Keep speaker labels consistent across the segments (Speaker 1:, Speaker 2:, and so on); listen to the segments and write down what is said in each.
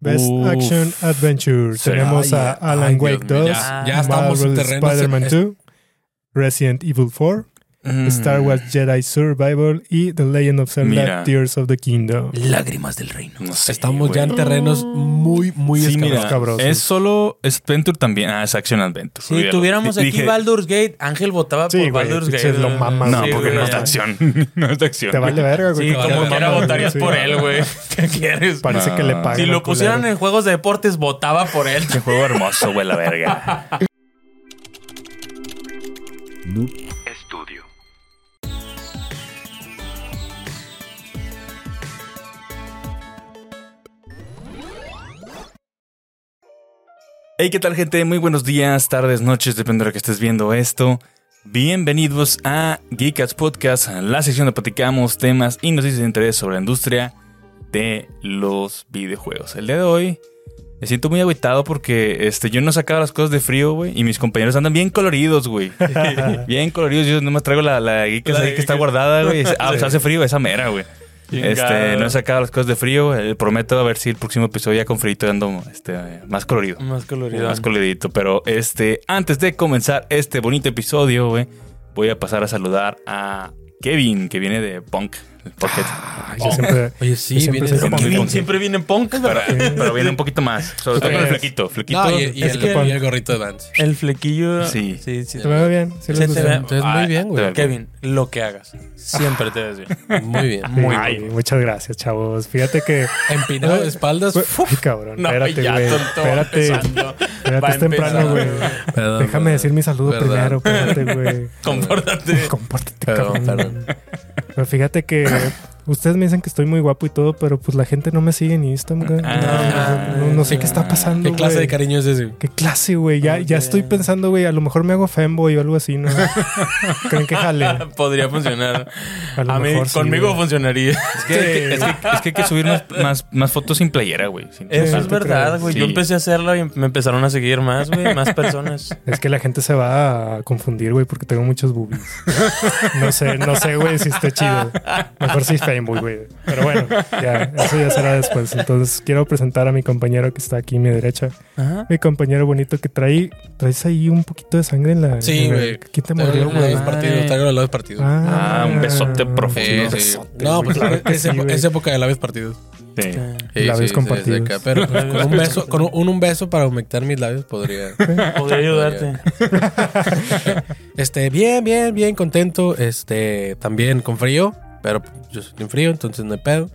Speaker 1: Best
Speaker 2: Uf.
Speaker 1: Action Adventure.
Speaker 2: Sí.
Speaker 1: Tenemos a
Speaker 3: Ay,
Speaker 1: Alan
Speaker 3: ay,
Speaker 1: Wake
Speaker 3: Dios mío,
Speaker 1: 2,
Speaker 2: Ya, ya estamos en
Speaker 1: Marvel
Speaker 2: terrenos.
Speaker 1: Spider-Man
Speaker 2: eh,
Speaker 1: 2, Resident Evil 4,
Speaker 2: mm,
Speaker 1: Star Wars Jedi Survival y The Legend of Zelda
Speaker 3: Mira.
Speaker 1: Tears of the Kingdom.
Speaker 3: Lágrimas del reino. No sé,
Speaker 2: Estamos ya
Speaker 3: güey.
Speaker 2: en terrenos
Speaker 1: Mm.
Speaker 2: muy, muy
Speaker 3: Sí, mira,
Speaker 2: escabrosos.
Speaker 1: escabrosos.
Speaker 3: es solo es Adventure también. Ah, es Action Adventure.
Speaker 4: Si
Speaker 3: Olvídalo.
Speaker 4: tuviéramos
Speaker 3: Di-
Speaker 4: aquí
Speaker 3: dije,
Speaker 4: Baldur's Gate, Ángel votaba
Speaker 1: Sí,
Speaker 4: por
Speaker 1: güey,
Speaker 4: Baldur's
Speaker 1: pinche
Speaker 4: Gate.
Speaker 1: lo mamas,
Speaker 3: No,
Speaker 1: Sí,
Speaker 3: porque
Speaker 1: güey.
Speaker 3: no es de acción. No es de acción.
Speaker 1: Te vale verga, güey.
Speaker 4: Sí,
Speaker 1: ¿Cómo
Speaker 4: como
Speaker 1: mamas,
Speaker 4: quiera
Speaker 1: güey?
Speaker 4: votarías
Speaker 1: Sí.
Speaker 4: por él, güey. ¿Qué quieres?
Speaker 1: Parece
Speaker 3: No.
Speaker 1: que le pagan.
Speaker 4: Si
Speaker 1: al
Speaker 4: lo pusieran
Speaker 1: culero.
Speaker 4: en juegos de deportes, votaba por él.
Speaker 3: Qué juego hermoso, güey, la verga.
Speaker 5: Noob
Speaker 6: Estudio.
Speaker 3: Hey, ¿qué tal, gente? Muy buenos días, tardes, noches, depende de lo que estés viendo esto. Bienvenidos a Geekas Podcast, la sección donde platicamos temas y noticias de interés sobre la industria de los videojuegos. El día de hoy me siento muy agüitado porque este, yo no sacaba las cosas de frío, güey, y mis compañeros andan bien coloridos, güey. bien coloridos. Yo nomás traigo la, la Geekas
Speaker 4: La
Speaker 3: ahí que está
Speaker 4: Geekas.
Speaker 3: guardada, güey. Ah, pues hace frío, esa mera, güey. Este,
Speaker 4: Chingado.
Speaker 3: no he sacado las cosas de frío. eh, Prometo a ver si el próximo episodio ya con frío ando este, eh, más colorido.
Speaker 4: Más colorido.
Speaker 3: Más colidito, pero este, antes de comenzar este bonito episodio, güey, voy a pasar a saludar a Kevin, que viene de Punk, el Pocket.
Speaker 1: Yo siempre-
Speaker 4: Oye,
Speaker 1: Yo
Speaker 4: Oh. sí,
Speaker 1: siempre
Speaker 4: viene
Speaker 1: soy
Speaker 4: Pero
Speaker 3: punk.
Speaker 4: Kevin siempre viene en punk.
Speaker 3: pero, pero viene un poquito más, sobre todo con el flequito. Flequito.
Speaker 2: No, y, y
Speaker 4: Es
Speaker 2: el,
Speaker 4: que-
Speaker 2: y el gorrito de Vance.
Speaker 4: El flequillo.
Speaker 3: Sí.
Speaker 4: Sí, sí.
Speaker 1: ¿Te veo bien? ¿Sí
Speaker 4: Se
Speaker 1: les
Speaker 4: te
Speaker 1: gusta?
Speaker 4: ve-
Speaker 2: Entonces, muy
Speaker 4: Ah,
Speaker 2: bien, güey.
Speaker 4: Kevin, lo que hagas. Siempre te ves bien.
Speaker 2: Muy bien.
Speaker 1: Sí,
Speaker 3: Muy
Speaker 1: güey,
Speaker 3: bien.
Speaker 1: Muchas gracias, chavos. Fíjate que...
Speaker 2: Empinado de espaldas.
Speaker 1: Güey, Ay, cabrón. espérate,
Speaker 4: ya,
Speaker 1: güey.
Speaker 4: tonto, va
Speaker 1: Espérate.
Speaker 4: empezando.
Speaker 1: Espérate,
Speaker 4: Va
Speaker 1: es temprano,
Speaker 4: empezando.
Speaker 1: güey.
Speaker 2: Perdón,
Speaker 1: Déjame
Speaker 2: perdón.
Speaker 1: decir mi saludo
Speaker 2: Verdad.
Speaker 1: primero. Espérate, güey.
Speaker 4: Compórtate.
Speaker 1: Compórtate,
Speaker 2: Perdón,
Speaker 1: cabrón.
Speaker 2: perdón.
Speaker 1: Pero fíjate que ustedes me dicen que estoy muy guapo y todo, pero pues la gente no me sigue en Instagram. güey.
Speaker 3: Ah.
Speaker 1: no, no, no sé qué está pasando.
Speaker 2: ¿Qué clase
Speaker 1: güey.
Speaker 2: de cariño es ese?
Speaker 1: Qué clase, güey. Ya, ya
Speaker 4: Ok.
Speaker 1: estoy pensando, güey. A lo mejor me hago femboy o algo así, ¿no? ¿Creen que jale? A
Speaker 4: Podría funcionar.
Speaker 1: lo
Speaker 4: A mí,
Speaker 1: mejor sí,
Speaker 4: conmigo
Speaker 1: güey.
Speaker 4: funcionaría.
Speaker 3: Es que, es que- es que hay que subir más, más, más fotos sin playera, güey. sin-
Speaker 4: Eso
Speaker 3: sin-
Speaker 4: es verdad, güey. Yo
Speaker 3: Sí.
Speaker 4: empecé a hacerlo y me empezaron a seguir más, güey. Más personas.
Speaker 1: Es que la gente se va a confundir, güey, porque tengo muchos boobies. No sé, no sé, güey, si está chido. Mejor si femboy, güey. Pero bueno, ya, eso ya será después. Entonces quiero presentar a mi compañero que está aquí a mi derecha.
Speaker 4: Ajá.
Speaker 1: Mi compañero bonito que trae, traes ahí un poquito de sangre en la.
Speaker 2: Sí,
Speaker 1: en la-
Speaker 2: güey.
Speaker 1: ¿Quién te mordió,
Speaker 2: Traigo
Speaker 1: güey?
Speaker 2: los partidos, traigo los lados partidos.
Speaker 3: Ah, un besote profundo.
Speaker 2: Sí,
Speaker 1: un
Speaker 2: sí.
Speaker 1: besote,
Speaker 2: No,
Speaker 1: güey,
Speaker 2: pues
Speaker 1: claro que
Speaker 2: es,
Speaker 1: sí,
Speaker 2: epo-
Speaker 1: güey.
Speaker 2: es época de labios partidos.
Speaker 3: Sí.
Speaker 1: Labios compartidos.
Speaker 2: acá, pero pues, con un beso, con un, un beso para humectar mis labios podría.
Speaker 4: Podría ayudarte.
Speaker 2: Este, bien, bien, bien contento. Este, también con frío, pero yo soy bien frío, entonces no hay pedo.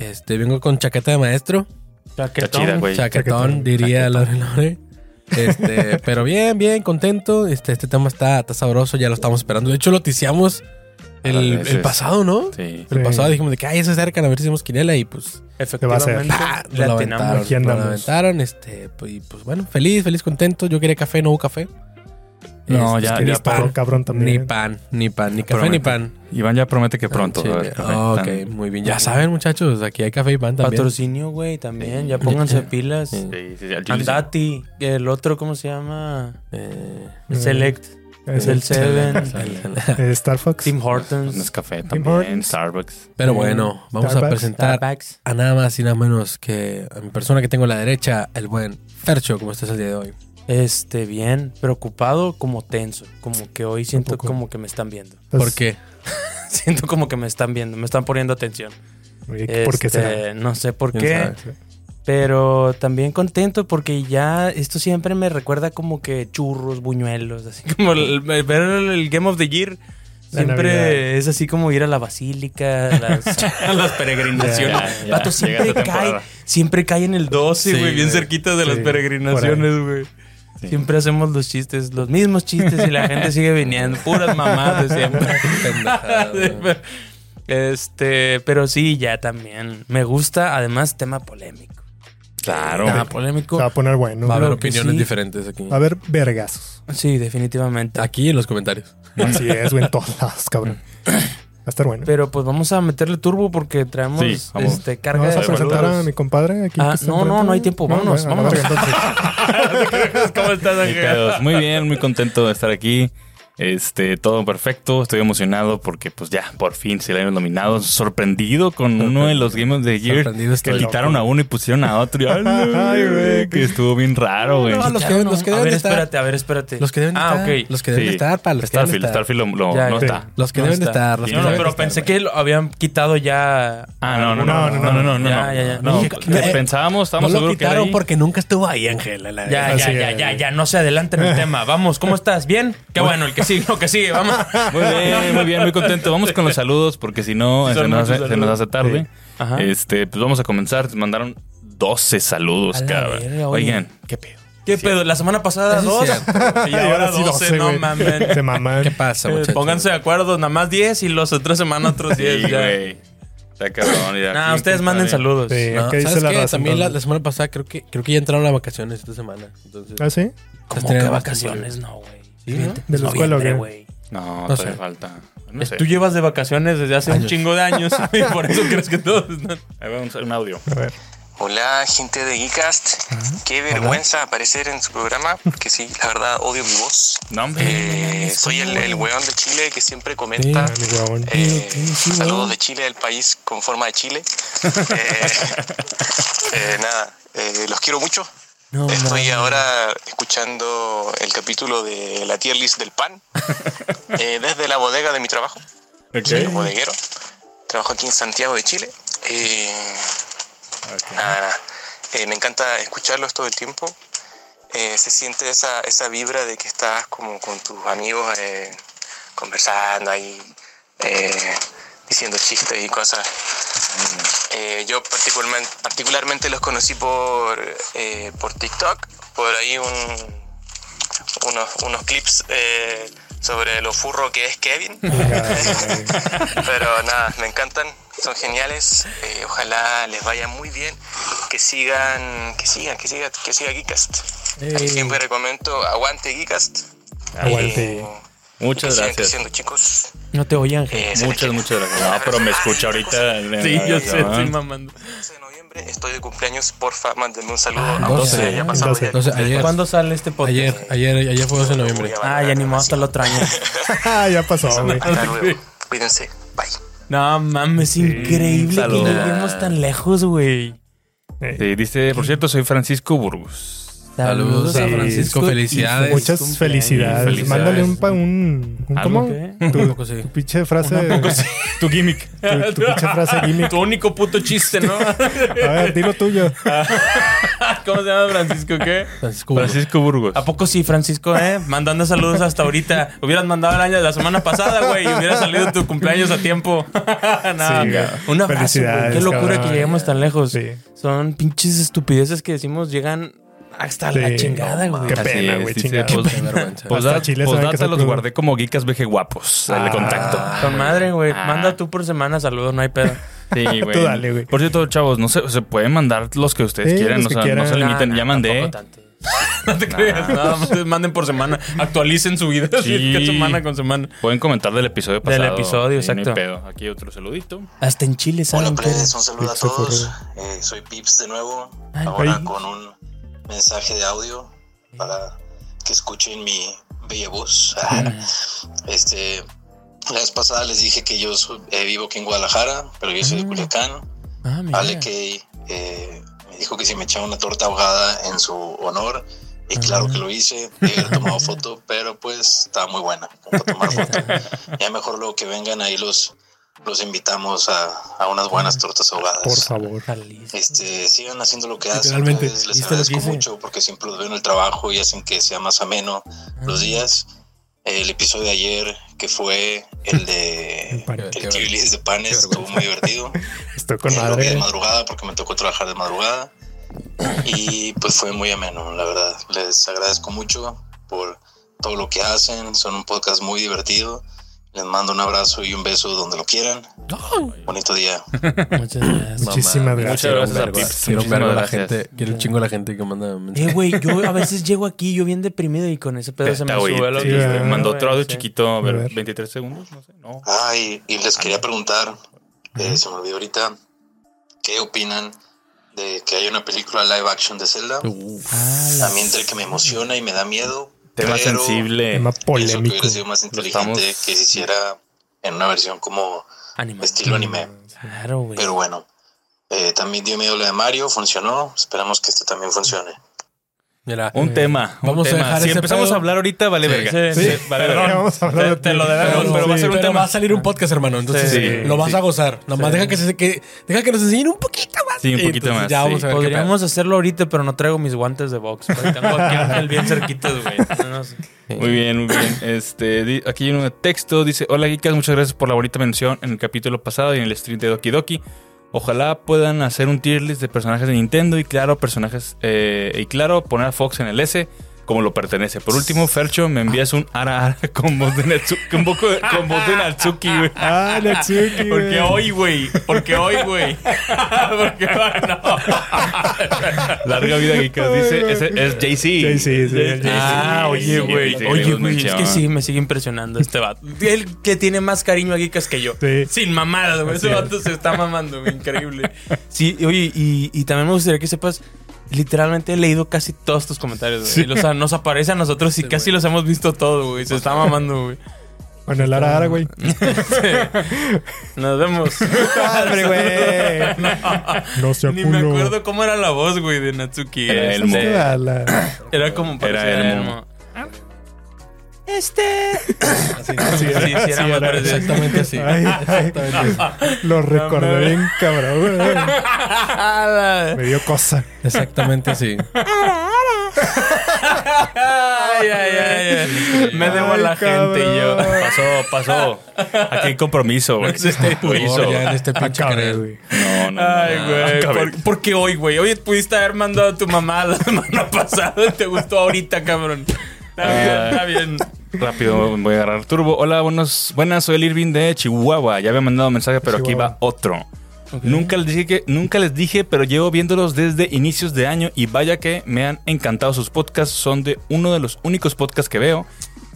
Speaker 2: Este, vengo con chaqueta de maestro.
Speaker 3: Está chida, güey.
Speaker 2: Chaquetón,
Speaker 1: Chaquetón.
Speaker 2: diría Lore Lore. Este, pero bien, bien, contento. Este, este tema está, está sabroso, ya lo estamos esperando. De hecho, lo ticiamos el,
Speaker 3: A las
Speaker 2: el
Speaker 3: veces.
Speaker 2: pasado, ¿no?
Speaker 3: Sí.
Speaker 1: Sí.
Speaker 2: El pasado dijimos de que ay, se acercan a ver si hacemos quinela y pues
Speaker 1: va a hacer.
Speaker 4: Efectivamente.
Speaker 2: nos la aventaron.
Speaker 1: Aquí
Speaker 2: nos la
Speaker 1: andamos.
Speaker 2: aventaron, este, pues, y pues bueno, feliz, feliz, contento. Yo quería café, no hubo café.
Speaker 3: No,
Speaker 2: Este,
Speaker 3: ya,
Speaker 2: es que
Speaker 3: ya
Speaker 2: ni
Speaker 1: Por
Speaker 2: pan,
Speaker 1: lo cabrón
Speaker 2: ni
Speaker 1: también.
Speaker 2: pan, ni pan, ni café,
Speaker 3: Promete.
Speaker 2: ni pan.
Speaker 3: Iván ya promete que pronto.
Speaker 2: Chile.
Speaker 3: va a haber café.
Speaker 2: Ah, ok,
Speaker 3: Tan-
Speaker 2: muy bien. Ya saben, muchachos, aquí hay café y pan también.
Speaker 4: Patrocinio, güey, también. Ya pónganse pilas.
Speaker 2: Sí.
Speaker 3: Sí, sí, sí, al chile sí.
Speaker 4: Andati. El otro, ¿cómo se llama?
Speaker 2: Eh,
Speaker 1: Eh,
Speaker 4: Select.
Speaker 1: es
Speaker 4: el Seven.
Speaker 1: eh, Star Fox.
Speaker 4: Tim
Speaker 3: Es
Speaker 4: Hortons.
Speaker 3: café también,
Speaker 1: Hortons.
Speaker 3: Starbucks.
Speaker 2: Pero bueno, vamos a
Speaker 1: Starbucks.
Speaker 2: presentar
Speaker 4: Starbucks.
Speaker 2: a nada más y nada menos que a mi persona que tengo a la derecha, el buen Fercho, como estás el día de hoy.
Speaker 4: Este, bien. Preocupado, como tenso. Como que hoy siento
Speaker 1: poco.
Speaker 4: como que me están viendo.
Speaker 1: Pues,
Speaker 2: ¿Por qué?
Speaker 4: Siento como que me están viendo. Me están poniendo atención.
Speaker 1: Oye, ¿Por qué
Speaker 4: Este,
Speaker 1: será?
Speaker 4: No sé por
Speaker 2: ¿Quién
Speaker 4: qué.
Speaker 2: sabe?
Speaker 4: Pero también contento porque ya esto siempre me recuerda como que churros, buñuelos, así como el- el- ver el, el Game of the Year.
Speaker 1: La
Speaker 4: Siempre
Speaker 1: Navidad.
Speaker 4: es así como ir a la basílica, a las, a las peregrinaciones.
Speaker 3: Ya, ya, ya.
Speaker 4: Vato, siempre
Speaker 3: Llega esa
Speaker 4: cae,
Speaker 3: temporada.
Speaker 4: siempre cae en el 12,
Speaker 2: Sí,
Speaker 4: güey, bien
Speaker 2: güey.
Speaker 4: cerquita de las
Speaker 1: Sí,
Speaker 4: peregrinaciones, güey.
Speaker 3: Sí.
Speaker 4: Siempre hacemos los chistes, los mismos chistes y la gente sigue viniendo, puras mamadas de siempre.
Speaker 2: Pendejada,
Speaker 4: Sí,
Speaker 2: güey.
Speaker 4: pero- este, pero sí, ya también. Me gusta, además, tema polémico.
Speaker 3: Claro.
Speaker 4: Tema polémico.
Speaker 1: Se va a poner bueno.
Speaker 2: Va a haber
Speaker 4: Claro que
Speaker 2: opiniones
Speaker 4: sí.
Speaker 2: diferentes aquí.
Speaker 1: Va a haber vergazos.
Speaker 4: Sí, definitivamente.
Speaker 2: Aquí en los comentarios.
Speaker 1: Así es, güey, en todos lados, cabrón. Va a estar bueno.
Speaker 4: Pero pues vamos a meterle turbo porque traemos
Speaker 3: Sí, vamos.
Speaker 4: este, carga
Speaker 1: ¿Vamos a
Speaker 4: de
Speaker 1: presentar a
Speaker 4: saludos.
Speaker 1: mi compadre aquí?
Speaker 4: Ah,
Speaker 1: que está
Speaker 4: no,
Speaker 1: enfrente,
Speaker 4: no, no hay
Speaker 1: güey?
Speaker 4: tiempo.
Speaker 1: No,
Speaker 4: Vámonos,
Speaker 1: bueno, a la
Speaker 4: vámonos.
Speaker 1: verga, entonces.
Speaker 4: ¿Cómo estás,
Speaker 3: Ni pedos. Muy bien, muy contento de estar aquí. Este, todo perfecto. Estoy emocionado porque, pues ya, por fin se le han nominado. Sorprendido con uno de los Game of the Year.
Speaker 2: Sorprendido
Speaker 3: Que
Speaker 2: estoy.
Speaker 3: quitaron a uno y pusieron a otro. Y, ay,
Speaker 1: Ay, güey,
Speaker 3: que estuvo bien raro, güey.
Speaker 2: No, los que,
Speaker 4: Claro,
Speaker 2: los que
Speaker 4: no. A
Speaker 2: deben
Speaker 4: ver,
Speaker 2: de estar.
Speaker 4: espérate, a ver, espérate.
Speaker 2: Los que deben de
Speaker 4: Ah,
Speaker 2: estar.
Speaker 4: ok.
Speaker 2: Los que deben de
Speaker 3: Sí.
Speaker 2: estar para los que deben de
Speaker 3: Starfield,
Speaker 2: estar. este.
Speaker 3: Starfield lo- lo-
Speaker 4: Ya,
Speaker 3: no
Speaker 4: ya.
Speaker 3: está.
Speaker 2: Los que
Speaker 4: No
Speaker 2: deben de
Speaker 4: está.
Speaker 2: estar. Los
Speaker 3: Sí,
Speaker 2: que
Speaker 4: No,
Speaker 3: no,
Speaker 4: no,
Speaker 2: deben
Speaker 4: pero
Speaker 2: de estar,
Speaker 4: pensé
Speaker 2: güey.
Speaker 4: que lo habían quitado ya.
Speaker 3: Ah, no, no,
Speaker 1: No,
Speaker 3: no, no, no, no, no.
Speaker 4: Ya, ya, ya.
Speaker 3: No,
Speaker 2: Dije que- eh,
Speaker 3: pensábamos, estábamos
Speaker 2: no lo
Speaker 3: seguros que era
Speaker 2: quitaron
Speaker 3: ahí.
Speaker 2: porque nunca estuvo ahí, Ángel. a la
Speaker 4: Ya,
Speaker 2: verga.
Speaker 1: Así
Speaker 4: ya, ya,
Speaker 1: es.
Speaker 4: ya, ya, no se adelante en el tema. Vamos, ¿cómo estás? ¿Bien? Qué bueno, el que sigue, lo que sigue, vamos.
Speaker 3: Muy bien, muy bien, muy contento. Vamos con los saludos porque si no
Speaker 4: Sí,
Speaker 3: se
Speaker 4: son
Speaker 3: nos, hace,
Speaker 4: muchos
Speaker 3: se nos hace tarde.
Speaker 4: Sí. Ajá.
Speaker 3: Este, pues vamos a comenzar. Te mandaron 12 saludos,
Speaker 4: A la
Speaker 3: cabrón.
Speaker 4: verga, oye.
Speaker 3: Oigan, qué pedo.
Speaker 4: ¿Qué pedo? La semana pasada
Speaker 2: Eso
Speaker 4: dos
Speaker 2: es
Speaker 4: y ahora
Speaker 1: sí
Speaker 4: doce, no
Speaker 1: güey.
Speaker 4: mames.
Speaker 1: Se maman.
Speaker 2: ¿Qué pasa, muchachos?
Speaker 4: Pónganse de acuerdo, nada más diez y los otros semanas otros
Speaker 3: Sí,
Speaker 4: diez. ya.
Speaker 3: güey. Está cabrón. ya.
Speaker 4: Nah,
Speaker 3: Sí,
Speaker 4: ustedes manden
Speaker 3: compadre.
Speaker 4: saludos.
Speaker 1: Sí,
Speaker 2: No,
Speaker 1: ¿qué dice
Speaker 2: ¿Sabes
Speaker 1: la
Speaker 2: qué?
Speaker 1: raza?
Speaker 2: También la, la
Speaker 1: entonces?
Speaker 2: semana pasada creo que, creo que ya entraron a vacaciones esta semana. Entonces,
Speaker 1: ¿Ah, sí?
Speaker 4: ¿Cómo
Speaker 2: Las
Speaker 4: que
Speaker 2: tenemos
Speaker 4: vacaciones? No, güey.
Speaker 2: Sí, ¿no?
Speaker 1: De la escuela,
Speaker 4: Noviembre,
Speaker 1: ¿o qué?
Speaker 4: güey.
Speaker 3: No,
Speaker 2: No
Speaker 3: todavía
Speaker 2: sé.
Speaker 3: falta. No
Speaker 4: Es-
Speaker 3: sé.
Speaker 4: Tú llevas de vacaciones desde hace un
Speaker 2: Años.
Speaker 4: chingo de años y por eso crees que todos están...
Speaker 3: Ahí va un, un audio.
Speaker 1: A ver.
Speaker 5: Hola gente de Geekast, qué vergüenza aparecer en su programa, porque sí, la verdad odio mi voz.
Speaker 3: No, hombre.
Speaker 5: Eh, soy el, el weón de Chile que siempre comenta.
Speaker 1: Sí, el huevón.
Speaker 5: Eh,
Speaker 2: Sí, sí, sí, weón.
Speaker 5: saludos de Chile, el país con forma de Chile. Eh, eh, nada, eh, los quiero mucho.
Speaker 2: No,
Speaker 5: Estoy
Speaker 2: mames.
Speaker 5: ahora escuchando el capítulo de la tier list del pan eh, desde la bodega de mi trabajo. Soy
Speaker 3: Ok.
Speaker 5: bodeguero. Trabajo aquí en Santiago de Chile. Eh, Nada, nada. Eh, me encanta escucharlos todo el tiempo. Eh, se siente esa, esa vibra de que estás como con tus amigos eh, conversando ahí, eh, diciendo chistes y cosas. Eh, yo particularmente, particularmente los conocí por, eh, por TikTok, por ahí un, unos, unos clips eh, sobre lo furro que es Kevin. Pero nada, me encantan, son geniales. eh, ojalá les vaya muy bien. Que sigan, que sigan, que sigan, que siga Geekast. Siempre recomiendo, aguante Geekast.
Speaker 1: Aguante.
Speaker 5: Eh, que
Speaker 3: Muchas
Speaker 5: sigan
Speaker 3: gracias.
Speaker 5: creciendo, chicos.
Speaker 4: No te oye, Ángel.
Speaker 5: Eh, Ah, se les
Speaker 3: Muchas,
Speaker 5: quiere.
Speaker 3: muchas gracias. No, pero me escucha ahorita.
Speaker 4: Sí, yo sé,
Speaker 3: Cabrón.
Speaker 4: estoy mamando.
Speaker 5: 12 de noviembre, estoy de cumpleaños, porfa, mándenme un saludo. a todos.
Speaker 2: 12,
Speaker 5: Ya ha pasado ya el
Speaker 2: 12, ayer,
Speaker 4: ¿Cuándo sale este podcast?
Speaker 2: ayer, ayer, ayer fue 12 de noviembre.
Speaker 5: cumpleaños.
Speaker 4: Ah, ya ni modo, hasta el otro año.
Speaker 1: Ah, ya pasó, güey.
Speaker 5: Hasta luego. Cuídense. Bye.
Speaker 4: No mames, increíble que
Speaker 3: saludos.
Speaker 4: lleguemos tan lejos, güey.
Speaker 3: Sí, dice, por cierto, soy Francisco Burgos.
Speaker 2: Saludos a
Speaker 1: Sí.
Speaker 2: Francisco,
Speaker 4: y-
Speaker 2: felicidades.
Speaker 1: Muchas
Speaker 4: cumpleaños.
Speaker 1: felicidades.
Speaker 3: Felicidades.
Speaker 1: Mándale un, pa- un, un
Speaker 3: ¿Algo
Speaker 1: ¿cómo?
Speaker 4: qué?
Speaker 1: Tu,
Speaker 2: Un poco sí.
Speaker 1: tu pinche frase.
Speaker 3: Tu gimmick.
Speaker 1: Tu, tu pinche frase gimmick.
Speaker 4: Tu único puto chiste, ¿no?
Speaker 1: A ver, dilo tuyo.
Speaker 4: ¿Cómo se llama Francisco? ¿Qué?
Speaker 2: Francisco.
Speaker 3: Francisco Burgos.
Speaker 4: ¿A poco sí, Francisco, eh? Mandando saludos hasta ahorita. Hubieras mandado el año de la semana pasada, güey, y hubiera salido tu cumpleaños a tiempo. no,
Speaker 1: Sí, güey.
Speaker 4: una frase, güey. Qué
Speaker 1: Felicidades,
Speaker 4: locura
Speaker 1: cabrón.
Speaker 4: que lleguemos tan lejos.
Speaker 1: Sí.
Speaker 4: Son pinches estupideces que decimos llegan hasta la
Speaker 1: Sí.
Speaker 4: chingada,
Speaker 1: No,
Speaker 4: güey.
Speaker 1: qué
Speaker 3: Así
Speaker 1: pena,
Speaker 3: es,
Speaker 1: güey,
Speaker 3: dice,
Speaker 1: chingada.
Speaker 3: pues,
Speaker 2: Qué
Speaker 1: Pues,
Speaker 2: vergüenza.
Speaker 3: Posdata,
Speaker 1: Hasta Chile saben que
Speaker 3: posdata
Speaker 1: soy
Speaker 3: los
Speaker 1: crudo.
Speaker 3: guardé como geekas veje guapos. el de contacto.
Speaker 4: Con madre, güey.
Speaker 3: Ah.
Speaker 4: Manda tú por semana saludos, no hay pedo.
Speaker 3: Sí, güey.
Speaker 1: Tú dale, güey.
Speaker 3: Por cierto, chavos, no se, se pueden mandar los que ustedes
Speaker 1: Sí,
Speaker 3: quieran.
Speaker 1: los
Speaker 3: o
Speaker 1: que
Speaker 3: sea,
Speaker 1: quieran.
Speaker 3: no se limiten.
Speaker 4: Nah,
Speaker 3: ya
Speaker 4: nah,
Speaker 3: mandé.
Speaker 4: tampoco tanto. No te creas, nada más manden por semana. Actualicen su vida así
Speaker 3: Sí.
Speaker 4: que semana con semana.
Speaker 3: Pueden comentar del episodio
Speaker 4: Del
Speaker 3: pasado.
Speaker 4: episodio,
Speaker 3: Sí, no hay
Speaker 4: exacto.
Speaker 3: pedo. Aquí otro saludito.
Speaker 4: Hasta en Chile
Speaker 5: Hola,
Speaker 4: saben que...
Speaker 5: plebes, un saludo a
Speaker 1: Pips de
Speaker 5: todos. Eh, soy Pips de nuevo,
Speaker 4: Ay,
Speaker 5: ahora
Speaker 1: güey.
Speaker 5: con un mensaje de audio para que escuchen mi bella voz. este, la vez pasada les dije que yo soy- eh, vivo aquí en Guadalajara, pero yo soy de Culiacán.
Speaker 4: Ah, mira.
Speaker 5: Ale Key eh, me dijo que si me echaba una torta ahogada en su honor. Y claro que lo hice, he tomado foto, pero pues está muy buena para tomar foto. Ya mejor luego que vengan ahí los, los invitamos a, a unas buenas tortas ahogadas.
Speaker 1: Por favor.
Speaker 4: Jalisco.
Speaker 5: Este, sigan haciendo lo que hacen.
Speaker 1: Literalmente,
Speaker 5: ustedes, Les
Speaker 4: ¿viste lo que
Speaker 5: agradezco
Speaker 4: hice?
Speaker 5: mucho porque siempre los veo en el trabajo y hacen que sea más ameno los días. El episodio de ayer, que fue el de
Speaker 1: pan.
Speaker 5: el
Speaker 2: Qué
Speaker 5: tier list de panes,
Speaker 2: qué
Speaker 5: estuvo muy divertido.
Speaker 1: Estoy con
Speaker 5: Eh, lo vi
Speaker 1: madre.
Speaker 5: de madrugada porque me tocó trabajar de madrugada. Y pues fue muy ameno, la verdad. Les agradezco mucho por todo lo que hacen. Son un podcast muy divertido. Les mando un abrazo y un beso donde lo quieran. Bonito día.
Speaker 4: Muchas gracias.
Speaker 1: Muchísimas gracias.
Speaker 3: Muchas gracias a
Speaker 2: Quiero ver-
Speaker 3: Pips.
Speaker 2: Quiero ver
Speaker 3: Muchísimas
Speaker 2: a la
Speaker 3: gracias.
Speaker 2: gente. Quiero un chingo a la gente que manda mensajes.
Speaker 4: Eh, güey, yo a veces llego aquí, yo bien deprimido y con ese pedo se me
Speaker 3: Está, güey,
Speaker 4: sube lo
Speaker 3: sí,
Speaker 4: que
Speaker 1: güey.
Speaker 3: te Mandó otro audio
Speaker 4: Sí.
Speaker 3: chiquito. A ver,
Speaker 1: A ver.
Speaker 3: 23 segundos. No sé. No.
Speaker 5: Ah, y, y les quería preguntar, eh, se me olvidó ahorita, ¿qué opinan de que haya una película live action de Zelda?
Speaker 2: Uf.
Speaker 4: Ah, la-
Speaker 5: También del que me emociona y me da miedo,
Speaker 3: Tema
Speaker 5: Pero-
Speaker 4: Eh,
Speaker 3: sensible.
Speaker 1: Tema
Speaker 5: Pienso que
Speaker 1: polémico.
Speaker 5: hubiera sido más inteligente
Speaker 3: estamos-
Speaker 5: que se hiciera en una versión como
Speaker 4: Animal.
Speaker 5: estilo anime.
Speaker 4: Claro, güey.
Speaker 5: Pero bueno, eh, también dio miedo lo de Mario, funcionó. Esperamos que esto también funcione.
Speaker 2: Mira, eh,
Speaker 3: Un tema. un
Speaker 2: vamos a
Speaker 3: tema.
Speaker 2: dejar
Speaker 3: Si
Speaker 2: ese
Speaker 3: empezamos
Speaker 2: pedo.
Speaker 3: a hablar ahorita, vale verga.
Speaker 4: sí,
Speaker 1: Sí,
Speaker 4: sí.
Speaker 3: vale,
Speaker 1: perdón,
Speaker 3: verga.
Speaker 1: vamos a hablar de
Speaker 3: Te- te lo
Speaker 1: ti.
Speaker 3: debemos,
Speaker 1: Perdón,
Speaker 3: pero va a ser un tema.
Speaker 2: va a salir un podcast, hermano. Entonces
Speaker 3: Sí,
Speaker 2: lo vas
Speaker 3: sí.
Speaker 2: a gozar. Nada más
Speaker 4: Sí.
Speaker 2: deja que, se, que- deja que nos enseñen un poquito más.
Speaker 3: Sí, un
Speaker 2: Y
Speaker 3: poquito
Speaker 2: entonces
Speaker 3: más,
Speaker 2: Ya
Speaker 3: sí.
Speaker 2: vamos a ver. qué
Speaker 4: Podríamos hacerlo ahorita, pero no traigo mis guantes de box. güey. Tengo aquí a Ángel bien cerquitos, güey. No, no sé.
Speaker 3: Muy bien, muy bien. Este, di- aquí hay uno de texto. Dice: Hola, Geekas, muchas gracias por la bonita mención en el capítulo pasado y en el stream de Doki Doki. Ojalá puedan hacer un tier list de personajes de Nintendo y claro, personajes. eh, y claro, poner a Fox en el S como lo pertenece. Por último, Fercho, me envías un ara ara con voz de Natsuki. Con, voz de- con voz de Natsuki, güey.
Speaker 1: Ah, Natsuki. güey.
Speaker 3: Porque hoy, güey. Porque hoy, güey. Porque no. Larga vida, Geekas. Dice: ese Es
Speaker 1: Sí,
Speaker 3: JC.
Speaker 1: sí, sí.
Speaker 3: Jay-Z.
Speaker 4: Ah, oye, güey.
Speaker 3: Sí,
Speaker 4: Oye,
Speaker 3: sí,
Speaker 4: güey.
Speaker 3: sí,
Speaker 4: Es que
Speaker 3: sí.
Speaker 4: sí, me sigue impresionando este vato. Él que tiene más cariño a Geekas que yo.
Speaker 1: Sí.
Speaker 4: Sin mamadas, güey. Ese vato se está mamando, güey. Increíble. Sí, y oye, y, y también me gustaría que sepas. Literalmente he leído casi todos tus comentarios, güey. O sea, nos aparece a nosotros y casi los hemos visto todos, güey. Se está mamando, güey.
Speaker 1: Bueno, el ara ara, güey.
Speaker 4: Nos vemos.
Speaker 1: Hombre, güey. No se
Speaker 4: Ni me acuerdo cómo era la voz, güey, de Natsuki.
Speaker 3: Era
Speaker 4: Este,
Speaker 3: Elmo.
Speaker 1: Ah,
Speaker 4: Era como parecía
Speaker 3: Era Elmo.
Speaker 4: Este.
Speaker 2: Así,
Speaker 4: Sí, sí, era más parecido.
Speaker 2: exactamente así.
Speaker 1: Ay, ay, lo recordé
Speaker 4: hombre.
Speaker 1: bien, cabrón. güey.
Speaker 4: Ala.
Speaker 1: Me dio cosa.
Speaker 2: Exactamente así.
Speaker 4: Ay, ay, ay, ay. Me debo a la
Speaker 1: Ay, cabrón.
Speaker 4: gente y yo.
Speaker 3: Pasó, pasó. Aquí hay compromiso, güey.
Speaker 2: Este
Speaker 3: Compromiso.
Speaker 2: pudor ya en este pinche
Speaker 1: Acabe,
Speaker 2: canal.
Speaker 1: güey.
Speaker 3: No, no,
Speaker 4: Ay,
Speaker 3: no,
Speaker 4: güey.
Speaker 3: no,
Speaker 4: ¿Por, por qué hoy, güey? Oye, pudiste haber mandado a tu mamá la semana pasada. Te gustó ahorita, cabrón. Está bien, está bien.
Speaker 3: Rápido, voy a agarrar turbo. Hola, buenos, buenas, soy el Irving de Chihuahua. Ya había mandado mensaje, pero aquí
Speaker 1: Chihuahua.
Speaker 3: va otro. Nunca les dije que, nunca les dije, pero llevo viéndolos desde inicios de año y vaya que me han encantado sus podcasts. Son de uno de los únicos podcasts que veo.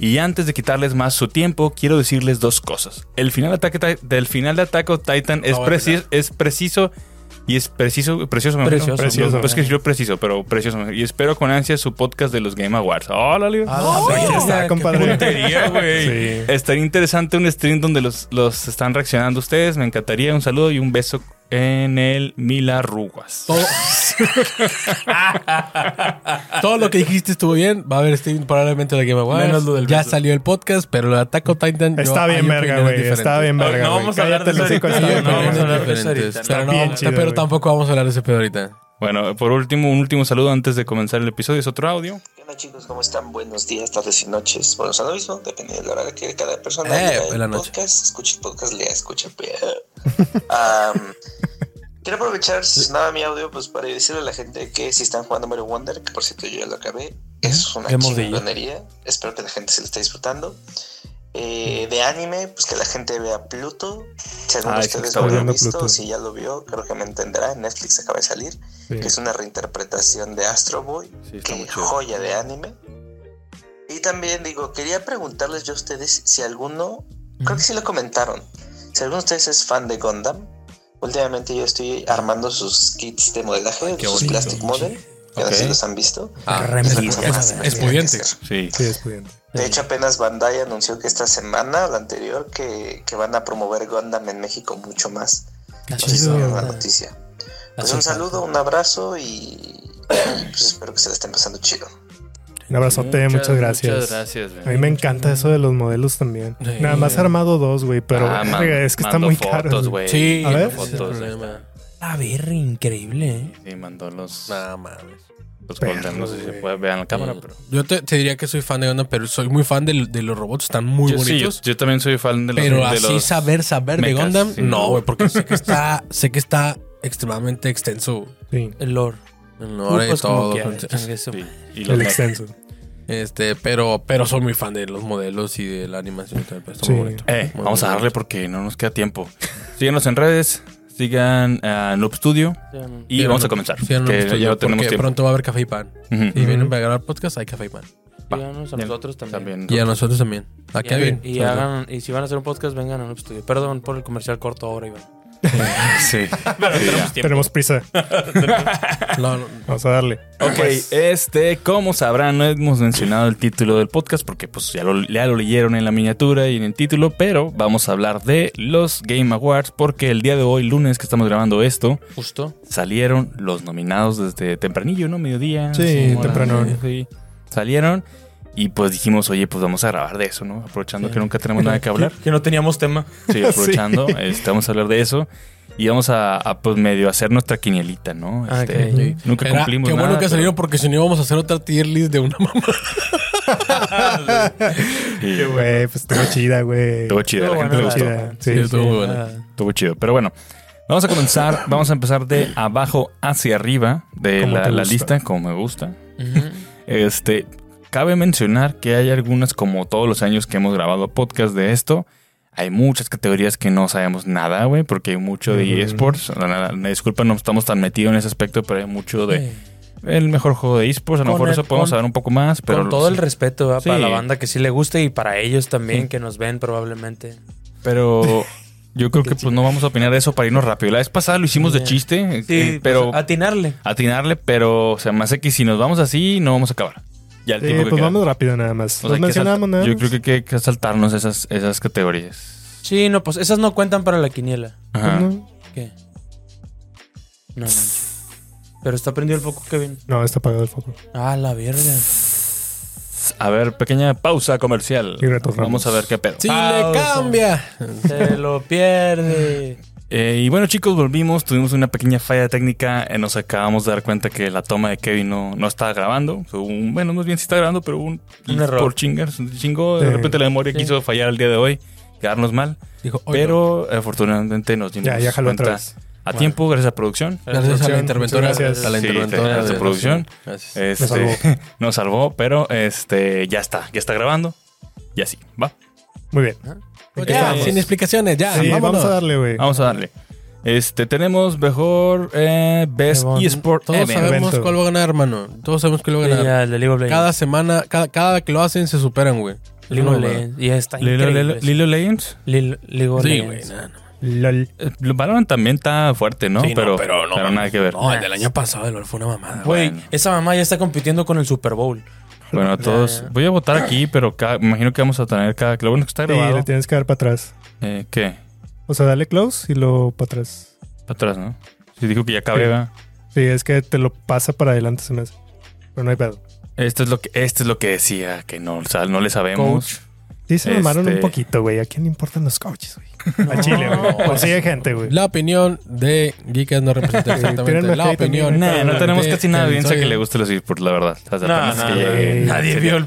Speaker 3: Y antes de quitarles más su tiempo, quiero decirles dos cosas. El final de ataque Ti- del final de Attack on Titan es,
Speaker 2: No, voy a
Speaker 3: preci- es preciso y es preciso, precioso, me-
Speaker 4: Precioso.
Speaker 3: precioso. Es que yo preciso, pero precioso. me- Y espero con ansia su podcast de los Game Awards. Hola, Leo.
Speaker 2: Ah,
Speaker 1: Ahí está, Ah, compadre.
Speaker 4: Tontería, güey.
Speaker 1: Sí.
Speaker 3: Estaría interesante un stream donde los, los están reaccionando ustedes. Me encantaría un saludo y un beso en el Mil Arrugas.
Speaker 2: Todo, todo lo que dijiste estuvo bien. Va a haber Steven probablemente de Game Awards.
Speaker 4: Menos lo del
Speaker 2: ya
Speaker 4: beso.
Speaker 2: salió el podcast, pero lo de Attack on Titan. yo-
Speaker 1: Está
Speaker 2: hay
Speaker 1: bien, verga,
Speaker 2: opiniones
Speaker 1: güey.
Speaker 2: diferentes.
Speaker 1: Está bien,
Speaker 4: No,
Speaker 1: verga.
Speaker 4: no
Speaker 1: güey.
Speaker 4: vamos a hablar de
Speaker 1: Cállate el hocico,
Speaker 4: eso ahorita.
Speaker 1: está
Speaker 2: Hay
Speaker 1: bien,
Speaker 4: No,
Speaker 1: verga.
Speaker 4: vamos a hablar
Speaker 2: opiniones
Speaker 4: de eso
Speaker 2: diferentes.
Speaker 4: ahorita.
Speaker 2: Pero,
Speaker 1: Está
Speaker 2: no,
Speaker 1: bien chido,
Speaker 2: pero
Speaker 1: güey.
Speaker 2: tampoco vamos a hablar de ese pedo ahorita.
Speaker 3: Bueno, por último, un último saludo antes de comenzar el episodio. Es otro audio.
Speaker 5: ¿Qué onda chicos? ¿Cómo están? Buenos días, tardes y noches. Buenos ahora mismo, depende de la hora que cada persona
Speaker 2: Eh,
Speaker 5: lea
Speaker 2: en la noche.
Speaker 5: podcast, escucha el podcast, lea, escucha. Am, quiero aprovechar, si sonaba mi audio, pues para decirle a la gente que si están jugando Mario Wonder, que por cierto yo ya lo acabé, es una
Speaker 4: Hemos de ir.
Speaker 5: chingonería. Espero que la gente se lo esté disfrutando. Eh, de anime, pues que la gente vea Pluto. Si alguno
Speaker 3: Ah,
Speaker 5: de
Speaker 3: es que
Speaker 5: ustedes
Speaker 3: está
Speaker 5: no lo ha
Speaker 1: volviendo
Speaker 5: visto,
Speaker 1: Pluto.
Speaker 5: si ya lo vio, creo que me entenderá. Netflix acaba de salir,
Speaker 1: Sí.
Speaker 5: que es una reinterpretación de Astro Boy
Speaker 3: Sí, está
Speaker 5: qué
Speaker 3: muy chido.
Speaker 5: joya de anime. Y también digo, quería preguntarles yo a ustedes si alguno, creo que sí lo comentaron, si alguno de ustedes es fan de Gundam, últimamente yo estoy armando sus kits de modelaje,
Speaker 2: qué
Speaker 5: sus
Speaker 2: bonito.
Speaker 5: plastic model, que no sé si los han visto.
Speaker 2: Ah,
Speaker 4: Remes-
Speaker 5: Es la cosa
Speaker 2: es-
Speaker 5: más divertida
Speaker 2: es
Speaker 5: que
Speaker 2: pudiente.
Speaker 5: hacer.
Speaker 3: Sí.
Speaker 1: pues, Sí, es pudiente.
Speaker 5: De hecho, apenas Bandai anunció que esta semana, o la anterior, que, que van a promover Gundam en México mucho más. No sé si
Speaker 1: chido.
Speaker 5: vieron la noticia. Pues un saludo, un abrazo y, y, pues espero que se la estén pasando chido.
Speaker 1: Un abrazote, muchas, gracias.
Speaker 3: Muchas gracias,
Speaker 1: A mí me encanta eso de los modelos también.
Speaker 2: Sí.
Speaker 1: Nada más armado dos, güey, pero verga, es que está muy caro.
Speaker 3: Ah, Fotos, güey.
Speaker 2: Sí,
Speaker 1: A ver.
Speaker 2: ese es el
Speaker 3: Fotos, ahí
Speaker 2: problema.
Speaker 4: A ver, increíble, ¿eh?
Speaker 3: Sí, mandó los,
Speaker 2: Nah, mames.
Speaker 3: los content. No sé si se puede ver en la cámara, pero.
Speaker 2: Yo te, te diría que soy fan de Gundam, pero soy muy fan del- de, los robots, están muy
Speaker 3: yo, sí,
Speaker 2: bonitos.
Speaker 3: yo, yo también soy fan de los.
Speaker 2: pero
Speaker 3: de
Speaker 2: así
Speaker 3: los-
Speaker 2: saber, saber de
Speaker 3: mechas,
Speaker 2: Gundam,
Speaker 3: sí.
Speaker 2: no, güey, porque sé que está, sé que está extremadamente extenso.
Speaker 1: Sí,
Speaker 4: El lore.
Speaker 2: No, de
Speaker 4: Pues como
Speaker 2: todo.
Speaker 4: quieras, chingue su
Speaker 3: Sí, y los
Speaker 1: el
Speaker 3: mechas.
Speaker 1: extenso.
Speaker 2: Este, pero, pero soy muy fan de los modelos y de la animación. y todo, pero Está
Speaker 1: Sí.
Speaker 2: muy bonito.
Speaker 3: Eh,
Speaker 2: Muy
Speaker 3: vamos a
Speaker 2: bonito.
Speaker 3: darle porque no nos queda tiempo. Síganos en redes, sigan a Noob Studio
Speaker 4: madre.
Speaker 3: y
Speaker 2: Síganos-
Speaker 3: vamos a comenzar.
Speaker 2: síganos
Speaker 3: que
Speaker 2: en nuestro
Speaker 3: ya no
Speaker 2: YouTube,
Speaker 3: tenemos
Speaker 2: porque
Speaker 3: tiempo.
Speaker 2: pronto va a haber café y pan.
Speaker 3: Ujú.
Speaker 2: Y vienen para grabar podcast, hay café y pan.
Speaker 3: Va.
Speaker 4: Síganos a
Speaker 3: Ya.
Speaker 4: nosotros también.
Speaker 3: También.
Speaker 2: Y a nosotros también.
Speaker 4: Y
Speaker 2: A Ah, Kevin.
Speaker 4: hagan- Y, hagan, y si van a hacer un podcast, vengan a un estudio. Perdón por el comercial corto ahora, Iván.
Speaker 3: Sí.
Speaker 4: Pero tenemos tiempo.
Speaker 1: Tenemos prisa.
Speaker 2: No, no,
Speaker 1: Vamos a darle.
Speaker 3: Ok, este, como sabrán, no hemos mencionado el título del podcast porque pues ya lo, ya lo leyeron en la miniatura y en el título, pero vamos a hablar de los Game Awards porque el día de hoy, lunes que estamos grabando esto,
Speaker 4: Justo.
Speaker 3: salieron los nominados desde tempranillo, ¿no? Mediodía.
Speaker 1: Sí,
Speaker 3: así, como a las
Speaker 1: temprano.
Speaker 2: Eh,
Speaker 3: nueve, sí. Salieron y pues dijimos, oye, pues vamos a grabar de eso, ¿no? Aprovechando que nunca tenemos nada que hablar.
Speaker 4: Que no teníamos tema.
Speaker 3: Sí, aprovechando, este, vamos a hablar de eso. Y vamos a, a, pues medio hacer nuestra quinielita, ¿no?
Speaker 4: Ah,
Speaker 3: Este,
Speaker 4: ok.
Speaker 3: Nunca
Speaker 2: Era-
Speaker 3: cumplimos
Speaker 2: Qué bueno
Speaker 3: nada,
Speaker 2: que
Speaker 3: pero-
Speaker 2: salieron porque si no íbamos a hacer otra tier list de una mamá.
Speaker 3: Sí.
Speaker 1: Güey, pues estuvo chida, güey.
Speaker 3: Estuvo chido, la
Speaker 4: Estuvo
Speaker 3: gente le
Speaker 4: buena
Speaker 3: gustó.
Speaker 4: la-
Speaker 1: chida. Sí,
Speaker 2: estuvo
Speaker 1: sí.
Speaker 2: muy
Speaker 4: Ah.
Speaker 2: buena.
Speaker 3: Estuvo chido. Pero bueno, vamos a comenzar. vamos a empezar de abajo hacia arriba de
Speaker 1: Como
Speaker 3: la,
Speaker 1: te
Speaker 3: la
Speaker 1: gusta.
Speaker 3: lista, como me gusta.
Speaker 4: Ujú.
Speaker 3: Este, cabe mencionar que hay algunas, como todos los años que hemos grabado podcast de esto, hay muchas categorías que no sabemos nada, güey, porque hay mucho de
Speaker 1: Ujú.
Speaker 3: eSports. La- la- la- Disculpa, no estamos tan metidos en ese aspecto, pero hay mucho de
Speaker 4: Eh.
Speaker 3: el mejor juego de eSports. A lo
Speaker 4: Con
Speaker 3: mejor
Speaker 4: el-
Speaker 3: eso podemos
Speaker 4: con-
Speaker 3: saber un poco más, pero
Speaker 4: Con todo el respeto ¿verdad? para
Speaker 3: Sí.
Speaker 4: la banda que sí le gusta y para ellos también
Speaker 3: Sí.
Speaker 4: que nos ven probablemente.
Speaker 3: pero yo creo que pues no vamos a opinar de eso para irnos rápido. La vez pasada lo hicimos de
Speaker 4: Ya.
Speaker 3: chiste,
Speaker 1: pues,
Speaker 3: eh,
Speaker 4: pero
Speaker 3: pero
Speaker 4: pues, atinarle.
Speaker 3: atinarle, pero se me hace que si nos vamos así, no vamos a acabar. Ya el
Speaker 1: Sí,
Speaker 3: tiempo que
Speaker 1: pues
Speaker 3: queda.
Speaker 1: vamos rápido nada más. Nos
Speaker 3: O sea, Pues, hay que
Speaker 1: mencionamos
Speaker 3: saltar-
Speaker 1: nada
Speaker 3: Yo
Speaker 1: más.
Speaker 3: creo que hay que- hay que saltarnos esas, esas categorías.
Speaker 4: Sí, no, pues esas no cuentan para la quiniela.
Speaker 3: Ajá.
Speaker 1: Pues No,
Speaker 4: ¿Qué? No, manches. Pero está prendido el foco, Kevin.
Speaker 1: no, está apagado el foco.
Speaker 4: Ah, la verga.
Speaker 3: A ver, pequeña pausa comercial.
Speaker 1: Y retornamos.
Speaker 3: Vamos a ver qué pedo.
Speaker 2: Si
Speaker 4: Pausa.
Speaker 2: le cambia.
Speaker 4: Se lo pierde.
Speaker 3: Eh, y bueno, chicos, volvimos. Tuvimos una pequeña falla técnica. eh, nos acabamos de dar cuenta que la toma de Kevin no, no estaba grabando. Hubo un- bueno, no es bien si está grabando, pero hubo un,
Speaker 4: Un error.
Speaker 3: Por chingar, un chingo. De
Speaker 1: Sí.
Speaker 3: repente la memoria
Speaker 4: Sí.
Speaker 3: quiso fallar el día de hoy, quedarnos mal.
Speaker 2: Dijo, "Oye,
Speaker 3: pero afortunadamente nos dimos
Speaker 1: Ya, ya jaló
Speaker 3: cuenta
Speaker 1: otra vez.
Speaker 3: a tiempo, gracias a producción.
Speaker 2: Gracias a la
Speaker 1: Producción,
Speaker 2: interventora.
Speaker 1: muchas gracias.
Speaker 2: A la
Speaker 3: Sí,
Speaker 2: interventora.
Speaker 3: gracias,
Speaker 2: de-
Speaker 3: producción.
Speaker 2: Gracias.
Speaker 3: Este,
Speaker 1: salvó.
Speaker 3: nos salvó, pero este ya está, ya está grabando. Y así, va.
Speaker 1: Muy bien.
Speaker 2: Pues
Speaker 1: Aquí
Speaker 2: ya,
Speaker 1: estamos.
Speaker 2: sin explicaciones, ya.
Speaker 1: Sí,
Speaker 2: vámonos.
Speaker 1: vamos a darle, güey.
Speaker 3: Vamos a darle. Este, tenemos mejor eh, Best
Speaker 4: Event.
Speaker 3: eSport
Speaker 2: Todos
Speaker 3: Event.
Speaker 2: sabemos
Speaker 1: Evento.
Speaker 2: cuál va a ganar, hermano. Todos sabemos cuál va a
Speaker 4: Sí,
Speaker 2: ganar.
Speaker 4: ya, el de League of Legends.
Speaker 2: Cada semana, cada, cada que lo hacen, se superan, güey.
Speaker 4: League of
Speaker 2: No,
Speaker 4: Legends. Y está
Speaker 3: Lilo,
Speaker 4: increíble
Speaker 3: Lilo-
Speaker 4: eso.
Speaker 3: Lilo Legends.
Speaker 4: Lil- League of
Speaker 2: Sí, güey.
Speaker 4: Legends.
Speaker 2: nada, no.
Speaker 1: LOL.
Speaker 3: Eh, Valorant también está fuerte, ¿no?
Speaker 2: Sí, no,
Speaker 3: pero,
Speaker 2: pero no,
Speaker 3: pero nada que ver.
Speaker 2: No, el del año pasado el LOL fue una mamada.
Speaker 4: Güey,
Speaker 2: güey.
Speaker 3: Bueno.
Speaker 4: esa mamá ya está compitiendo con el Super Bowl.
Speaker 3: Bueno, todos. Voy a votar aquí, pero cada- me imagino que vamos a tener cada. Lo bueno que está
Speaker 1: Sí,
Speaker 3: grabado.
Speaker 1: le tienes que dar para atrás.
Speaker 3: Eh, ¿Qué?
Speaker 1: O sea, dale close y luego para atrás.
Speaker 3: Para atrás, ¿no? Si dijo que ya acabé,
Speaker 1: Sí.
Speaker 3: ¿verdad?
Speaker 1: Sí, es que te lo pasa para adelante, se me hace. Pero no hay pedo.
Speaker 3: Esto es lo que, esto es lo que decía, que no, o sea, no le sabemos.
Speaker 4: Coach.
Speaker 1: Sí, se mamaron
Speaker 3: Este-
Speaker 1: un poquito, güey. ¿A quién le importan los coaches, güey? A Chile, güey. Consigue gente, güey.
Speaker 2: La opinión de Geekas no representa exactamente
Speaker 1: tírenme
Speaker 2: la
Speaker 1: hate también.
Speaker 2: opinión.
Speaker 3: Nah, no
Speaker 2: de-
Speaker 3: tenemos casi nada de
Speaker 2: del
Speaker 3: audiencia que
Speaker 2: soy-
Speaker 3: le guste los esports, la verdad. O sea,
Speaker 4: No,
Speaker 3: apenas
Speaker 4: no,
Speaker 3: que
Speaker 4: no,
Speaker 3: llegue-
Speaker 1: güey.
Speaker 3: nadie vio el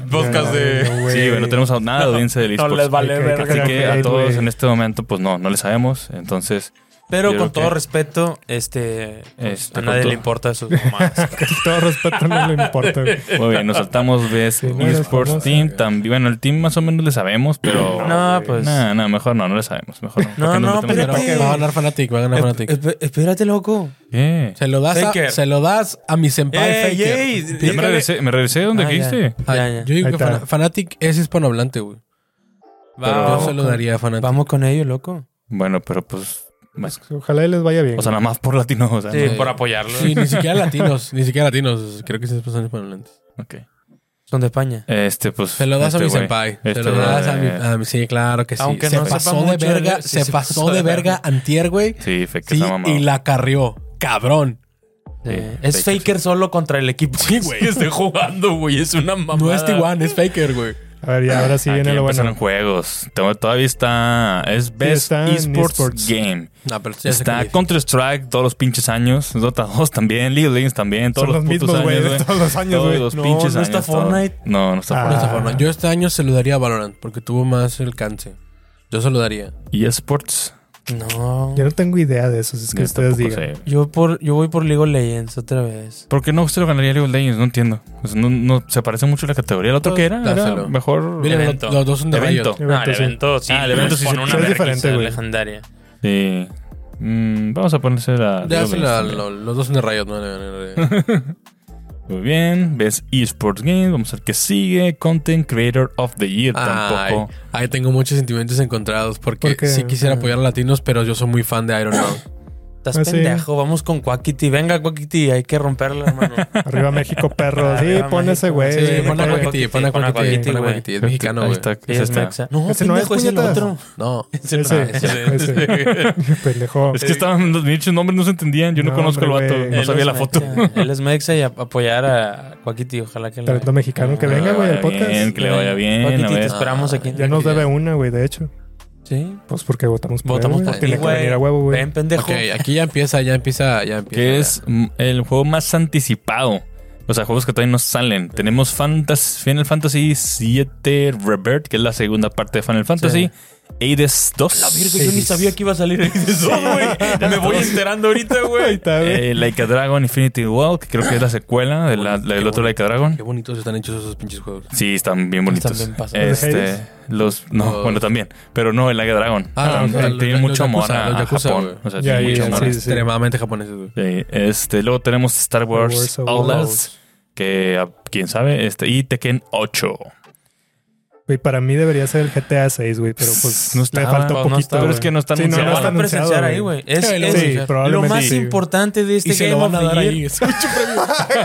Speaker 1: Eh, No,
Speaker 3: podcast de.
Speaker 1: no, güey.
Speaker 3: sí, güey, no tenemos a- nada de audiencia del
Speaker 4: No
Speaker 3: esports.
Speaker 4: les vale
Speaker 1: Hay que- hay que
Speaker 4: verga.
Speaker 3: Así que a
Speaker 1: Güey.
Speaker 3: todos en este momento, pues no, no le sabemos. Entonces,
Speaker 4: Pero
Speaker 3: Yo
Speaker 4: con
Speaker 3: creo que-
Speaker 4: todo respeto, este, pues,
Speaker 3: Este,
Speaker 4: a nadie
Speaker 3: con
Speaker 4: le
Speaker 3: todo-
Speaker 4: importa eso. mamadas.
Speaker 1: Todo respeto, no le importa, güey.
Speaker 3: muy bien, nos saltamos de
Speaker 1: Sí, no eres
Speaker 3: esports
Speaker 1: famoso,
Speaker 3: team. También, bueno, el team más o menos le sabemos, pero.
Speaker 4: no, pues.
Speaker 3: Nah, nah, mejor no, no le sabemos. Mejor no.
Speaker 4: No,
Speaker 3: ¿Para qué nos
Speaker 4: no,
Speaker 3: metemos en
Speaker 4: espérate.
Speaker 3: bronca?
Speaker 2: pues, Va a ganar Fanatic, va a ganar Fanatic.
Speaker 4: Esp- espérate, loco.
Speaker 3: Eh,
Speaker 2: Se lo das, a,
Speaker 4: Faker.
Speaker 2: se lo das a mi senpai
Speaker 4: Ey,
Speaker 2: Faker.
Speaker 4: ey,
Speaker 3: Ya me
Speaker 4: dígale-
Speaker 3: regresé, me regresé donde
Speaker 4: Ah, ya.
Speaker 3: dijiste.
Speaker 2: Ay,
Speaker 4: Ya, ya.
Speaker 2: Yo digo
Speaker 1: Ahí
Speaker 2: que
Speaker 1: está.
Speaker 2: Fana- Fanatic es hispanohablante, güey.
Speaker 3: Pero-
Speaker 2: Yo se lo daría a Fanatic.
Speaker 4: Ah, Vamos con ello, loco.
Speaker 3: Bueno, pero pues. bueno,
Speaker 1: Ojalá y les vaya bien.
Speaker 3: O sea, nada más por latino. O sea,
Speaker 4: Sí,
Speaker 2: no.
Speaker 4: por apoyarlo.
Speaker 2: Sí, ni siquiera latinos, ni siquiera latinos. Creo que sí son hispanohablantes.
Speaker 3: no. Ok.
Speaker 4: Son de España.
Speaker 3: Este, pues.
Speaker 2: Se lo das
Speaker 3: este
Speaker 2: a mi
Speaker 3: güey.
Speaker 2: senpai.
Speaker 3: Este
Speaker 2: se lo
Speaker 3: güey.
Speaker 2: das a mi, a mi- Sí, claro que sí.
Speaker 4: Aunque
Speaker 2: se
Speaker 4: no sepa
Speaker 2: pasó de
Speaker 4: mucho de-
Speaker 2: verga,
Speaker 4: sí,
Speaker 2: se, pasó de verga antier, güey.
Speaker 3: Sí, fe que
Speaker 2: Sí,
Speaker 3: esa mamá.
Speaker 2: y la carrió. Cabrón.
Speaker 4: Eh, es
Speaker 3: Faker,
Speaker 4: Faker, solo contra el equipo sí,
Speaker 2: güey.
Speaker 4: que esté jugando, güey. Es una mamada.
Speaker 2: No es Tiguan, es Faker, güey.
Speaker 1: A ver, ya ahora sí
Speaker 3: Aquí
Speaker 1: viene lo
Speaker 3: empezaron
Speaker 1: bueno.
Speaker 3: juegos. To- Todavía está. Es Best
Speaker 1: está en
Speaker 3: Esports,
Speaker 1: esports.
Speaker 3: Game.
Speaker 2: No, pero
Speaker 3: está Counter-Strike todos los pinches años. Dota 2 también. League of Legends también. Todos
Speaker 1: Son
Speaker 3: los,
Speaker 1: los
Speaker 3: putos
Speaker 1: mismos, güey,
Speaker 3: años.
Speaker 1: de todos los años,
Speaker 3: Todos
Speaker 1: güey.
Speaker 3: los
Speaker 4: No,
Speaker 3: pinches
Speaker 4: ¿no está
Speaker 3: años, todo.
Speaker 4: Fortnite?
Speaker 3: No, no está
Speaker 1: Ah.
Speaker 3: Fortnite.
Speaker 2: Yo este año se lo daría a Valorant porque tuvo más alcance. Yo se lo daría.
Speaker 3: ¿Y esports?
Speaker 4: No.
Speaker 1: Yo no tengo idea de eso, es que
Speaker 3: Yo
Speaker 1: ustedes
Speaker 3: tampoco
Speaker 1: digan.
Speaker 3: sé.
Speaker 4: Yo, por, yo voy por League of Legends otra vez.
Speaker 3: ¿Por qué no usted lo ganaría League of Legends? No entiendo. O sea, no, no- se parece mucho a la categoría. El otro que era, era
Speaker 2: Dáselo.
Speaker 3: mejor.
Speaker 2: Mira,
Speaker 4: Evento.
Speaker 2: los, los dos son de
Speaker 3: Evento.
Speaker 2: Riot.
Speaker 1: Evento, sí.
Speaker 4: sí.
Speaker 3: Ah, el evento sí
Speaker 4: con
Speaker 3: se-
Speaker 4: una
Speaker 1: sí es
Speaker 4: vergüenza
Speaker 1: diferente, güey.
Speaker 4: legendaria.
Speaker 3: Sí. Mm, vamos a ponerse la. League of
Speaker 2: Dáselo a
Speaker 3: Legends
Speaker 2: lo- los dos son de Riot, no, no, no, no.
Speaker 3: también. Muy bien. Ves eSports Games. Vamos a ver qué sigue. Content Creator of the Year.
Speaker 2: Ay,
Speaker 3: Tampoco.
Speaker 2: ahí tengo muchos sentimientos encontrados porque
Speaker 1: ¿Por qué?
Speaker 2: sí quisiera
Speaker 1: Ah.
Speaker 2: apoyar a latinos, pero yo soy muy fan de Iron Man.
Speaker 4: Estás
Speaker 1: Ah, sí.
Speaker 4: pendejo, vamos con Quackity. Venga, Quackity, hay que romperla, hermano.
Speaker 1: Arriba México, perro. Sí,
Speaker 4: Arriba
Speaker 1: pon ese
Speaker 4: México.
Speaker 1: güey.
Speaker 2: Sí,
Speaker 4: Sí,
Speaker 2: pon a
Speaker 4: pon a
Speaker 2: Guaquiti, pon a
Speaker 4: Guaquiti,
Speaker 2: Guaquiti, pon a
Speaker 4: güey.
Speaker 2: Guaquiti. Es mexicano,
Speaker 3: Ahí
Speaker 2: güey.
Speaker 3: está.
Speaker 4: Ella
Speaker 3: esa
Speaker 4: es
Speaker 3: está.
Speaker 4: mexa. No,
Speaker 1: Ese no es,
Speaker 4: pendejo, ese es el
Speaker 1: puñetas.
Speaker 4: otro.
Speaker 2: No,
Speaker 4: Ese no
Speaker 1: Ese,
Speaker 4: es.
Speaker 1: ese. Pendejo.
Speaker 3: Es que estaban los dichos nombres, no se entendían. Yo no,
Speaker 1: No,
Speaker 3: conozco
Speaker 1: hombre,
Speaker 3: el vato.
Speaker 1: güey.
Speaker 3: No
Speaker 4: Él
Speaker 3: sabía
Speaker 4: es
Speaker 3: la foto.
Speaker 4: mexa. Él es mexa y a- apoyar a Quackity, ojalá que Ah, la-
Speaker 1: Talento mexicano que venga, güey, al
Speaker 3: Bien,
Speaker 1: podcast.
Speaker 3: que le vaya bien. A
Speaker 4: Quackity, te
Speaker 3: ver.
Speaker 4: esperamos aquí. en
Speaker 1: Ya
Speaker 4: el-
Speaker 1: nos debe una, güey, de hecho.
Speaker 4: Sí.
Speaker 1: Pues porque votamos por
Speaker 4: Votamos
Speaker 1: él,
Speaker 4: por
Speaker 1: güey.
Speaker 4: ti,
Speaker 1: Tiene que
Speaker 4: güey.
Speaker 1: venir a huevo, güey.
Speaker 4: Ven, pendejo.
Speaker 2: Ok, aquí ya empieza, ya empieza, ya empieza.
Speaker 3: que es mm, el juego más anticipado. O sea, juegos que todavía no salen. Tenemos Fantas- Final Fantasy VII Rebirth, que es la segunda parte de Final Fantasy. Hades 2.
Speaker 4: La virgen, yo ni sabía que iba a salir eso, güey. Me voy enterando ahorita,
Speaker 1: Ahí
Speaker 4: güey.
Speaker 1: está, güey.
Speaker 3: Eh, Like a Dragon Infinity World, que creo que es la secuela de la- la del otro Like a Dragon.
Speaker 2: Qué bonitos están hechos esos pinches juegos.
Speaker 3: Sí, están bien bonitos.
Speaker 4: bien pasados.
Speaker 1: ¿Los de
Speaker 3: este,
Speaker 1: Hades?
Speaker 3: los, no,
Speaker 2: Los-
Speaker 3: bueno, también. Pero no, el Like a Dragon.
Speaker 2: Ah,
Speaker 3: Tam-
Speaker 2: ok. Los-
Speaker 3: tiene
Speaker 2: los
Speaker 3: mucho amor
Speaker 2: Yakuza,
Speaker 3: a,
Speaker 2: los
Speaker 3: a
Speaker 2: Yakuza,
Speaker 3: Japón.
Speaker 2: güey.
Speaker 3: O sea,
Speaker 1: Ya,
Speaker 3: tiene
Speaker 1: ya,
Speaker 3: mucho amor.
Speaker 1: sí, sí.
Speaker 2: Extremadamente japoneses, güey.
Speaker 3: Sí, este, luego tenemos Star Wars,
Speaker 1: Star Wars
Speaker 3: Outlaws, que a- quién sabe, este, y Tekken 8.
Speaker 1: Güey, para mí debería ser el GTA 6, güey, pero pues
Speaker 3: No
Speaker 1: le
Speaker 3: estaba,
Speaker 1: falta
Speaker 4: no
Speaker 1: poquito.
Speaker 4: estaba.
Speaker 1: güey.
Speaker 3: Pero es que no está
Speaker 1: Sí, no,
Speaker 4: Se
Speaker 1: no
Speaker 3: anunciado.
Speaker 4: van
Speaker 1: está
Speaker 4: a presenciar
Speaker 1: anunciado,
Speaker 4: ahí, güey.
Speaker 1: güey.
Speaker 4: Es,
Speaker 2: Sí, lo
Speaker 4: es
Speaker 2: van a
Speaker 1: Sí,
Speaker 2: anunciar.
Speaker 4: lo
Speaker 1: probablemente
Speaker 4: más
Speaker 1: sí, güey.
Speaker 4: importante de este Game of the Year.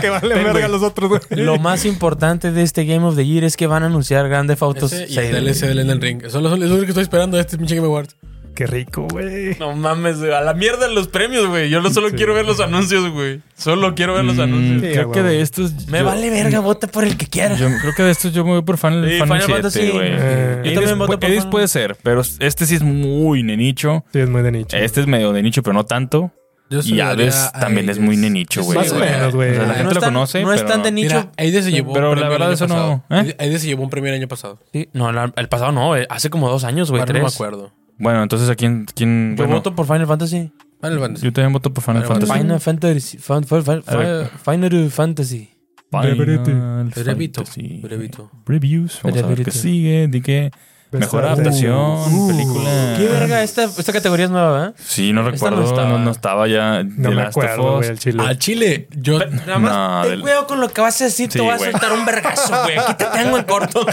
Speaker 1: que vale verga los otros, güey.
Speaker 4: Lo más importante de este Game of the Year es que van a anunciar Grande Fautos
Speaker 2: Ese y el DLC del Elden Ring. Eso es lo es lo único que estoy esperando de este pinche Game Awards.
Speaker 1: Qué rico, güey.
Speaker 4: No mames, güey. a la mierda los premios, güey. Yo no solo
Speaker 1: Sí.
Speaker 4: quiero ver los anuncios, güey. Solo quiero ver los
Speaker 3: Mm,
Speaker 4: anuncios.
Speaker 1: Sí,
Speaker 3: creo
Speaker 1: a
Speaker 3: que
Speaker 1: huevo.
Speaker 3: de estos.
Speaker 4: Me
Speaker 3: yo-
Speaker 4: vale verga, vota por el que quiera.
Speaker 3: Yo creo que de estos yo me voy por Final,
Speaker 4: Sí,
Speaker 3: Final,
Speaker 4: Final Fantasy.
Speaker 3: 7, güey.
Speaker 1: Eh,
Speaker 4: Yo
Speaker 3: Hades
Speaker 4: también voto
Speaker 3: pu-
Speaker 4: por
Speaker 3: Hades
Speaker 4: Final-
Speaker 3: puede ser, pero este sí es muy nenicho.
Speaker 1: Sí, es muy de nicho.
Speaker 3: Este es medio nenicho, pero no tanto.
Speaker 2: Yo
Speaker 3: Y
Speaker 2: se lo daría
Speaker 3: Hades
Speaker 2: a
Speaker 3: también es
Speaker 2: Hades.
Speaker 3: muy nenicho,
Speaker 2: Sí,
Speaker 3: güey.
Speaker 1: Más o menos, güey.
Speaker 3: O sea, la gente
Speaker 4: No
Speaker 3: lo
Speaker 4: es tan-
Speaker 3: conoce.
Speaker 4: no es
Speaker 3: pero
Speaker 4: tan de nicho.
Speaker 2: Mira, Hades se llevó
Speaker 3: Pero
Speaker 2: un
Speaker 3: la
Speaker 2: premio el
Speaker 3: verdad
Speaker 2: año
Speaker 3: eso no-
Speaker 2: pasado.
Speaker 3: ¿eh?
Speaker 2: Hades se llevó un premio el año pasado.
Speaker 4: Sí, no, la- el pasado no, güey. hace como dos años, güey.
Speaker 2: Ahora
Speaker 4: Tres.
Speaker 2: no me acuerdo.
Speaker 3: Bueno, entonces a quién. quién
Speaker 4: Yo
Speaker 3: bueno,
Speaker 4: voto por Final Fantasy.
Speaker 2: Final Fantasy.
Speaker 3: yo también voto por Final
Speaker 2: Final
Speaker 3: Fantasy.
Speaker 4: Final Fantasy. Fan- fan- fan-
Speaker 3: A ver.
Speaker 4: Final Fantasy.
Speaker 1: Brevete.
Speaker 2: Brevito.
Speaker 3: Fantasy.
Speaker 2: Brevito.
Speaker 3: Reviews. Vamos a ver qué
Speaker 4: Brevete.
Speaker 3: sigue. Di que
Speaker 1: Best
Speaker 3: mejor
Speaker 1: Art
Speaker 3: adaptación,
Speaker 1: Direction. Uh,
Speaker 3: película.
Speaker 4: Qué verga, esta, esta categoría es nueva, ¿eh?
Speaker 3: Sí, no
Speaker 4: Esta
Speaker 3: recuerdo.
Speaker 4: no
Speaker 3: No
Speaker 4: estaba.
Speaker 3: estaba, no, estaba ya.
Speaker 1: No
Speaker 3: The
Speaker 1: me
Speaker 3: Last of
Speaker 1: acuerdo,
Speaker 3: Us.
Speaker 1: güey, el chile.
Speaker 2: Al Chile, yo.
Speaker 4: Nada más,
Speaker 3: No,
Speaker 4: ten
Speaker 3: del-
Speaker 4: cuidado con lo que vas a decir,
Speaker 3: Sí,
Speaker 4: te voy a
Speaker 3: güey.
Speaker 4: soltar un vergazo, güey. Aquí te tengo en corto.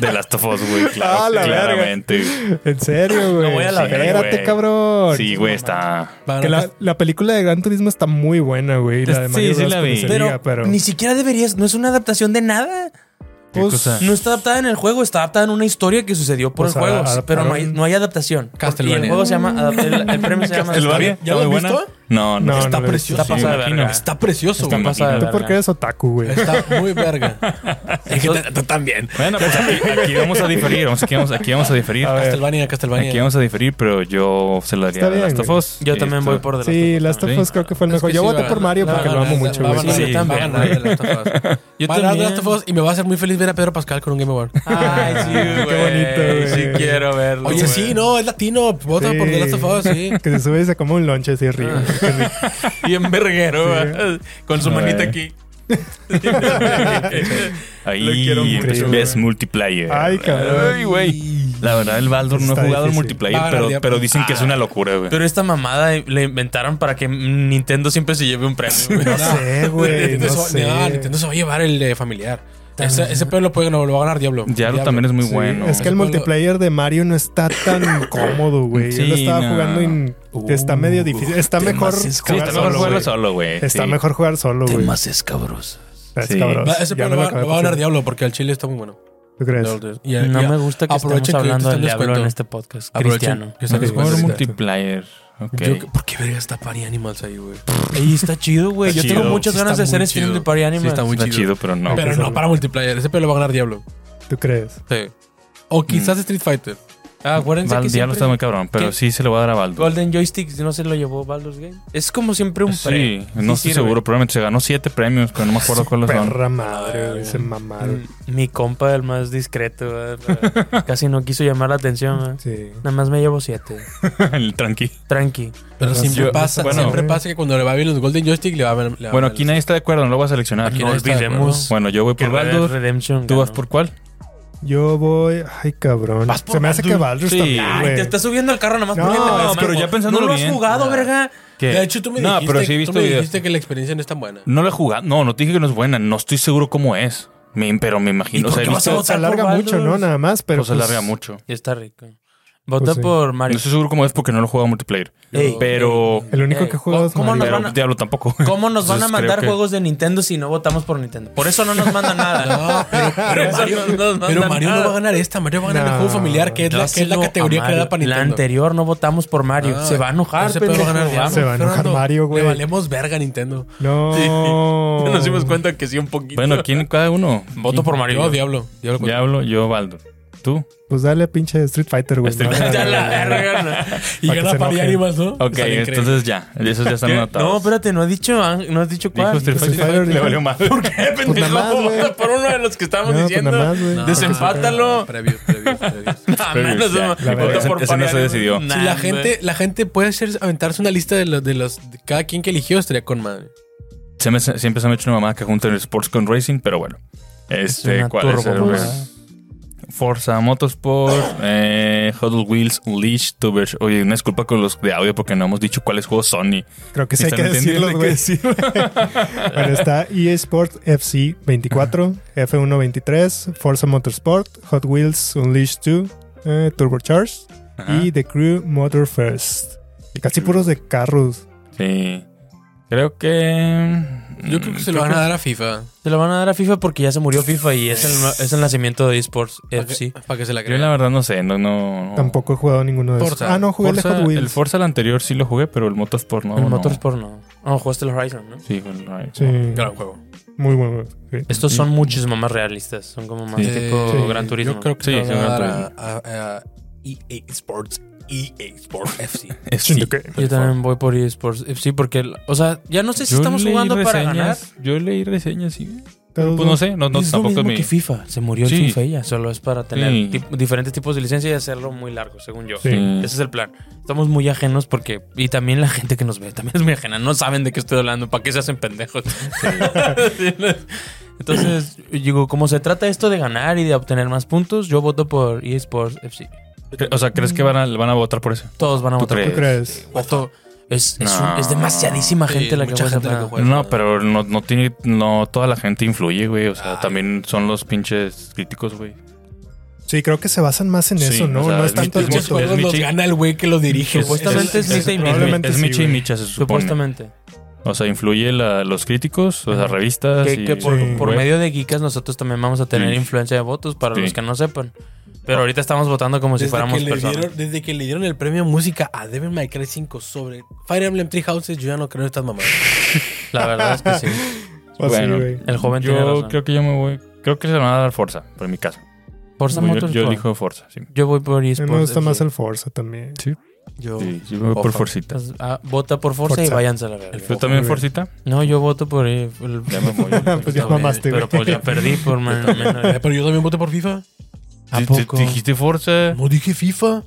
Speaker 3: The Last of Us, güey. Claro,
Speaker 1: Ah, la verga.
Speaker 3: claramente.
Speaker 1: En serio, güey.
Speaker 4: voy a la verga,
Speaker 1: Espérate,
Speaker 3: güey.
Speaker 1: cabrón.
Speaker 3: Sí, güey, está.
Speaker 1: Que la, la película de Gran Turismo está muy buena, güey. La de
Speaker 3: Sí,
Speaker 1: Mario
Speaker 3: sí
Speaker 1: Bros,
Speaker 3: la
Speaker 1: como
Speaker 3: vi.
Speaker 1: se
Speaker 4: Pero,
Speaker 1: diga, pero
Speaker 4: ni siquiera deberías, no es una adaptación de nada.
Speaker 3: ¿Qué
Speaker 1: Pues,
Speaker 3: cosa?
Speaker 4: No está adaptada en el juego, está adaptada en una historia que sucedió por
Speaker 1: Pues
Speaker 4: el juego,
Speaker 1: a- a-
Speaker 4: pero no hay, no hay adaptación.
Speaker 2: Castlevania.
Speaker 4: Y el juego se llama, adap- el, el premio se llama
Speaker 3: ¿Castlevania?
Speaker 2: ¿Ya lo
Speaker 3: ¿Está muy
Speaker 2: has visto?
Speaker 3: No, no.
Speaker 1: No,
Speaker 3: Está-
Speaker 2: Está
Speaker 1: lo he visto.
Speaker 2: precioso.
Speaker 4: Está pasada de
Speaker 3: me
Speaker 4: verga.
Speaker 3: imagino.
Speaker 2: Está precioso,
Speaker 3: Está
Speaker 2: güey.
Speaker 4: pasada de
Speaker 1: Tú
Speaker 4: verga.
Speaker 1: porque eres otaku, güey.
Speaker 2: Está muy verga. Es que
Speaker 4: Entonces-
Speaker 2: tú- tú también.
Speaker 3: Bueno, pues aquí, aquí vamos a diferir. vamos- Aquí vamos, aquí vamos a diferir.
Speaker 1: A ver.
Speaker 2: Castlevania,
Speaker 3: Aquí
Speaker 2: Castlevania.
Speaker 3: vamos a diferir, pero yo se lo daría
Speaker 1: Está
Speaker 3: a The
Speaker 1: bien,
Speaker 3: Last of
Speaker 1: güey.
Speaker 3: Us.
Speaker 4: Yo también
Speaker 3: Esto-
Speaker 4: voy por delante.
Speaker 1: Sí, Last of Us creo que fue el
Speaker 2: Es que
Speaker 1: mejor. Yo
Speaker 2: sí,
Speaker 1: voté
Speaker 2: va-
Speaker 1: por Mario
Speaker 2: no,
Speaker 1: porque
Speaker 2: no,
Speaker 1: lo amo
Speaker 2: no,
Speaker 1: mucho,
Speaker 2: va a
Speaker 1: güey.
Speaker 2: ganar,
Speaker 4: Sí,
Speaker 1: Sí.
Speaker 4: yo también,
Speaker 2: va a ganar
Speaker 4: güey.
Speaker 2: The Last of Us. Yo
Speaker 4: Va a
Speaker 2: también.
Speaker 4: ganar The
Speaker 2: Last of Us y me va a hacer muy feliz ver a Pedro Pascal con un Game Award.
Speaker 4: Ay, sí, güey.
Speaker 1: Qué bonito, güey.
Speaker 4: Sí quiero verlo.
Speaker 2: Oye,
Speaker 4: güey.
Speaker 2: sí, no, es latino. Vota por The Last of Us, sí.
Speaker 1: Que se sube y se come un lonche así arriba.
Speaker 4: Bien verguero,
Speaker 1: Sí.
Speaker 4: ¿verdad? con su
Speaker 3: A ver.
Speaker 4: manita aquí.
Speaker 3: Ahí
Speaker 4: Lo quiero mucho,
Speaker 3: empezó
Speaker 1: güey.
Speaker 3: Best Multiplayer.
Speaker 1: Ay, cabrón.
Speaker 3: Ay, güey. La verdad, el Baldur no he
Speaker 1: Está
Speaker 3: jugado el
Speaker 1: difícil.
Speaker 3: multiplayer,
Speaker 2: Va a ganar
Speaker 3: pero,
Speaker 2: Diablo.
Speaker 3: pero dicen que es una locura, güey.
Speaker 4: Pero esta mamada la inventaron para que Nintendo siempre se lleve un premio. güey.
Speaker 1: No sé, güey.
Speaker 2: Nintendo
Speaker 1: No
Speaker 2: se va- no,
Speaker 1: sé.
Speaker 2: Nintendo se va a llevar el de familiar. Ese, ese pedo lo, puede, no, lo va a ganar Diablo.
Speaker 3: Diablo también es muy
Speaker 1: Sí,
Speaker 3: bueno.
Speaker 1: Es que el
Speaker 2: Supongo-
Speaker 1: multiplayer de Mario no está tan cómodo, güey. Yo lo
Speaker 3: Sí,
Speaker 1: estaba
Speaker 3: no.
Speaker 1: jugando y
Speaker 3: Uh,
Speaker 1: está medio difícil. Está mejor
Speaker 4: más es-
Speaker 3: Sí,
Speaker 1: jugar
Speaker 3: está mejor
Speaker 1: solo,
Speaker 3: jugarlo
Speaker 1: güey.
Speaker 3: solo, güey.
Speaker 1: Está
Speaker 3: Sí.
Speaker 1: mejor jugar solo,
Speaker 2: Este
Speaker 1: güey.
Speaker 4: Temas escabrosos.
Speaker 1: Es
Speaker 3: Sí.
Speaker 1: cabrón.
Speaker 2: Va-
Speaker 1: Ya
Speaker 2: ese pedo
Speaker 1: me lo
Speaker 2: lo va,
Speaker 1: acabé
Speaker 2: lo va a
Speaker 1: por
Speaker 2: ganar
Speaker 1: fin.
Speaker 2: Diablo porque al chile está muy bueno.
Speaker 1: ¿Tú crees?
Speaker 2: Y- y-
Speaker 4: No me gusta que
Speaker 2: aprovechen
Speaker 4: estemos
Speaker 2: que
Speaker 4: hablando
Speaker 2: está
Speaker 4: del
Speaker 2: en
Speaker 4: diablo
Speaker 2: descuento.
Speaker 4: en este podcast.
Speaker 2: Aprovechen
Speaker 4: Cristiano.
Speaker 2: que está en
Speaker 3: Mejor
Speaker 2: descuento.
Speaker 3: multiplayer. Ok.
Speaker 2: Yo- ¿Por qué verga está Party Animals ahí, güey?
Speaker 4: Y está chido, güey. Yo
Speaker 3: Está
Speaker 4: tengo
Speaker 3: chido.
Speaker 4: muchas
Speaker 2: Sí,
Speaker 4: ganas de
Speaker 2: está
Speaker 4: hacer
Speaker 2: muy
Speaker 4: stream
Speaker 2: chido.
Speaker 4: de Party Animal.
Speaker 2: Sí, está muy
Speaker 3: Está
Speaker 2: chido.
Speaker 3: chido, pero no.
Speaker 2: Pero
Speaker 1: que
Speaker 2: no
Speaker 1: son-
Speaker 2: para multiplayer. Ese pedo lo va a ganar Diablo.
Speaker 1: ¿Tú crees?
Speaker 2: Sí. O quizás Street Fighter.
Speaker 4: Ah, acuérdense
Speaker 3: Val-
Speaker 4: que
Speaker 3: Diablo
Speaker 4: siempre
Speaker 3: está muy cabrón, pero
Speaker 4: ¿Qué?
Speaker 3: sí se lo va a dar a Baldur.
Speaker 4: Golden Joystick no se lo llevó Baldur's Gate. Es como siempre un
Speaker 3: Sí,
Speaker 4: pre.
Speaker 3: no
Speaker 4: Sí
Speaker 3: estoy
Speaker 4: sirve.
Speaker 3: seguro. Probablemente se ganó siete premios, pero no me acuerdo cuáles son.
Speaker 1: Perra madre, güey. Se mamaron.
Speaker 4: Mm, Mi compa, el más discreto. ¿verdad? Casi no quiso llamar la atención. ¿verdad?
Speaker 1: Sí.
Speaker 4: Nada más me llevo siete.
Speaker 3: El tranqui.
Speaker 4: Tranqui.
Speaker 2: Pero
Speaker 1: Yo-
Speaker 2: siempre pasa,
Speaker 1: bueno.
Speaker 2: siempre pasa que cuando le va bien los Golden Joystick le va bien. le va
Speaker 3: Bueno,
Speaker 2: bien.
Speaker 3: aquí nadie está de acuerdo, no lo voy a seleccionar.
Speaker 2: Aquí
Speaker 3: No
Speaker 2: nadie está de
Speaker 3: olvidemos.
Speaker 2: acuerdo.
Speaker 3: Bueno, yo voy por
Speaker 4: Red Dead
Speaker 3: Baldur.
Speaker 4: Redemption.
Speaker 3: ¿Tú vas
Speaker 4: ganó.
Speaker 3: por cuál?
Speaker 1: Yo voy. Ay, cabrón.
Speaker 4: Vas por
Speaker 1: Se me hace
Speaker 4: Baldur.
Speaker 1: que Baldur
Speaker 3: Sí.
Speaker 1: también,
Speaker 4: Ay,
Speaker 1: güey.
Speaker 4: te estás subiendo al carro nada más
Speaker 1: No,
Speaker 4: poniéndole.
Speaker 1: es-
Speaker 4: mamá,
Speaker 3: pero ya
Speaker 4: güey.
Speaker 3: pensándolo
Speaker 4: No lo has
Speaker 3: bien.
Speaker 4: jugado,
Speaker 2: Ah.
Speaker 4: verga.
Speaker 3: ¿Qué?
Speaker 2: De hecho, tú me,
Speaker 3: No,
Speaker 2: dijiste,
Speaker 3: pero sí he visto
Speaker 2: tú me
Speaker 3: videos.
Speaker 2: dijiste que la experiencia no es tan buena.
Speaker 3: No la he jugado. No, no te dije que no es buena. No estoy seguro cómo es. Me- pero me imagino.
Speaker 4: por
Speaker 3: o sea,
Speaker 4: qué
Speaker 3: he
Speaker 4: vas a
Speaker 3: visto-
Speaker 4: votar?
Speaker 1: se alarga
Speaker 4: por
Speaker 1: mucho,
Speaker 4: Baldur.
Speaker 1: ¿no? Nada más, pero.
Speaker 3: pues, se larga
Speaker 1: pues,
Speaker 3: mucho.
Speaker 4: Y está rico. Vota
Speaker 1: Pues sí.
Speaker 4: por
Speaker 3: No
Speaker 4: Mario.
Speaker 3: estoy seguro cómo es porque no lo he jugado multiplayer.
Speaker 4: Ey,
Speaker 3: pero.
Speaker 4: ey,
Speaker 1: El único
Speaker 4: ey,
Speaker 1: que he jugado es
Speaker 4: ¿cómo nos
Speaker 1: Mario.
Speaker 3: pero
Speaker 4: van a-
Speaker 3: Diablo tampoco.
Speaker 4: ¿Cómo nos van a
Speaker 3: Entonces, creo
Speaker 4: mandar
Speaker 3: que-
Speaker 4: juegos de Nintendo si no votamos por Nintendo? Por eso no nos mandan nada.
Speaker 2: No, pero, pero
Speaker 4: Por eso
Speaker 2: Mario,
Speaker 4: no nos mandan
Speaker 2: pero Mario no
Speaker 4: nada.
Speaker 2: va a ganar esta. Mario va a ganar el juego
Speaker 1: No.
Speaker 2: familiar, que es la, que es la
Speaker 4: Dáselo a
Speaker 2: categoría
Speaker 4: Mario.
Speaker 2: creada para Nintendo.
Speaker 4: La anterior no votamos por Mario.
Speaker 2: Ah,
Speaker 4: se va a enojar.
Speaker 2: ese pedo va a
Speaker 4: pendejo.
Speaker 2: ganar Diablo,
Speaker 1: Se va a enojar
Speaker 2: Fernando.
Speaker 1: Mario, güey.
Speaker 2: Le valemos verga a Nintendo.
Speaker 1: No. Oh.
Speaker 4: Nos dimos cuenta que sí un poquito.
Speaker 3: Bueno, ¿quién cada uno?
Speaker 4: voto por Mario.
Speaker 2: Yo, Diablo. Diablo cuatro.
Speaker 3: Diablo, yo, Baldur. ¿Tú?
Speaker 1: Pues dale pinche Street Fighter, güey.
Speaker 3: Street
Speaker 1: No,
Speaker 3: Fighter.
Speaker 4: Ya
Speaker 1: no, no,
Speaker 4: la
Speaker 1: no, no.
Speaker 4: verga, no.
Speaker 2: Y
Speaker 1: Para que
Speaker 2: gana
Speaker 1: se
Speaker 2: para
Speaker 1: enoje.
Speaker 2: Animas, ¿no?
Speaker 3: Ok,
Speaker 2: Sale increíble.
Speaker 3: entonces ya. Esos ya están
Speaker 4: No, pues
Speaker 3: anotados.
Speaker 4: espérate, no has dicho, no has dicho
Speaker 3: Dijo
Speaker 4: cuál.
Speaker 3: Street
Speaker 1: Street
Speaker 3: Fighter,
Speaker 1: Fighter,
Speaker 3: le
Speaker 1: dijo.
Speaker 3: valió más.
Speaker 4: ¿Por qué, pendejo?
Speaker 1: más, güey.
Speaker 4: Vota por uno de los que estábamos
Speaker 1: No, pues
Speaker 4: diciendo.
Speaker 1: nada más, güey.
Speaker 2: No,
Speaker 4: Desempátalo.
Speaker 2: Previo, previo, previo.
Speaker 4: Ah, menos,
Speaker 3: Ya,
Speaker 4: no.
Speaker 1: la
Speaker 4: Vota
Speaker 1: verdad,
Speaker 4: por
Speaker 3: ese no se
Speaker 4: Mario.
Speaker 3: decidió.
Speaker 4: Nah,
Speaker 2: Si la
Speaker 4: hombre.
Speaker 2: gente, la gente puede hacer, aventarse una lista de los, de los de cada quien que eligió, estaría con madre.
Speaker 3: Se me- siempre se me ha hecho una mamá que junta el sports con racing, pero bueno. Este,
Speaker 4: una
Speaker 3: ¿cuál es el-
Speaker 4: turbomamá.
Speaker 3: Forza Motorsport, eh, Huddle Wheels, Leash, Tubers. Oye, una disculpa con los de audio porque no hemos dicho cuáles juegos son y
Speaker 1: Creo que sí hay que
Speaker 3: Están entendiendo
Speaker 1: decirlos,
Speaker 3: qué
Speaker 1: güey.
Speaker 3: decir.
Speaker 1: Bueno, está eSport FC 24, F1 23, Forza Motorsport, Hot Wheels Unleashed 2, eh, Turbocharged
Speaker 3: Ajá.
Speaker 1: y The Crew Motor First. Casi puros de carros.
Speaker 3: Sí. Creo que.
Speaker 2: Yo creo que se lo van a dar a FIFA.
Speaker 4: Se lo van a dar a FIFA porque ya se murió FIFA y es el, es el nacimiento de eSports
Speaker 2: Para que,
Speaker 4: FC.
Speaker 2: para que se la
Speaker 3: Yo
Speaker 2: creen.
Speaker 3: la verdad no sé, no, no. no.
Speaker 1: Tampoco he jugado ninguno de esos.
Speaker 2: Forza.
Speaker 1: Ah, no, jugué
Speaker 3: Oh. Forza-
Speaker 1: el de Hot Wheels.
Speaker 3: el Forza el anterior sí lo jugué, pero el Motorsport
Speaker 2: Oh,
Speaker 3: no.
Speaker 4: el
Speaker 3: no.
Speaker 4: Motorsport no. No, jugaste el Horizon, ¿no?
Speaker 3: Sí, bueno, no hay-
Speaker 1: Sí,
Speaker 2: Gran juego.
Speaker 1: muy bueno. sí.
Speaker 4: Estos son muchos más realistas. Son como más
Speaker 3: Sí.
Speaker 4: tipo
Speaker 1: Sí.
Speaker 4: Gran Turismo.
Speaker 2: Mm. Yo creo que
Speaker 3: Sí,
Speaker 2: se lo
Speaker 3: sí,
Speaker 2: van a
Speaker 3: Gran
Speaker 2: dar a, a- E a EA Sports. EA Sports FC.
Speaker 3: Es sí.
Speaker 1: Ok.
Speaker 4: Yo también voy por eSports FC porque, o sea, ya no sé si
Speaker 3: Yo
Speaker 4: estamos
Speaker 3: leí
Speaker 4: jugando para ganar.
Speaker 3: reseñas, Yo leí reseñas, sí. Pues no sé, no, no
Speaker 4: es lo
Speaker 3: tampoco
Speaker 4: mismo
Speaker 3: es mi.
Speaker 4: que FIFA. Se murió
Speaker 3: Sí.
Speaker 4: el FIFA ya. Solo es para tener
Speaker 3: Sí.
Speaker 4: tip- diferentes tipos de licencia y hacerlo muy largo, según yo.
Speaker 1: Sí.
Speaker 4: Ese es el plan. Estamos muy ajenos porque... Y también la gente que nos ve también es muy ajena. No saben de qué estoy hablando. ¿Para qué se hacen pendejos? Entonces, digo, como se trata esto de ganar y de obtener más puntos, yo voto por eSports FC.
Speaker 3: Cre- O sea, ¿crees que van a, van a votar por eso?
Speaker 4: Todos van a
Speaker 3: ¿Tú
Speaker 4: votar.
Speaker 1: ¿Tú
Speaker 3: crees?
Speaker 1: crees?
Speaker 4: por- Voto. Es, es,
Speaker 3: No.
Speaker 4: un- es demasiadísima
Speaker 2: Sí,
Speaker 4: gente la que
Speaker 2: mucha
Speaker 4: vota
Speaker 2: gente la
Speaker 4: para-
Speaker 2: que juega. Pues,
Speaker 3: no,
Speaker 2: no.
Speaker 3: pero no, no tiene. No toda la gente influye, güey. O sea,
Speaker 2: Ay.
Speaker 3: también son los pinches críticos, güey.
Speaker 1: Sí, creo que se basan más en
Speaker 3: Sí,
Speaker 1: eso, ¿no?
Speaker 3: o sea,
Speaker 1: no
Speaker 3: es
Speaker 1: es
Speaker 3: mi-
Speaker 1: tanto el
Speaker 3: es
Speaker 2: Muchos
Speaker 1: voto.
Speaker 3: mi-
Speaker 2: juegos los
Speaker 3: Michi.
Speaker 2: gana el güey que los dirige. güey.
Speaker 4: Supuestamente es Micha y Micha.
Speaker 1: Probablemente
Speaker 3: Es
Speaker 1: sí,
Speaker 3: Micha y
Speaker 1: güey.
Speaker 3: Micha, se supone.
Speaker 4: Supuestamente.
Speaker 3: O sea, influye la- los críticos, o sea, revistas.
Speaker 4: Que,
Speaker 3: y-
Speaker 4: que por,
Speaker 1: Sí.
Speaker 4: por
Speaker 3: güey.
Speaker 4: medio de Geekas nosotros también vamos a tener
Speaker 3: Sí.
Speaker 4: influencia de votos para
Speaker 3: Sí.
Speaker 4: los que no sepan. Pero ahorita estamos votando como si
Speaker 2: Desde que,
Speaker 4: fuéramos
Speaker 2: le
Speaker 4: personas.
Speaker 2: dieron, desde que le dieron el premio música a Devil May Cry 5 sobre Fire Emblem Three Houses, yo ya no creo en estas mamadas.
Speaker 4: La verdad es que sí.
Speaker 1: Pues sí,
Speaker 3: pues. Bueno.
Speaker 1: güey.
Speaker 4: El joven tiene
Speaker 3: Yo
Speaker 4: razón.
Speaker 3: creo que yo me voy. Creo que se van a dar Forza, por mi caso. Yo-
Speaker 4: Forza
Speaker 3: yo,
Speaker 4: Motorsport. Yo,
Speaker 3: elijo Forza, sí.
Speaker 4: voy por
Speaker 1: A
Speaker 4: eSports.
Speaker 1: mí me gusta Eh, más
Speaker 4: sí.
Speaker 1: el Forza también.
Speaker 2: Yo,
Speaker 3: Sí, yo me voy por
Speaker 2: Ojo.
Speaker 3: Forcita.
Speaker 4: Entonces, ah, vota por Forza, y
Speaker 1: Forza.
Speaker 4: váyanse a la verga.
Speaker 3: ¿Tú
Speaker 1: Muy
Speaker 3: también
Speaker 1: bien.
Speaker 3: Forcita?
Speaker 4: No, yo voto por eh, el-
Speaker 3: Ya me voy.
Speaker 1: pues ya
Speaker 2: Está bien,
Speaker 1: mamaste, güey.
Speaker 4: Pero pues ya perdí por menos.
Speaker 2: Eh, pero yo también voté por FIFA.
Speaker 4: ¿A
Speaker 3: Di- di-
Speaker 4: poco?
Speaker 3: Dijiste Forza.
Speaker 2: No dije FIFA.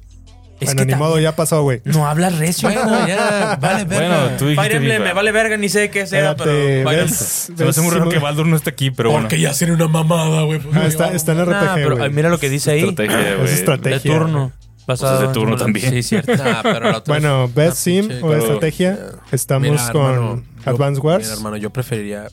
Speaker 4: Es
Speaker 1: bueno,
Speaker 4: que
Speaker 1: ni
Speaker 4: tam-
Speaker 1: modo, ya pasó, güey.
Speaker 4: No hablas recio.
Speaker 2: Bueno, ya, vale, verga.
Speaker 3: Bueno, tú dijiste.
Speaker 4: Fire Emblem,
Speaker 3: FIFA.
Speaker 4: me vale verga, ni sé de qué sea,
Speaker 1: Espérate,
Speaker 4: pero... Fire
Speaker 1: ves-
Speaker 4: Emblem.
Speaker 3: Se me hace muy
Speaker 1: ves
Speaker 3: raro
Speaker 1: si-
Speaker 3: que Baldur no esté aquí, pero bueno.
Speaker 2: Porque ya sería una mamada, güey. pues,
Speaker 1: No,
Speaker 2: no,
Speaker 1: Ah, está,
Speaker 2: yo-
Speaker 1: está en
Speaker 4: Nah,
Speaker 1: RPG,
Speaker 4: Ah, pero
Speaker 1: güey.
Speaker 4: ay, mira lo que dice ahí.
Speaker 3: Estrategia, güey.
Speaker 1: Es
Speaker 4: De
Speaker 1: estrategia.
Speaker 4: turno. Ah, Basado
Speaker 3: de turno
Speaker 4: en-
Speaker 3: también.
Speaker 4: Sí, cierto.
Speaker 2: Nah, pero la otra es-
Speaker 1: Bueno, Best
Speaker 2: Ah,
Speaker 1: Sim
Speaker 2: pinche,
Speaker 1: o
Speaker 2: pero-
Speaker 1: Estrategia, estamos
Speaker 2: Mira,
Speaker 1: con
Speaker 2: hermano, yo-
Speaker 1: Advance Wars.
Speaker 2: Mira, hermano, yo preferiría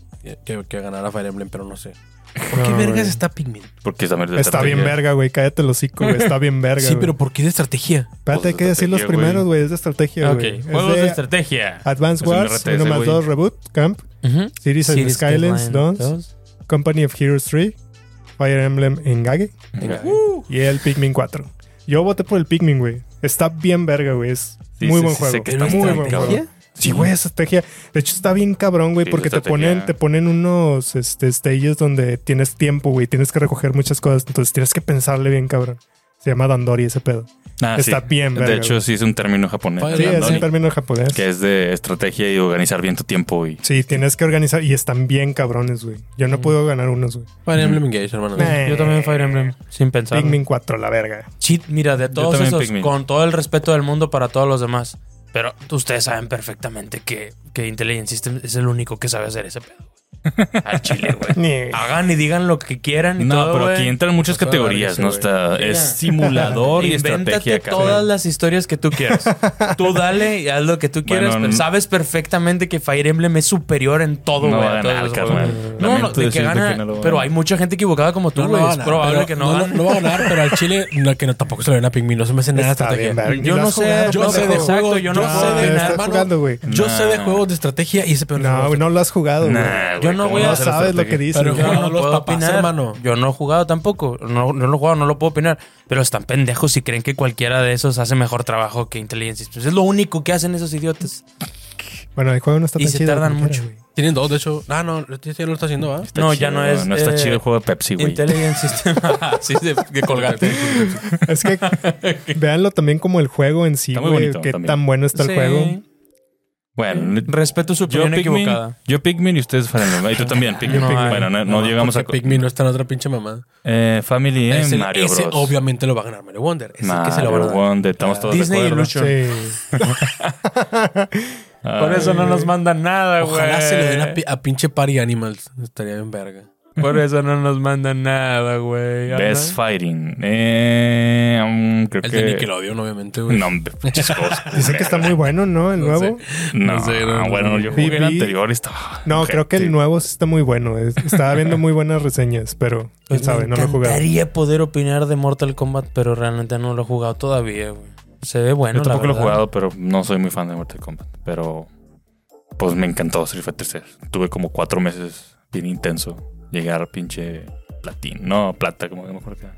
Speaker 2: que, que ganara Fire Emblem, pero no sé.
Speaker 1: No,
Speaker 2: ¿Por qué vergas
Speaker 1: güey.
Speaker 2: está Pikmin?
Speaker 3: Porque también es de
Speaker 1: Está bien
Speaker 3: estrategia.
Speaker 1: verga, güey. Cállate el hocico, güey. Está bien verga.
Speaker 2: sí,
Speaker 1: güey.
Speaker 2: pero ¿por qué de estrategia?
Speaker 1: Espérate, hay que decir los
Speaker 3: estrategia,
Speaker 1: primeros, güey. Es de estrategia,
Speaker 4: Ah, Ok,
Speaker 1: güey. Es
Speaker 4: juegos de
Speaker 1: de
Speaker 4: estrategia.
Speaker 1: Advance
Speaker 3: Es un
Speaker 1: Wars,
Speaker 3: RTS,
Speaker 1: 1 más
Speaker 3: güey.
Speaker 1: 2, Reboot, Camp, Cities and
Speaker 4: Cities
Speaker 1: Skylines
Speaker 4: Skylines
Speaker 1: 2, Company of Heroes 3, Fire Emblem Engage
Speaker 3: Venga.
Speaker 1: y el Pikmin 4. Yo voté por el Pikmin, güey. Está bien verga, güey. Es
Speaker 3: Sí,
Speaker 1: muy
Speaker 3: sí,
Speaker 1: buen
Speaker 3: sí, sé
Speaker 1: juego.
Speaker 3: que está
Speaker 1: muy
Speaker 3: bien
Speaker 1: buen
Speaker 3: cabrón.
Speaker 1: juego. Sí, güey, es estrategia. De hecho, está bien cabrón, güey,
Speaker 3: Sí, es
Speaker 1: porque te
Speaker 3: estrategia.
Speaker 1: ponen, te ponen unos este, stages donde tienes tiempo, güey. Tienes que recoger muchas cosas. Entonces tienes que pensarle bien, cabrón. Se llama Dandori ese pedo.
Speaker 3: Ah, sí.
Speaker 1: Está bien verga,
Speaker 3: De hecho, sí es un término japonés.
Speaker 2: Sí,
Speaker 1: Sí, es
Speaker 3: Dandori,
Speaker 1: un término japonés.
Speaker 3: Que es de estrategia y organizar bien tu tiempo y
Speaker 1: Sí, tienes que organizar. Y están bien cabrones, güey. Yo
Speaker 3: Mm.
Speaker 1: no puedo ganar unos, güey.
Speaker 2: Fire Emblem Engage, hermano.
Speaker 1: Nah.
Speaker 4: Yo también Fire Emblem, sin pensar.
Speaker 1: Pikmin 4, la verga.
Speaker 4: Cheat, mira, de todos
Speaker 3: también
Speaker 4: esos,
Speaker 3: Pikmin.
Speaker 4: con todo el respeto del mundo para todos los demás. Pero ustedes saben perfectamente que, que Intelligent System es el único que sabe hacer ese pedo. güey. Al chile, güey.
Speaker 1: Ni-
Speaker 3: Ah,
Speaker 4: Hagan y digan lo que quieran y
Speaker 3: No,
Speaker 4: todo,
Speaker 3: pero
Speaker 4: güey.
Speaker 3: aquí entran muchas
Speaker 2: Pues,
Speaker 3: categorías, ¿no?
Speaker 2: órale,
Speaker 3: Está
Speaker 4: Mira.
Speaker 3: es simulador y
Speaker 4: Invéntate
Speaker 3: estrategia. acá.
Speaker 4: todas las historias que tú quieras. Tú dale y haz lo que tú quieras.
Speaker 3: Bueno,
Speaker 4: pero
Speaker 3: no-
Speaker 4: sabes perfectamente que Fire Emblem es superior en todo,
Speaker 3: No
Speaker 4: güey.
Speaker 3: va a
Speaker 4: a todos
Speaker 3: ganar,
Speaker 4: los juegos.
Speaker 3: carnal.
Speaker 4: No, no,
Speaker 3: Lamento
Speaker 4: de que
Speaker 3: decirte
Speaker 4: gana.
Speaker 3: que no lo va a
Speaker 4: pero
Speaker 3: ganar.
Speaker 4: hay mucha gente equivocada como tú,
Speaker 2: lo
Speaker 4: güey.
Speaker 2: va a
Speaker 4: Es
Speaker 2: ganar,
Speaker 4: probable
Speaker 2: pero
Speaker 4: que no,
Speaker 2: lo-
Speaker 4: gane.
Speaker 2: no va a ganar, pero al Chile no, que no, tampoco se lo den a Pingmin. No se me hace nada de
Speaker 1: Está
Speaker 2: estrategia.
Speaker 1: bien, verga.
Speaker 4: Yo
Speaker 1: Ni lo
Speaker 4: no
Speaker 1: has
Speaker 4: sé,
Speaker 1: jugado,
Speaker 4: yo
Speaker 2: Yo
Speaker 1: pendejo.
Speaker 2: sé de
Speaker 4: Exacto,
Speaker 2: juego,
Speaker 4: yo no
Speaker 1: Ah,
Speaker 4: sé de
Speaker 1: estás
Speaker 4: nada.
Speaker 1: jugando, güey.
Speaker 2: Yo sé de
Speaker 3: Nah.
Speaker 2: juegos de estrategia y ese peor
Speaker 1: No, güey, no lo has jugado, güey.
Speaker 3: Nah, güey,
Speaker 4: Yo no
Speaker 3: ¿cómo
Speaker 4: voy
Speaker 3: va
Speaker 4: a-
Speaker 1: no
Speaker 3: ser
Speaker 1: sabes lo que
Speaker 3: estrategia?
Speaker 1: dices.
Speaker 2: Pero
Speaker 1: güey.
Speaker 4: Yo
Speaker 2: Juegan
Speaker 4: no
Speaker 2: los
Speaker 4: puedo
Speaker 2: papás,
Speaker 4: opinar,
Speaker 2: hermano.
Speaker 4: Yo no he jugado tampoco. No, no lo he jugado, no lo puedo opinar. Pero están pendejos si creen que cualquiera de esos hace mejor trabajo que Intelligence. Pues es lo único que hacen esos idiotas.
Speaker 1: Bueno, el juego no está
Speaker 4: Y
Speaker 1: tan
Speaker 4: se
Speaker 1: chido
Speaker 4: tardan
Speaker 1: como quiera,
Speaker 4: mucho.
Speaker 1: güey.
Speaker 2: Tienen dos, de hecho. Ah, no, este ya lo está haciendo, ¿va?
Speaker 3: Está
Speaker 4: No,
Speaker 3: chido,
Speaker 4: ya no es,
Speaker 3: No está
Speaker 4: eh,
Speaker 3: chido el juego de Pepsi, güey.
Speaker 4: Intelligence System. sí, de, de colgate.
Speaker 1: Es que véanlo también como el juego en sí,
Speaker 3: Está muy
Speaker 1: güey.
Speaker 3: bonito
Speaker 1: Qué
Speaker 3: también.
Speaker 1: tan bueno está el
Speaker 4: Sí.
Speaker 1: juego.
Speaker 3: Bueno,
Speaker 4: Respeto su
Speaker 3: yo
Speaker 4: opinión
Speaker 3: Pikmin,
Speaker 4: equivocada.
Speaker 3: yo Pikmin y ustedes Fire Emblem. Y tú también, Pikmin.
Speaker 4: No, Pikmin.
Speaker 3: bueno, no, no llegamos a...
Speaker 2: Pigmin no está en otra pinche mamá.
Speaker 3: Eh, Family eh,
Speaker 2: Ese,
Speaker 3: Mario Bros.
Speaker 2: ese obviamente lo va a ganar Mario Wonder. Ese que se lo va a
Speaker 3: Mario
Speaker 2: ganar.
Speaker 3: Wonder, estamos todos
Speaker 4: Disney
Speaker 3: de acuerdo.
Speaker 4: Illusion. Sure.
Speaker 1: Sí.
Speaker 3: Ah,
Speaker 4: Por eso no nos mandan nada, güey.
Speaker 2: Ojalá se lo den a, pi- a pinche Party Animals. Estaría bien verga.
Speaker 4: Por eso no nos mandan nada, güey.
Speaker 3: Best
Speaker 4: Ajá.
Speaker 3: Fighting. Eh, mm, creo
Speaker 2: El
Speaker 3: que...
Speaker 2: de Nickelodeon, obviamente, güey.
Speaker 3: No, hombre, pinches juegos.
Speaker 1: Dicen que está muy bueno, ¿no? El
Speaker 2: No
Speaker 1: nuevo.
Speaker 2: sé.
Speaker 3: No,
Speaker 2: No sé, no, no,
Speaker 3: bueno,
Speaker 2: no.
Speaker 3: yo jugué el
Speaker 1: Vi- vi-
Speaker 3: anterior y estaba...
Speaker 1: No, creo que el
Speaker 3: ojete.
Speaker 1: nuevo sí está muy bueno. Es- Estaba viendo muy buenas reseñas, pero quién
Speaker 4: Pues
Speaker 1: sabe,
Speaker 4: me
Speaker 1: no lo he jugado.
Speaker 4: encantaría poder opinar de Mortal Kombat, pero realmente no lo he jugado todavía, güey. Se ve bueno,
Speaker 3: Yo tampoco
Speaker 4: la
Speaker 3: lo he
Speaker 4: verdad.
Speaker 3: jugado, pero no soy muy fan de Mortal Kombat. Pero pues me encantó Street Fighter 3. Tuve como cuatro meses bien intenso. Llegar a pinche platino. No, plata, como que me acuerdo que era.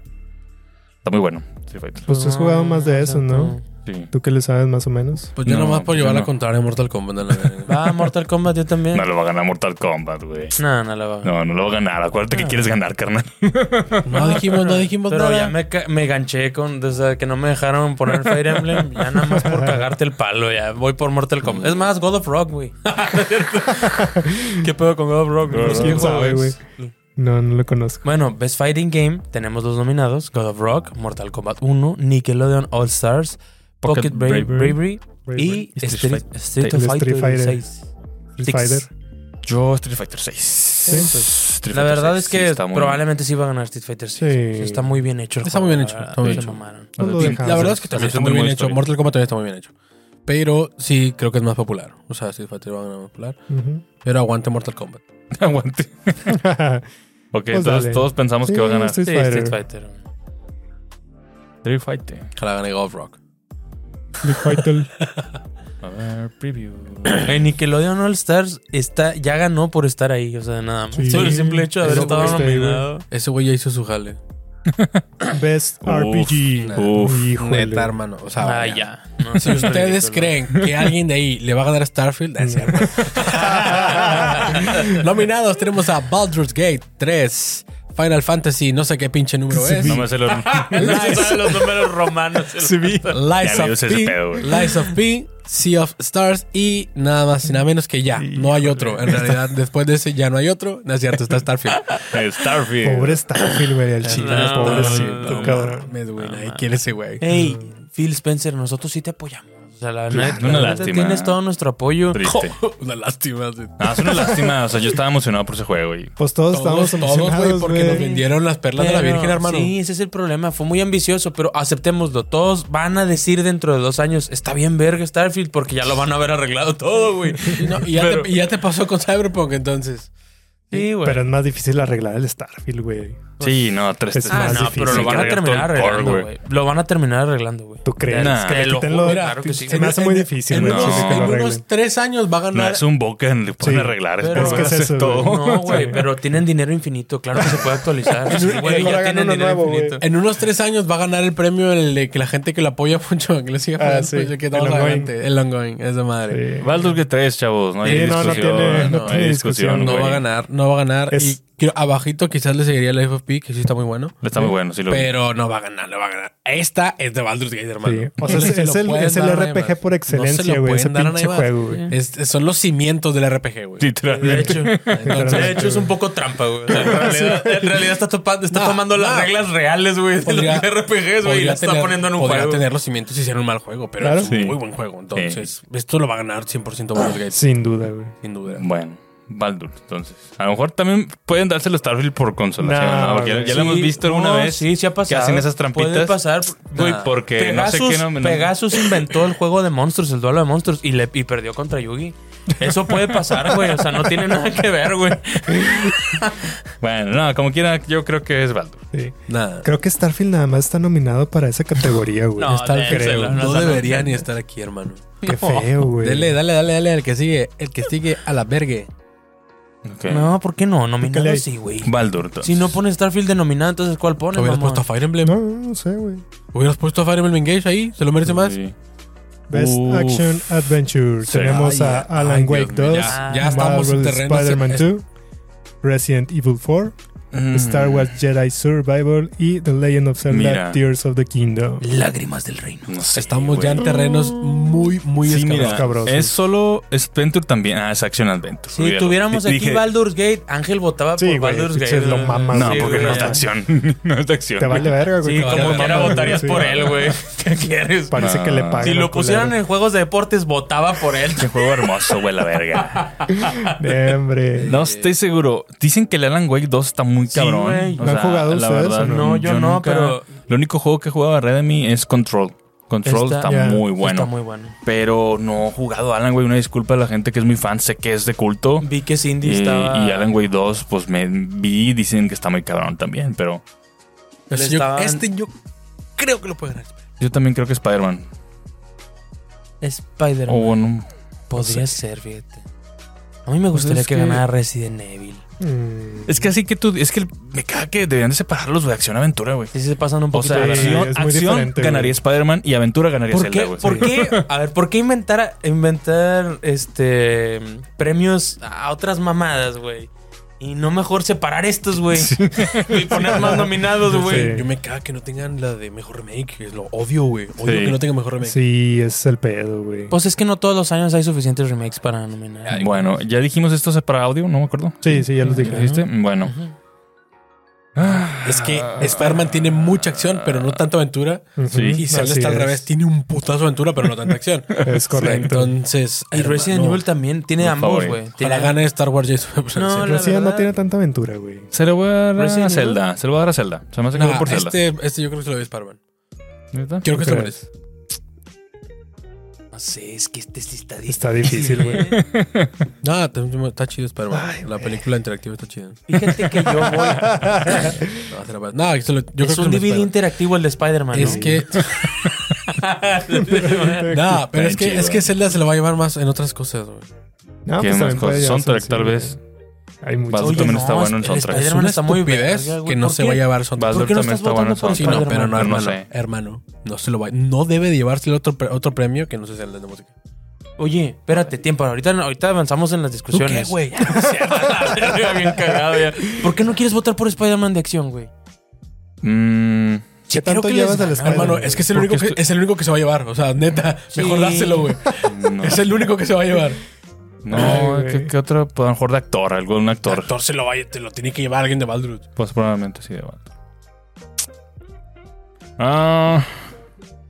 Speaker 3: Está muy bueno Street Fighter.
Speaker 1: Pues tú has jugado más de eso, ¿no?
Speaker 3: Sí.
Speaker 1: ¿Tú qué le sabes más o menos?
Speaker 2: Pues yo
Speaker 3: No,
Speaker 2: nomás por
Speaker 3: yo
Speaker 2: llevar la
Speaker 3: no.
Speaker 2: contraria a Mortal Kombat. a la verga.
Speaker 4: Va, Mortal Kombat, yo también.
Speaker 3: No lo va a ganar Mortal Kombat, güey.
Speaker 4: No, no la va a ganar.
Speaker 3: No, no lo va a ganar. Acuérdate que quieres ganar, carnal.
Speaker 2: No dijimos, no dijimos
Speaker 4: Pero
Speaker 2: nada.
Speaker 4: ya me, ca- me ganché con. Desde que no me dejaron poner Fire Emblem, ya nada más por cagarte el palo, ya. Voy por Mortal Kombat. Es más, God of Rock, güey. ¿Qué pedo con God of Rock?
Speaker 3: Pues
Speaker 4: No sé
Speaker 1: quién
Speaker 4: qué juego
Speaker 1: sabe,
Speaker 4: es.
Speaker 1: güey. No, no lo conozco.
Speaker 4: Bueno, Best Fighting Game, tenemos los nominados: God of Rock, Mortal Kombat 1, Nickelodeon All Stars,
Speaker 3: Pocket
Speaker 4: Pocket, Bra-
Speaker 3: Bravery.
Speaker 4: Bravery, y
Speaker 3: Bravery.
Speaker 4: Street,
Speaker 3: Street
Speaker 4: Street
Speaker 1: Fighter.
Speaker 4: Fighter
Speaker 1: Street Fighter.
Speaker 4: 6.
Speaker 1: Street
Speaker 4: Six.
Speaker 1: Fighter.
Speaker 3: Yo Street Fighter 6.
Speaker 1: Sí. pues,
Speaker 3: Street
Speaker 4: La
Speaker 3: Fighter
Speaker 4: verdad
Speaker 3: 6,
Speaker 4: es
Speaker 3: sí,
Speaker 4: que
Speaker 3: está muy-
Speaker 4: probablemente sí va a ganar Street Fighter 6.
Speaker 1: Sí.
Speaker 4: O sea, Está muy bien hecho. el
Speaker 2: Está
Speaker 4: juego,
Speaker 2: muy bien
Speaker 4: la
Speaker 2: hecho,
Speaker 4: verdad,
Speaker 2: está muy
Speaker 4: se
Speaker 2: bien hecho.
Speaker 4: mamaron.
Speaker 1: No lo
Speaker 3: Sí,
Speaker 1: dejamos.
Speaker 2: La verdad es que
Speaker 3: También
Speaker 2: también está
Speaker 3: son de
Speaker 2: muy bien
Speaker 3: modo
Speaker 2: hecho.
Speaker 3: historia.
Speaker 2: Mortal Kombat también está muy bien hecho. Pero sí, creo que es más popular. O sea, Street Fighter va a ganar más popular.
Speaker 1: Ujú.
Speaker 2: Pero aguante Mortal Kombat.
Speaker 3: Aguante. Ok,
Speaker 1: Pues
Speaker 3: entonces
Speaker 1: dale.
Speaker 3: todos pensamos que va a
Speaker 1: Sí,
Speaker 3: ganar
Speaker 1: Street
Speaker 4: Sí,
Speaker 1: Fighter.
Speaker 4: Street Fighter.
Speaker 3: Street Fighter.
Speaker 2: Ojalá gane God of Rock.
Speaker 1: Street Fighter.
Speaker 3: A ver, preview.
Speaker 1: Pues,
Speaker 4: En Nickelodeon All Stars está, ya ganó por estar ahí. O sea, nada más.
Speaker 1: Sí.
Speaker 4: Por el simple hecho de haber
Speaker 2: Eso
Speaker 4: estado
Speaker 1: fuiste, güey.
Speaker 4: nominado.
Speaker 2: Ese güey ya hizo su jale.
Speaker 1: Best
Speaker 3: Uf,
Speaker 1: RPG.
Speaker 3: uf,
Speaker 1: Híjole.
Speaker 2: Neta, hermano. O sea,
Speaker 4: Ah,
Speaker 2: vaya.
Speaker 4: ya. No,
Speaker 2: Si ustedes creen que alguien de ahí le va a ganar a Starfield, es cierto. Nominados tenemos a Baldur's Gate 3, Final Fantasy, no sé qué pinche número es.
Speaker 3: No me sé los...
Speaker 4: saben los números romanos.
Speaker 2: Lies
Speaker 3: Ya le
Speaker 2: of,
Speaker 3: use
Speaker 2: P,
Speaker 3: ese pedo, güey.
Speaker 2: Lies of P, Sea of Stars y nada más y nada menos que ya. No hay otro. En realidad, después de ese ya no hay otro. No es cierto, está Starfield.
Speaker 3: Eh, Starfield.
Speaker 1: Pobre Starfield, güey, al chile.
Speaker 4: No,
Speaker 1: pobrecito,
Speaker 4: no, Eh,
Speaker 1: cabrón.
Speaker 2: Me duele. Ahí quiere ese güey.
Speaker 4: Hey, Phil Spencer, nosotros sí te apoyamos. O sea, la neta,
Speaker 3: una
Speaker 4: la neta,
Speaker 3: lástima.
Speaker 4: tienes todo nuestro apoyo.
Speaker 3: Triste.
Speaker 2: Una lástima. sí.
Speaker 3: Ah, es una lástima. O sea, yo estaba emocionado por ese juego y
Speaker 1: Pues todos,
Speaker 2: Todos,
Speaker 1: estábamos
Speaker 2: todos, güey,
Speaker 1: emocionados,
Speaker 2: porque nos
Speaker 1: güey.
Speaker 2: vendieron las perlas de la
Speaker 4: Pero,
Speaker 2: Virgen, hermano.
Speaker 4: Sí, ese es el problema. Fue muy ambicioso, pero aceptémoslo. Todos van a decir dentro de dos años, está bien verga Starfield, porque ya lo van a haber arreglado todo, güey.
Speaker 2: Y, no- y ya te, y ya te pasó con Cyberpunk, entonces.
Speaker 4: Sí, güey.
Speaker 1: Pero es más difícil arreglar el Starfield, güey.
Speaker 3: Sí, no, tres
Speaker 1: Pues, Es
Speaker 3: tres.
Speaker 4: Ah,
Speaker 1: más
Speaker 4: no,
Speaker 1: difícil
Speaker 4: pero lo van a
Speaker 3: cargar todo el
Speaker 4: terminar
Speaker 3: core,
Speaker 4: arreglando,
Speaker 3: güey.
Speaker 4: güey. Lo van a terminar arreglando, güey.
Speaker 1: ¿Tú crees?
Speaker 3: Nah.
Speaker 1: que
Speaker 4: Te
Speaker 1: le
Speaker 4: lo
Speaker 1: quiten lo-
Speaker 4: juro,
Speaker 1: Mira,
Speaker 4: claro que sí.
Speaker 1: Se me hace muy difícil,
Speaker 2: En,
Speaker 1: güey.
Speaker 2: unos,
Speaker 1: al chile que
Speaker 2: en
Speaker 1: lo
Speaker 2: unos
Speaker 1: arreglen.
Speaker 2: tres años va a
Speaker 3: No
Speaker 2: ganar.
Speaker 3: es un boca en le pueden
Speaker 1: Sí.
Speaker 3: arreglar. Es,
Speaker 4: Pero-
Speaker 3: por
Speaker 4: Es que
Speaker 3: eso
Speaker 1: es eso,
Speaker 3: todo.
Speaker 1: güey.
Speaker 4: No, güey, pero tienen dinero infinito. Claro que se puede actualizar. Sí, güey,
Speaker 1: Ahora
Speaker 4: ya
Speaker 1: gana
Speaker 4: tienen
Speaker 1: uno
Speaker 4: dinero
Speaker 1: nuevo, güey.
Speaker 4: infinito.
Speaker 2: En unos tres años va a ganar el premio el de que la gente que lo apoya mucho, que le siga
Speaker 1: Ah,
Speaker 2: pagando,
Speaker 1: sí.
Speaker 2: pues, que
Speaker 1: El
Speaker 2: vamos
Speaker 1: ongoing.
Speaker 2: adelante. El ongoing, es de madre.
Speaker 1: Sí.
Speaker 3: Baldur's Gate 3, chavos. No hay
Speaker 1: Sí, no, no
Speaker 3: discusión.
Speaker 1: tiene- no
Speaker 3: hay
Speaker 1: tiene discusión,
Speaker 2: No
Speaker 3: güey.
Speaker 2: va a ganar, no va a ganar.
Speaker 1: Es-
Speaker 2: Y creo- abajito quizás le seguiría el FFP, que sí está muy bueno.
Speaker 3: Está muy bueno, sí lo vi.
Speaker 2: Pero no va a ganar, no va a ganar. Esta es de Baldur's Gate, hermano.
Speaker 1: Sí. O sea,
Speaker 2: No
Speaker 1: es,
Speaker 2: se
Speaker 1: es
Speaker 2: lo
Speaker 1: el,
Speaker 2: pueden
Speaker 1: es el
Speaker 2: dar a nadie
Speaker 1: RPG
Speaker 2: más.
Speaker 1: por
Speaker 2: No se lo
Speaker 1: excelencia, güey. ese
Speaker 2: pueden dar a
Speaker 1: pinche
Speaker 2: nadie más.
Speaker 1: juego, güey.
Speaker 2: Es- son los cimientos del RPG, güey.
Speaker 4: De
Speaker 3: Literalmente.
Speaker 4: hecho, de hecho es un poco trampa, güey. O sea, en, realidad, en realidad está, topando- está
Speaker 2: No,
Speaker 4: tomando las
Speaker 2: no.
Speaker 4: reglas reales, güey, de los
Speaker 2: Podría-
Speaker 4: RPGs, güey, y
Speaker 2: podría
Speaker 4: las está
Speaker 2: tener-
Speaker 4: poniendo en un
Speaker 2: podría
Speaker 4: juego.
Speaker 2: tener los cimientos y ser un mal juego, pero
Speaker 1: Claro.
Speaker 2: es un
Speaker 3: Sí.
Speaker 2: muy buen juego. Entonces, esto lo va a ganar 100% Baldur's Gate,
Speaker 1: Sin duda, güey.
Speaker 2: sin duda.
Speaker 3: Bueno, Baldur, entonces. A lo mejor también pueden darse los Starfield por consolación,
Speaker 1: No,
Speaker 3: ¿no? Porque ya,
Speaker 1: güey.
Speaker 3: ya lo hemos visto
Speaker 4: no,
Speaker 3: alguna vez.
Speaker 4: Sí, sí ha pasado.
Speaker 3: hacen esas trampitas.
Speaker 4: Puede pasar.
Speaker 3: Güey,
Speaker 4: Nah.
Speaker 3: porque no sé
Speaker 4: Pegasus-
Speaker 3: qué no- no-
Speaker 4: Pegasus inventó el juego de monstruos, el duelo de monstruos, y, le, y perdió contra Yugi. Eso puede pasar, güey. O sea, no tiene nada que ver, güey.
Speaker 3: Bueno, no, como quiera, yo creo que es Baldur.
Speaker 1: Sí.
Speaker 2: Nada.
Speaker 1: Creo que Starfield nada más está nominado para esa categoría, güey.
Speaker 4: No, dénselo,
Speaker 1: creo.
Speaker 4: no.
Speaker 2: No debería ni estar aquí, hermano.
Speaker 1: Qué feo, güey.
Speaker 2: Dale, dale, dale, dale al que sigue. El que sigue a la vergue.
Speaker 3: Ok.
Speaker 4: No, ¿por qué no? Nominado
Speaker 1: Pícale ahí.
Speaker 4: sí, güey.
Speaker 3: Baldur, entonces.
Speaker 4: Si no pone Starfield de nominado, entonces ¿cuál pone?
Speaker 2: Hubieras
Speaker 4: mamón?
Speaker 2: puesto a Fire Emblem.
Speaker 1: No, no sé, güey.
Speaker 2: Hubieras puesto a Fire Emblem Engage ahí. ¿Se lo merece más?
Speaker 3: Sí.
Speaker 1: Best
Speaker 3: Uf.
Speaker 1: Action Adventure.
Speaker 3: Sí.
Speaker 1: Tenemos a
Speaker 2: Ay,
Speaker 1: Alan
Speaker 2: ay,
Speaker 1: Wake
Speaker 2: Dios mío,
Speaker 1: 2,
Speaker 4: Ah.
Speaker 2: Ya, ya estamos en
Speaker 1: Marvel
Speaker 2: terreno.
Speaker 1: Spider-Man
Speaker 2: es-
Speaker 1: 2, Resident Evil 4,
Speaker 3: Mm.
Speaker 1: Star Wars Jedi Survival y The Legend of Zelda
Speaker 3: Mira.
Speaker 1: Tears of the Kingdom.
Speaker 4: Lágrimas del reino.
Speaker 3: No sé,
Speaker 2: Estamos
Speaker 3: güey.
Speaker 2: ya en terrenos muy, muy
Speaker 3: Sí, mira,
Speaker 2: escabrosos.
Speaker 1: escabrosos.
Speaker 3: es solo es Adventure también. Ah, es Action Adventure.
Speaker 4: Si
Speaker 3: Olvídalo.
Speaker 4: tuviéramos aquí
Speaker 3: Dije,
Speaker 4: Baldur's Gate, Ángel votaba
Speaker 1: Sí,
Speaker 4: por
Speaker 1: güey,
Speaker 4: Baldur's
Speaker 1: pinche
Speaker 4: Gate.
Speaker 1: lo mamas,
Speaker 3: No,
Speaker 1: Sí,
Speaker 3: porque no
Speaker 1: güey.
Speaker 3: es de acción. no es de acción.
Speaker 1: Te vale verga, güey.
Speaker 4: Sí,
Speaker 1: Te
Speaker 4: como
Speaker 1: vale
Speaker 4: quiera
Speaker 1: verga,
Speaker 4: votarías
Speaker 1: sí.
Speaker 4: por él, güey. ¿Qué quieres?
Speaker 1: Parece
Speaker 3: No.
Speaker 1: que le pagan.
Speaker 4: Si
Speaker 1: al
Speaker 4: lo pusieran
Speaker 1: culero.
Speaker 4: en juegos de deportes, votaba por él.
Speaker 3: Qué juego hermoso, güey, la verga.
Speaker 1: De hombre.
Speaker 4: Eh,
Speaker 3: No estoy seguro. Dicen que el Alan Wake 2 está muy cabrón.
Speaker 4: güey.
Speaker 3: O
Speaker 1: ¿Lo han jugado
Speaker 3: la
Speaker 1: ustedes o no?
Speaker 4: No, yo no, pero-
Speaker 3: El único juego que he jugado a Redemy es Control. Control
Speaker 4: Está-
Speaker 3: está,
Speaker 1: Ya.
Speaker 3: muy bueno.
Speaker 4: Está muy bueno.
Speaker 3: Pero no he jugado a Alan Wake. Una disculpa a la gente que es muy fan. Sé que es de culto.
Speaker 4: Vi que Cindy
Speaker 3: Y,
Speaker 4: estaba.
Speaker 3: y Alan Wake 2, pues me vi. Dicen que está muy cabrón también. Pero
Speaker 2: Pero
Speaker 4: Le
Speaker 2: si yo-
Speaker 4: estaban-
Speaker 2: Este yo creo que lo puede ganar.
Speaker 3: yo también creo que Spider-Man.
Speaker 4: Spider-Man.
Speaker 3: O bueno.
Speaker 4: Podría ser, fíjate. A
Speaker 1: Pues
Speaker 4: mí me gustaría
Speaker 3: es
Speaker 4: que,
Speaker 3: que-
Speaker 4: ganara Resident Evil.
Speaker 1: Mm.
Speaker 3: Es que así que tú. Es que me caga que deberían de separarlos, güey. Acción aventura, güey.
Speaker 4: Sí, se pasan un
Speaker 3: O
Speaker 4: poquito
Speaker 3: sea,
Speaker 4: de la
Speaker 1: sí,
Speaker 3: acción,
Speaker 1: es muy
Speaker 3: acción
Speaker 1: diferente, güey.
Speaker 3: ganaría Spider-Man y aventura ganaría
Speaker 4: ¿Por
Speaker 3: Zelda,
Speaker 4: qué?
Speaker 3: güey.
Speaker 4: ¿Por qué? A ver, ¿por qué inventar, inventar este premios a otras mamadas, güey? Y no mejor separar estos, güey. Y poner más nominados, güey.
Speaker 1: Sí.
Speaker 2: Yo me cago que no tengan la de mejor remake. que es Lo odio, güey. Odio
Speaker 3: Sí.
Speaker 2: que no tenga mejor remake.
Speaker 1: Sí, es el pedo, güey.
Speaker 4: Pues es que no todos los años hay suficientes remakes para nominar.
Speaker 3: Bueno, ya dijimos esto hace para audio, no me acuerdo.
Speaker 1: Sí, sí, ya los
Speaker 3: ¿Lo
Speaker 1: dije.
Speaker 3: dijiste? Bueno.
Speaker 2: Es que Spider-Man tiene mucha acción, pero no tanta aventura.
Speaker 3: Sí.
Speaker 2: Y Zelda
Speaker 1: Así
Speaker 2: está al
Speaker 1: es.
Speaker 2: revés. Tiene un putazo de aventura, pero no tanta acción.
Speaker 1: Es correcto.
Speaker 2: Entonces.
Speaker 4: Y Resident
Speaker 2: hermano,
Speaker 4: Evil también tiene
Speaker 3: Por
Speaker 4: ambos,
Speaker 3: favor.
Speaker 4: güey.
Speaker 2: Ojalá
Speaker 4: Tiene-
Speaker 2: gane Star Wars pues, Jason.
Speaker 4: No, la-
Speaker 1: Rocío
Speaker 4: verdad-
Speaker 1: no tiene tanta aventura, güey.
Speaker 3: Se lo voy a dar
Speaker 4: Resident
Speaker 3: a
Speaker 4: Evil.
Speaker 3: Zelda. Se lo voy a dar a Zelda. Se me hace que voy
Speaker 2: Nah,
Speaker 3: por Zelda.
Speaker 2: este, este yo creo que se lo dio Spider-Man.
Speaker 3: ¿Neta?
Speaker 2: Quiero que se lo
Speaker 1: ¿Crees?
Speaker 2: merece.
Speaker 4: No sé, es que este sí está difícil.
Speaker 1: Está difícil, güey.
Speaker 4: ¿eh?
Speaker 2: No, está- está chido Spider-Man. La película interactiva está chida.
Speaker 4: Fíjate que yo voy.
Speaker 2: No, se la- no, se lo- yo creo que
Speaker 4: es
Speaker 2: se
Speaker 4: un
Speaker 2: lo merece
Speaker 4: DVD
Speaker 2: Spider-Man.
Speaker 4: interactivo el de Spider-Man.
Speaker 2: Es
Speaker 4: ¿no?
Speaker 2: que.
Speaker 1: pues
Speaker 2: No, pero es que,
Speaker 3: chido.
Speaker 2: es que Zelda se lo va a llevar más en otras cosas, güey.
Speaker 1: No,
Speaker 3: ¿Qué
Speaker 1: pues también
Speaker 3: más
Speaker 1: puede
Speaker 3: cosas?
Speaker 1: llevarse
Speaker 3: Soundtrack,
Speaker 1: así,
Speaker 3: tal
Speaker 1: güey.
Speaker 3: vez.
Speaker 1: Hay muchos.
Speaker 3: Baldur también está bueno en
Speaker 4: el
Speaker 3: soundtrack.
Speaker 2: Es
Speaker 4: Spider-Man
Speaker 2: una
Speaker 4: está muy
Speaker 2: estupidez
Speaker 4: verga, güey.
Speaker 2: que no
Speaker 4: ¿Por
Speaker 2: se
Speaker 4: qué?
Speaker 2: va a llevar son
Speaker 3: Baldur
Speaker 4: ¿Por qué no
Speaker 3: también
Speaker 4: estás
Speaker 3: está bueno en
Speaker 4: votando por
Speaker 2: Sí,
Speaker 3: soundtrack.
Speaker 2: no, pero no,
Speaker 3: Pero no
Speaker 2: hermano.
Speaker 3: sé.
Speaker 2: Hermano, no se lo va. No debe de llevarse el otro, pre- otro premio que no sea el de música.
Speaker 4: Oye, espérate, tiempo. Ahorita, ahorita avanzamos en las
Speaker 2: ¿Tú
Speaker 4: discusiones.
Speaker 2: qué, güey?
Speaker 4: Bien cagado ya. ¿Por qué no quieres votar por Spider-Man de acción, güey?
Speaker 3: Mm,
Speaker 1: ¿Qué tanto llevas al Spider-Man?
Speaker 2: Ah, Hermano, es que es el
Speaker 3: Porque
Speaker 2: único que
Speaker 3: estoy-
Speaker 2: es el único que se va a llevar. O sea, neta,
Speaker 4: Sí.
Speaker 2: mejor dáselo, güey.
Speaker 3: no.
Speaker 2: Es el único que se va a llevar.
Speaker 3: No,
Speaker 1: Ay, güey.
Speaker 3: ¿qué, qué otro? A lo mejor de actor, algún
Speaker 2: El
Speaker 3: actor.
Speaker 2: actor se lo va a, te lo tiene que llevar alguien de Baldrut.
Speaker 3: Pues probablemente sí de Baldur. Ah.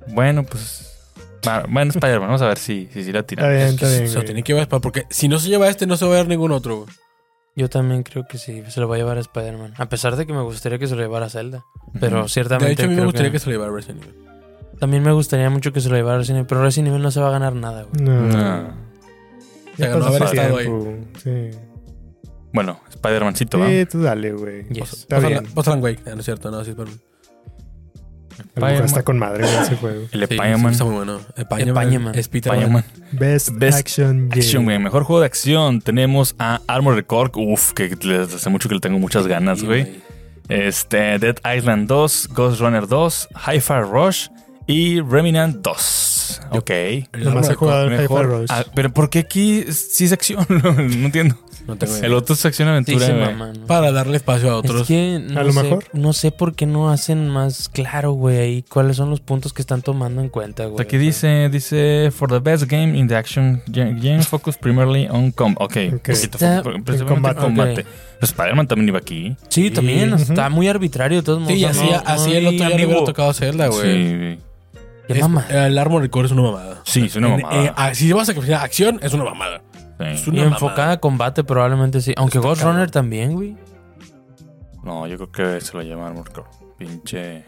Speaker 3: Bueno, pues. va- Bueno, Spider-Man, vamos a ver si, si, si la
Speaker 1: Está
Speaker 3: tiramos.
Speaker 1: bien,
Speaker 2: Es que
Speaker 1: está bien.
Speaker 2: se lo
Speaker 1: güey.
Speaker 2: tiene que llevar Spider- porque si no se lleva este no se va a ver ningún otro. güey.
Speaker 4: Yo también creo que sí, se lo va a llevar a Spider-man. A pesar de que me gustaría que se lo llevara a Zelda. Pero
Speaker 3: Ujú.
Speaker 4: ciertamente.
Speaker 2: De hecho a mí me
Speaker 4: creo
Speaker 2: gustaría que se lo llevara Resident Evil.
Speaker 4: También me gustaría mucho que se lo llevara a Resident Evil. Pero Resident Evil no se va a ganar nada, güey.
Speaker 1: No.
Speaker 3: No.
Speaker 1: Ya
Speaker 2: Se ganó
Speaker 1: pasó
Speaker 2: haber
Speaker 1: su
Speaker 2: estado
Speaker 1: tiempo. Sí.
Speaker 3: Bueno, Spider-Mancito, ¿va?
Speaker 1: Sí, tú dale, güey.
Speaker 4: Yes.
Speaker 1: Está
Speaker 2: Pues
Speaker 1: bien.
Speaker 2: Alan- pues Alan Wake, Ah, no es cierto, no, sí, Spider-Man.
Speaker 1: A lo mejor está con madre güey, ese juego.
Speaker 3: El
Speaker 2: Sí,
Speaker 3: Spider-Man.
Speaker 2: sí, está muy bueno.
Speaker 4: Spider-Man.
Speaker 2: Spider-Man.
Speaker 3: Spider-Man.
Speaker 2: Spider-Man.
Speaker 1: Best,
Speaker 3: Best
Speaker 1: Action Game.
Speaker 3: Action, güey. Mejor juego de acción. Tenemos a Armored Core. Uf, que le- hace mucho que le tengo muchas ganas, güey. Este, Dead Island 2, Ghost Runner 2, Hi-Fi Rush y Remnant 2. Ok.
Speaker 1: Nomás he jugado el Hyper
Speaker 3: Mejor.
Speaker 1: Rush.
Speaker 3: Ah, pero ¿por qué aquí sí es acción? no entiendo.
Speaker 2: No tengo idea.
Speaker 3: El otro es acción
Speaker 4: Sí,
Speaker 3: aventura,
Speaker 4: se
Speaker 3: güey.
Speaker 4: maman, ¿no?
Speaker 2: Para darle espacio a otros.
Speaker 4: Es que no
Speaker 1: A lo
Speaker 4: sé,
Speaker 1: mejor.
Speaker 4: No sé por qué no hacen más claro, güey, ahí cuáles son los puntos que están tomando en cuenta, güey.
Speaker 3: O sea, aquí
Speaker 4: O
Speaker 3: dice,
Speaker 4: sea,
Speaker 3: dice, for the best game in the action ge- game, focus primarily on combat. Ok, un poquito
Speaker 4: Está-
Speaker 3: fo- principalmente
Speaker 1: en combate.
Speaker 3: combate.
Speaker 4: Ok.
Speaker 3: Pero Spider-Man también iba aquí.
Speaker 4: Sí, también.
Speaker 1: Ujú.
Speaker 4: Está muy arbitrario de todos modos.
Speaker 2: Sí, y
Speaker 4: o sea,
Speaker 2: así,
Speaker 4: no-
Speaker 2: así
Speaker 4: no
Speaker 2: el
Speaker 4: hay
Speaker 2: otro este, ya le
Speaker 4: ambiguo.
Speaker 2: hubiera tocado Zelda, Ah, güey.
Speaker 3: Sí,
Speaker 4: Qué
Speaker 2: Es-
Speaker 4: mamá.
Speaker 2: El Armored Core es una mamada.
Speaker 3: sí, es una
Speaker 2: En-
Speaker 3: mamada.
Speaker 2: eh, ah, si vas a que acción, es una mamada.
Speaker 3: Sí.
Speaker 2: Es una
Speaker 4: y enfocada
Speaker 2: mamada.
Speaker 4: a combate, probablemente sí. Aunque
Speaker 2: Está
Speaker 4: Ghost
Speaker 2: cabrón.
Speaker 4: Runner también, güey.
Speaker 3: No, yo creo que se lo llama Armored Core. Pinche.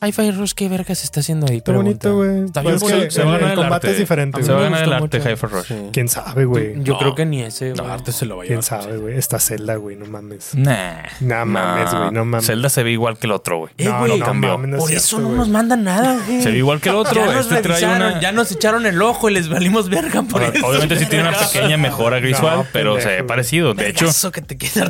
Speaker 4: Ay, Fire Rush, ¿qué vergas está haciendo ahí?
Speaker 1: Está bonito, güey.
Speaker 4: Está bien
Speaker 1: Pues es que
Speaker 4: bonito.
Speaker 3: Se va a
Speaker 1: el-
Speaker 3: ganar
Speaker 1: el
Speaker 3: el
Speaker 1: combate
Speaker 3: arte.
Speaker 1: es diferente,
Speaker 3: Se va a
Speaker 1: güey.
Speaker 3: ganar el
Speaker 4: gustó
Speaker 3: arte
Speaker 4: mucho.
Speaker 3: Hyper Rush.
Speaker 2: Sí.
Speaker 1: ¿Quién sabe, güey?
Speaker 4: Yo
Speaker 3: No.
Speaker 4: creo que ni ese,
Speaker 2: No,
Speaker 4: güey.
Speaker 2: Arte se lo va a
Speaker 1: ¿Quién
Speaker 2: llevar.
Speaker 1: sabe, güey? Está Zelda, güey, no mames.
Speaker 3: Nah.
Speaker 1: No mames, güey, no mames.
Speaker 3: Zelda se ve igual que el otro, güey.
Speaker 1: No,
Speaker 3: no
Speaker 1: Eh, no
Speaker 3: cambió.
Speaker 1: mames, no es
Speaker 4: Por
Speaker 1: cierto,
Speaker 4: eso no
Speaker 1: güey.
Speaker 4: nos mandan nada, güey.
Speaker 3: Se ve igual que el otro.
Speaker 4: Ya nos,
Speaker 3: este trae
Speaker 4: revisaron,
Speaker 3: una.
Speaker 4: ya nos echaron el ojo y les valimos verga por
Speaker 3: Ahora,
Speaker 4: eso.
Speaker 3: Obviamente sí tiene una pequeña mejora visual, pero se ve
Speaker 1: pendejo.
Speaker 3: parecido. De hecho,
Speaker 4: Eso que te queda.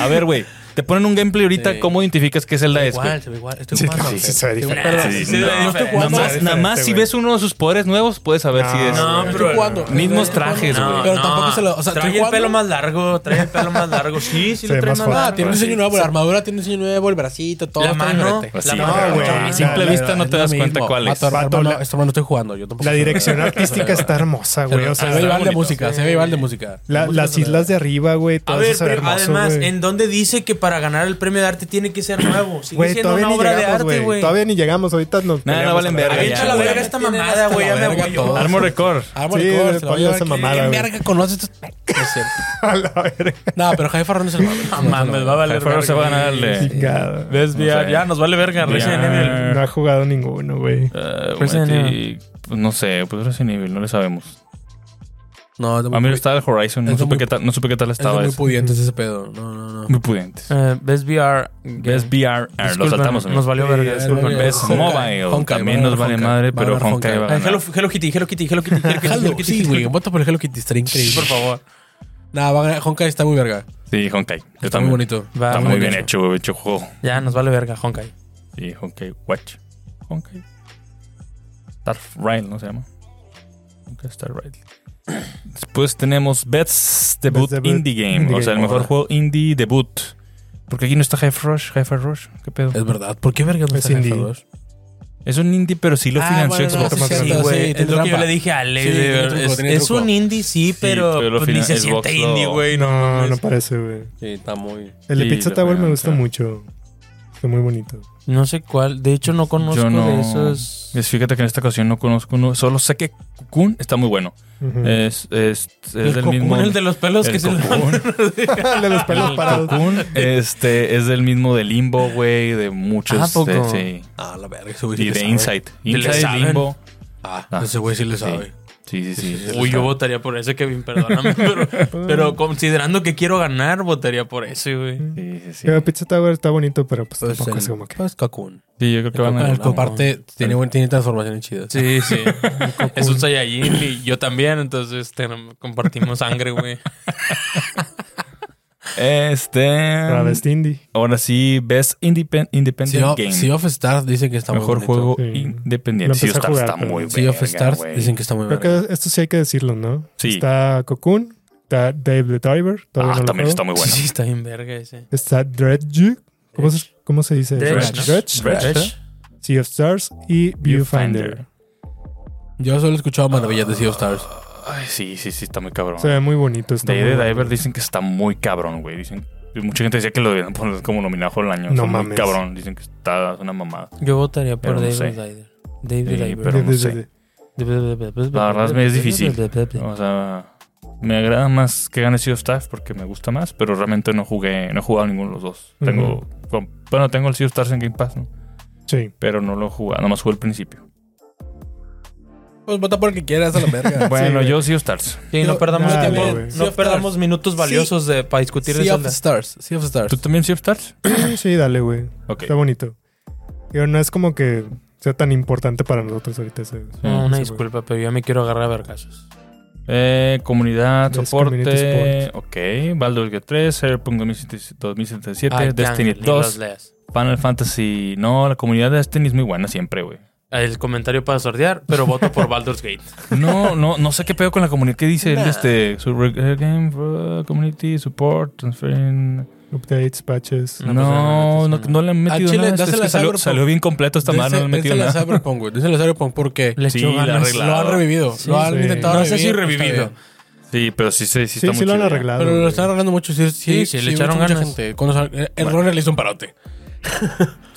Speaker 3: a ver, güey. Te ponen un gameplay ahorita,
Speaker 4: Sí.
Speaker 3: ¿cómo identificas qué Zelda es? güey?
Speaker 4: Igual, se ve igual. Estoy
Speaker 1: Sí,
Speaker 4: jugando.
Speaker 1: sí, sí, se ve
Speaker 4: Estoy
Speaker 1: diferente.
Speaker 4: jugando.
Speaker 3: Sí,
Speaker 4: Sí, se ve
Speaker 3: no.
Speaker 4: diferente,
Speaker 3: Nada
Speaker 4: güey.
Speaker 1: Vamos a ver
Speaker 3: más, nada
Speaker 1: diferente,
Speaker 3: más si
Speaker 1: güey.
Speaker 3: ves uno de sus poderes nuevos, puedes saber
Speaker 1: No,
Speaker 3: si es.
Speaker 1: no,
Speaker 3: güey.
Speaker 1: pero-
Speaker 2: Estoy jugando.
Speaker 3: Mismos
Speaker 2: Estoy jugando.
Speaker 3: trajes, güey.
Speaker 2: Pero tampoco se lo. O sea,
Speaker 4: trae
Speaker 2: estoy
Speaker 4: el
Speaker 2: jugando.
Speaker 4: pelo más largo, trae el pelo más largo. Sí, sí
Speaker 1: Se
Speaker 4: lo
Speaker 1: ve
Speaker 4: trae
Speaker 1: más
Speaker 4: más
Speaker 1: joven.
Speaker 2: Ah,
Speaker 4: largo.
Speaker 2: tiene un diseño nuevo, la armadura tiene un diseño nuevo, el bracito, todo.
Speaker 4: La
Speaker 2: está
Speaker 4: mano,
Speaker 2: diferente.
Speaker 3: Pues
Speaker 4: la
Speaker 3: sí,
Speaker 4: mano.
Speaker 1: no, güey.
Speaker 4: está
Speaker 1: A
Speaker 4: bonita.
Speaker 1: simple
Speaker 2: La-
Speaker 3: vista
Speaker 2: la-
Speaker 3: no te
Speaker 2: es lo
Speaker 3: das cuenta
Speaker 2: mismo.
Speaker 3: cuál es.
Speaker 2: Vato, hermano,
Speaker 1: Vato,
Speaker 2: no,
Speaker 1: la-
Speaker 2: esto no lo estoy jugando. Yo tampoco
Speaker 1: La
Speaker 2: sé.
Speaker 1: dirección artística está hermosa, güey. O
Speaker 2: se
Speaker 1: sea,
Speaker 2: ve igual de
Speaker 3: bonito.
Speaker 2: música, se ve igual de música.
Speaker 1: la- las islas de arriba, güey,
Speaker 4: A
Speaker 1: todo
Speaker 4: ver,
Speaker 1: eso se ve
Speaker 4: pero
Speaker 1: hermoso,
Speaker 4: además,
Speaker 1: güey.
Speaker 4: ¿en dónde dice que para ganar el premio de arte tiene que ser nuevo? Sigue
Speaker 1: Güey,
Speaker 4: siendo
Speaker 1: todavía
Speaker 4: una
Speaker 1: ni
Speaker 4: obra de
Speaker 1: llegamos,
Speaker 4: arte,
Speaker 1: güey.
Speaker 4: güey.
Speaker 1: Todavía ni llegamos, ahorita nos
Speaker 3: Nah,
Speaker 1: peleamos
Speaker 3: no valen
Speaker 1: a la
Speaker 3: verga
Speaker 4: Avienta
Speaker 3: ya,
Speaker 4: la
Speaker 3: güey.
Speaker 4: verga esta
Speaker 2: Tienen
Speaker 4: mamada,
Speaker 2: hasta
Speaker 4: güey.
Speaker 2: la
Speaker 4: Ya me
Speaker 2: verga
Speaker 4: voy
Speaker 2: todo.
Speaker 4: yo.
Speaker 3: Armor Record.
Speaker 2: Árbol
Speaker 1: Sí,
Speaker 2: de
Speaker 1: güey,
Speaker 2: Cor, se lo va a
Speaker 1: ponle
Speaker 2: llevar.
Speaker 1: esa
Speaker 2: ¿Qué
Speaker 1: mamada, güey.
Speaker 2: verga conoces? estos- No es cierto.
Speaker 1: A la verga.
Speaker 2: No, pero Javier Farrón no se lo va a llevar.
Speaker 4: Mames, va a valer
Speaker 3: Pero se va a ganar el de-
Speaker 1: Chingado.
Speaker 4: ¿Ves,
Speaker 3: VR?
Speaker 4: Ya nos vale verga. Resident
Speaker 3: Ya.
Speaker 4: Evil.
Speaker 1: No ha jugado ninguno, güey.
Speaker 3: Eh,
Speaker 4: Resident
Speaker 3: Humanity, pues, no sé, pues Resident Evil, no le sabemos.
Speaker 2: No, es de muy,
Speaker 3: A mí estaba el Horizon, no
Speaker 2: Es de
Speaker 3: supe,
Speaker 2: muy-
Speaker 3: qué tal, no supe qué tal
Speaker 2: es de muy
Speaker 3: estaba. eso.
Speaker 2: pudientes ese pedo. No, no, no.
Speaker 3: Muy pudientes.
Speaker 4: Eh, Best VR.
Speaker 3: Ves VR, ah, lo
Speaker 4: Disculpen,
Speaker 3: saltamos.
Speaker 4: Nos valió
Speaker 1: Sí,
Speaker 4: verga.
Speaker 1: es
Speaker 4: Disculpen.
Speaker 2: verga.
Speaker 3: Ves
Speaker 2: Honkai,
Speaker 3: Mobile,
Speaker 2: Honkai,
Speaker 3: también
Speaker 2: van a
Speaker 3: nos
Speaker 2: ganar
Speaker 3: vale
Speaker 2: Honkai,
Speaker 3: madre,
Speaker 2: van a
Speaker 3: pero
Speaker 2: ganar
Speaker 3: Honkai va a
Speaker 2: Honkai.
Speaker 4: Eh,
Speaker 3: ganar.
Speaker 4: Hello, Hello Kitty, Hello Kitty, Hello Kitty, Hello Kitty. Hello
Speaker 2: Halo,
Speaker 4: Kitty,
Speaker 2: sí, güey. Voto por el Hello Kitty, estaría increíble.
Speaker 4: Sí, por favor.
Speaker 2: Nada, va a ganar- Honkai está muy verga.
Speaker 3: Sí, Honkai.
Speaker 2: Está muy bonito.
Speaker 4: Va,
Speaker 3: Está
Speaker 4: muy
Speaker 3: muy
Speaker 4: bien
Speaker 3: bien hecho, güey, hecho juego.
Speaker 4: Ya nos vale verga, Honkai.
Speaker 3: Sí, Honkai Watch. Honkai. Star Rail, ¿no se llama? Honkai Star Rail. Después tenemos Best Debut
Speaker 1: Best Debut
Speaker 3: Indie Game.
Speaker 1: Indie
Speaker 3: o sea, el
Speaker 1: Game.
Speaker 3: mejor
Speaker 1: Ajá.
Speaker 3: juego indie debut. Porque aquí no está Hi-Fi Rush. Hi-Fi Rush, ¿qué pedo?
Speaker 2: Es verdad. ¿Por qué verga no
Speaker 1: Es
Speaker 2: está Javier
Speaker 1: indie.
Speaker 2: Farrón?
Speaker 3: Es un indie, pero sí lo
Speaker 2: Ah,
Speaker 3: financió
Speaker 2: bueno, no,
Speaker 3: Xbox.
Speaker 1: sí, sí,
Speaker 3: Sí, güey.
Speaker 2: cierto.
Speaker 4: Güey, es
Speaker 2: tiene
Speaker 4: lo que yo
Speaker 2: trampa.
Speaker 4: le dije a Ale.
Speaker 2: Sí,
Speaker 4: de-
Speaker 2: tiene truco,
Speaker 4: es
Speaker 2: tiene
Speaker 4: es
Speaker 2: truco.
Speaker 4: un indie, sí, pero,
Speaker 3: pero lo
Speaker 4: pues, ni
Speaker 3: final-
Speaker 4: se
Speaker 3: es
Speaker 4: siente
Speaker 3: box,
Speaker 4: indie,
Speaker 3: lo-
Speaker 4: güey.
Speaker 1: No,
Speaker 4: mames.
Speaker 1: no parece, güey.
Speaker 2: Sí, está muy.
Speaker 1: El de
Speaker 3: Sí,
Speaker 1: Pizza
Speaker 3: lo
Speaker 1: Tower me
Speaker 3: juegan,
Speaker 1: gusta
Speaker 3: claro.
Speaker 1: mucho. Está muy bonito.
Speaker 4: No sé cuál. De hecho, no conozco
Speaker 3: Yo no. Este
Speaker 4: de esos.
Speaker 3: Es- Fíjate que en esta ocasión no conozco uno. Solo sé que Cocoon está muy bueno.
Speaker 1: Ujú.
Speaker 3: Es, es, es
Speaker 4: El
Speaker 3: del
Speaker 4: Cocoon,
Speaker 3: mismo.
Speaker 4: el de los pelos
Speaker 3: el
Speaker 4: que se le
Speaker 3: Cocoon.
Speaker 1: El de los pelos
Speaker 3: El
Speaker 1: parados.
Speaker 3: Cocoon, este, es del mismo de Limbo, güey, de muchos.
Speaker 4: ¿A poco?
Speaker 3: de- sí.
Speaker 2: Ah, la verga. Ese güey sí
Speaker 3: Y
Speaker 2: le
Speaker 3: de
Speaker 2: sabe.
Speaker 3: Insight.
Speaker 4: ¿Y le
Speaker 3: Inside,
Speaker 4: saben?
Speaker 3: Limbo.
Speaker 2: Ah,
Speaker 3: Ah.
Speaker 2: ese güey sí le sabe.
Speaker 3: Sí, sí, sí.
Speaker 2: sí, sí.
Speaker 4: Uy, yo votaría por ese, Kevin, perdóname. pero, pero considerando que quiero ganar, votaría por ese, güey.
Speaker 3: Sí, sí, sí.
Speaker 1: El de Pizza Tower está bonito, pero pues
Speaker 2: Pues,
Speaker 1: tampoco
Speaker 2: el-
Speaker 1: es como que.
Speaker 2: pues Cocoon.
Speaker 3: Sí, yo creo que van a
Speaker 2: El
Speaker 3: ganar.
Speaker 2: Aparte, tiene, buen- tiene transformaciones chidas.
Speaker 4: Sí, sí. es un Saiyajin y yo también, entonces ten- compartimos sangre, güey.
Speaker 3: Este.
Speaker 1: Travesti Indie.
Speaker 3: Ahora sí, Best Indepen-
Speaker 2: Sea
Speaker 3: Independent
Speaker 2: of,
Speaker 3: Game.
Speaker 2: Sea of Stars dicen que está muy
Speaker 3: Mejor
Speaker 2: bonito.
Speaker 3: juego
Speaker 1: Sí.
Speaker 3: independiente.
Speaker 1: Lo empecé
Speaker 3: Sea of
Speaker 1: a
Speaker 3: Stars
Speaker 1: jugar,
Speaker 3: está
Speaker 1: pero-
Speaker 3: muy
Speaker 2: Sea of
Speaker 3: verga,
Speaker 2: Stars
Speaker 3: güey.
Speaker 2: dicen que está muy
Speaker 1: Creo
Speaker 2: verga.
Speaker 1: que esto sí hay que decirlo, ¿no?
Speaker 3: Sí.
Speaker 1: Está Cocoon, está Dave the Diver. todavía
Speaker 3: Ah,
Speaker 1: no lo
Speaker 3: también
Speaker 1: juego.
Speaker 3: está muy bueno.
Speaker 4: Sí, está bien verga ese.
Speaker 1: Está Dredge. ¿Cómo se, cómo se dice?
Speaker 4: Dredge,
Speaker 1: Dredge.
Speaker 4: ¿no?
Speaker 1: Dredge,
Speaker 3: Dredge.
Speaker 4: Dredge.
Speaker 1: Sea of Stars y Viewfinder.
Speaker 2: Yo solo he escuchado maravillas de Sea of Stars.
Speaker 3: Ay, sí, sí, sí, está muy cabrón.
Speaker 1: Se ve muy bonito. Está
Speaker 3: De ahí
Speaker 1: muy
Speaker 3: de
Speaker 1: bueno.
Speaker 3: Diver dicen que está muy cabrón, güey. Dicen. Mucha gente decía que lo debían poner como nominado el año.
Speaker 1: No
Speaker 3: Está Muy
Speaker 1: mames.
Speaker 3: cabrón. Dicen que está una mamada.
Speaker 4: Yo votaría por
Speaker 3: Pero no
Speaker 4: David
Speaker 3: sé.
Speaker 4: Dider. David
Speaker 3: Sí,
Speaker 4: Dider.
Speaker 3: pero no
Speaker 1: Sí, sí,
Speaker 3: sé.
Speaker 1: sí.
Speaker 4: La
Speaker 3: verdad es- me es difícil. O sea, me agrada más que gane Sea of Stars porque me gusta más, pero realmente no jugué, no he jugado ninguno de los dos.
Speaker 1: Ujú.
Speaker 3: Tengo, bueno, tengo el Sea of Stars en Game Pass, ¿no?
Speaker 1: Sí.
Speaker 3: Pero no lo he jugado, nomás jugué al principio.
Speaker 2: Pues vota por el que quieras a la verga.
Speaker 3: Bueno,
Speaker 1: güey.
Speaker 3: yo Sea of Stars.
Speaker 4: Sí, no
Speaker 2: Yo-
Speaker 4: perdamos
Speaker 1: Dale,
Speaker 4: tiempo.
Speaker 1: güey.
Speaker 2: Sea
Speaker 4: No
Speaker 2: of
Speaker 4: perdamos
Speaker 2: Stars.
Speaker 4: minutos
Speaker 2: Sí.
Speaker 4: valiosos de, para discutir de
Speaker 2: Sea of
Speaker 4: Zelda.
Speaker 2: Stars. Sea of Stars.
Speaker 3: ¿Tú también Sea of Stars?
Speaker 1: Sí, dale, güey.
Speaker 3: Ok.
Speaker 1: Está bonito. Pero no es como que sea tan importante para nosotros ahorita. Ese,
Speaker 4: No, una
Speaker 1: Sí,
Speaker 4: disculpa, pero yo me quiero agarrar a vergazos.
Speaker 3: Eh, comunidad,
Speaker 1: Best
Speaker 3: soporte.
Speaker 1: Community
Speaker 3: Ok. Baldur's Gate 3, Cyberpunk 2077,
Speaker 4: Ay,
Speaker 3: Destiny
Speaker 4: Yang, ni los
Speaker 3: 2,
Speaker 4: leas.
Speaker 3: Final Fantasy. No, la comunidad de Destiny es muy buena siempre, güey.
Speaker 4: El comentario para sortear, pero voto por Baldur's Gate.
Speaker 3: No, no, no sé qué pedo con la comunidad. ¿Qué dice
Speaker 4: Nah.
Speaker 3: el este? Su- eh, Game uh, Community Support Transferring.
Speaker 1: Updates, patches.
Speaker 4: No,
Speaker 3: No,
Speaker 4: pues,
Speaker 3: no,
Speaker 4: no,
Speaker 3: no,
Speaker 4: no.
Speaker 3: le han
Speaker 2: A
Speaker 3: metido
Speaker 2: Chile,
Speaker 3: nada. Es- Es,
Speaker 2: dásela
Speaker 3: que
Speaker 2: a
Speaker 3: salió,
Speaker 2: Cyberpunk.
Speaker 3: salió bien completo esta madre, no le han metido
Speaker 2: Dísela a
Speaker 3: nada.
Speaker 2: Cyberpunk, güey. Dísela a Cyberpunk porque
Speaker 4: Le
Speaker 3: Sí,
Speaker 4: echó
Speaker 3: la
Speaker 4: ganas.
Speaker 3: arregla.
Speaker 2: lo han revivido.
Speaker 1: Sí,
Speaker 2: lo han
Speaker 1: sí.
Speaker 2: intentado
Speaker 4: No sé si
Speaker 2: revivir, está
Speaker 4: revivido.
Speaker 2: bien.
Speaker 3: Sí, pero sí, sí, sí,
Speaker 1: Sí,
Speaker 3: está
Speaker 1: sí
Speaker 3: muy
Speaker 1: lo han
Speaker 3: chida.
Speaker 1: arreglado.
Speaker 2: Pero lo
Speaker 1: güey.
Speaker 2: están arreglando mucho. Sí, sí,
Speaker 4: sí, le
Speaker 2: mucha-
Speaker 4: echaron
Speaker 2: mucha
Speaker 4: ganas.
Speaker 2: eh, gente. Cuando sal- El el Runner le hizo un parote.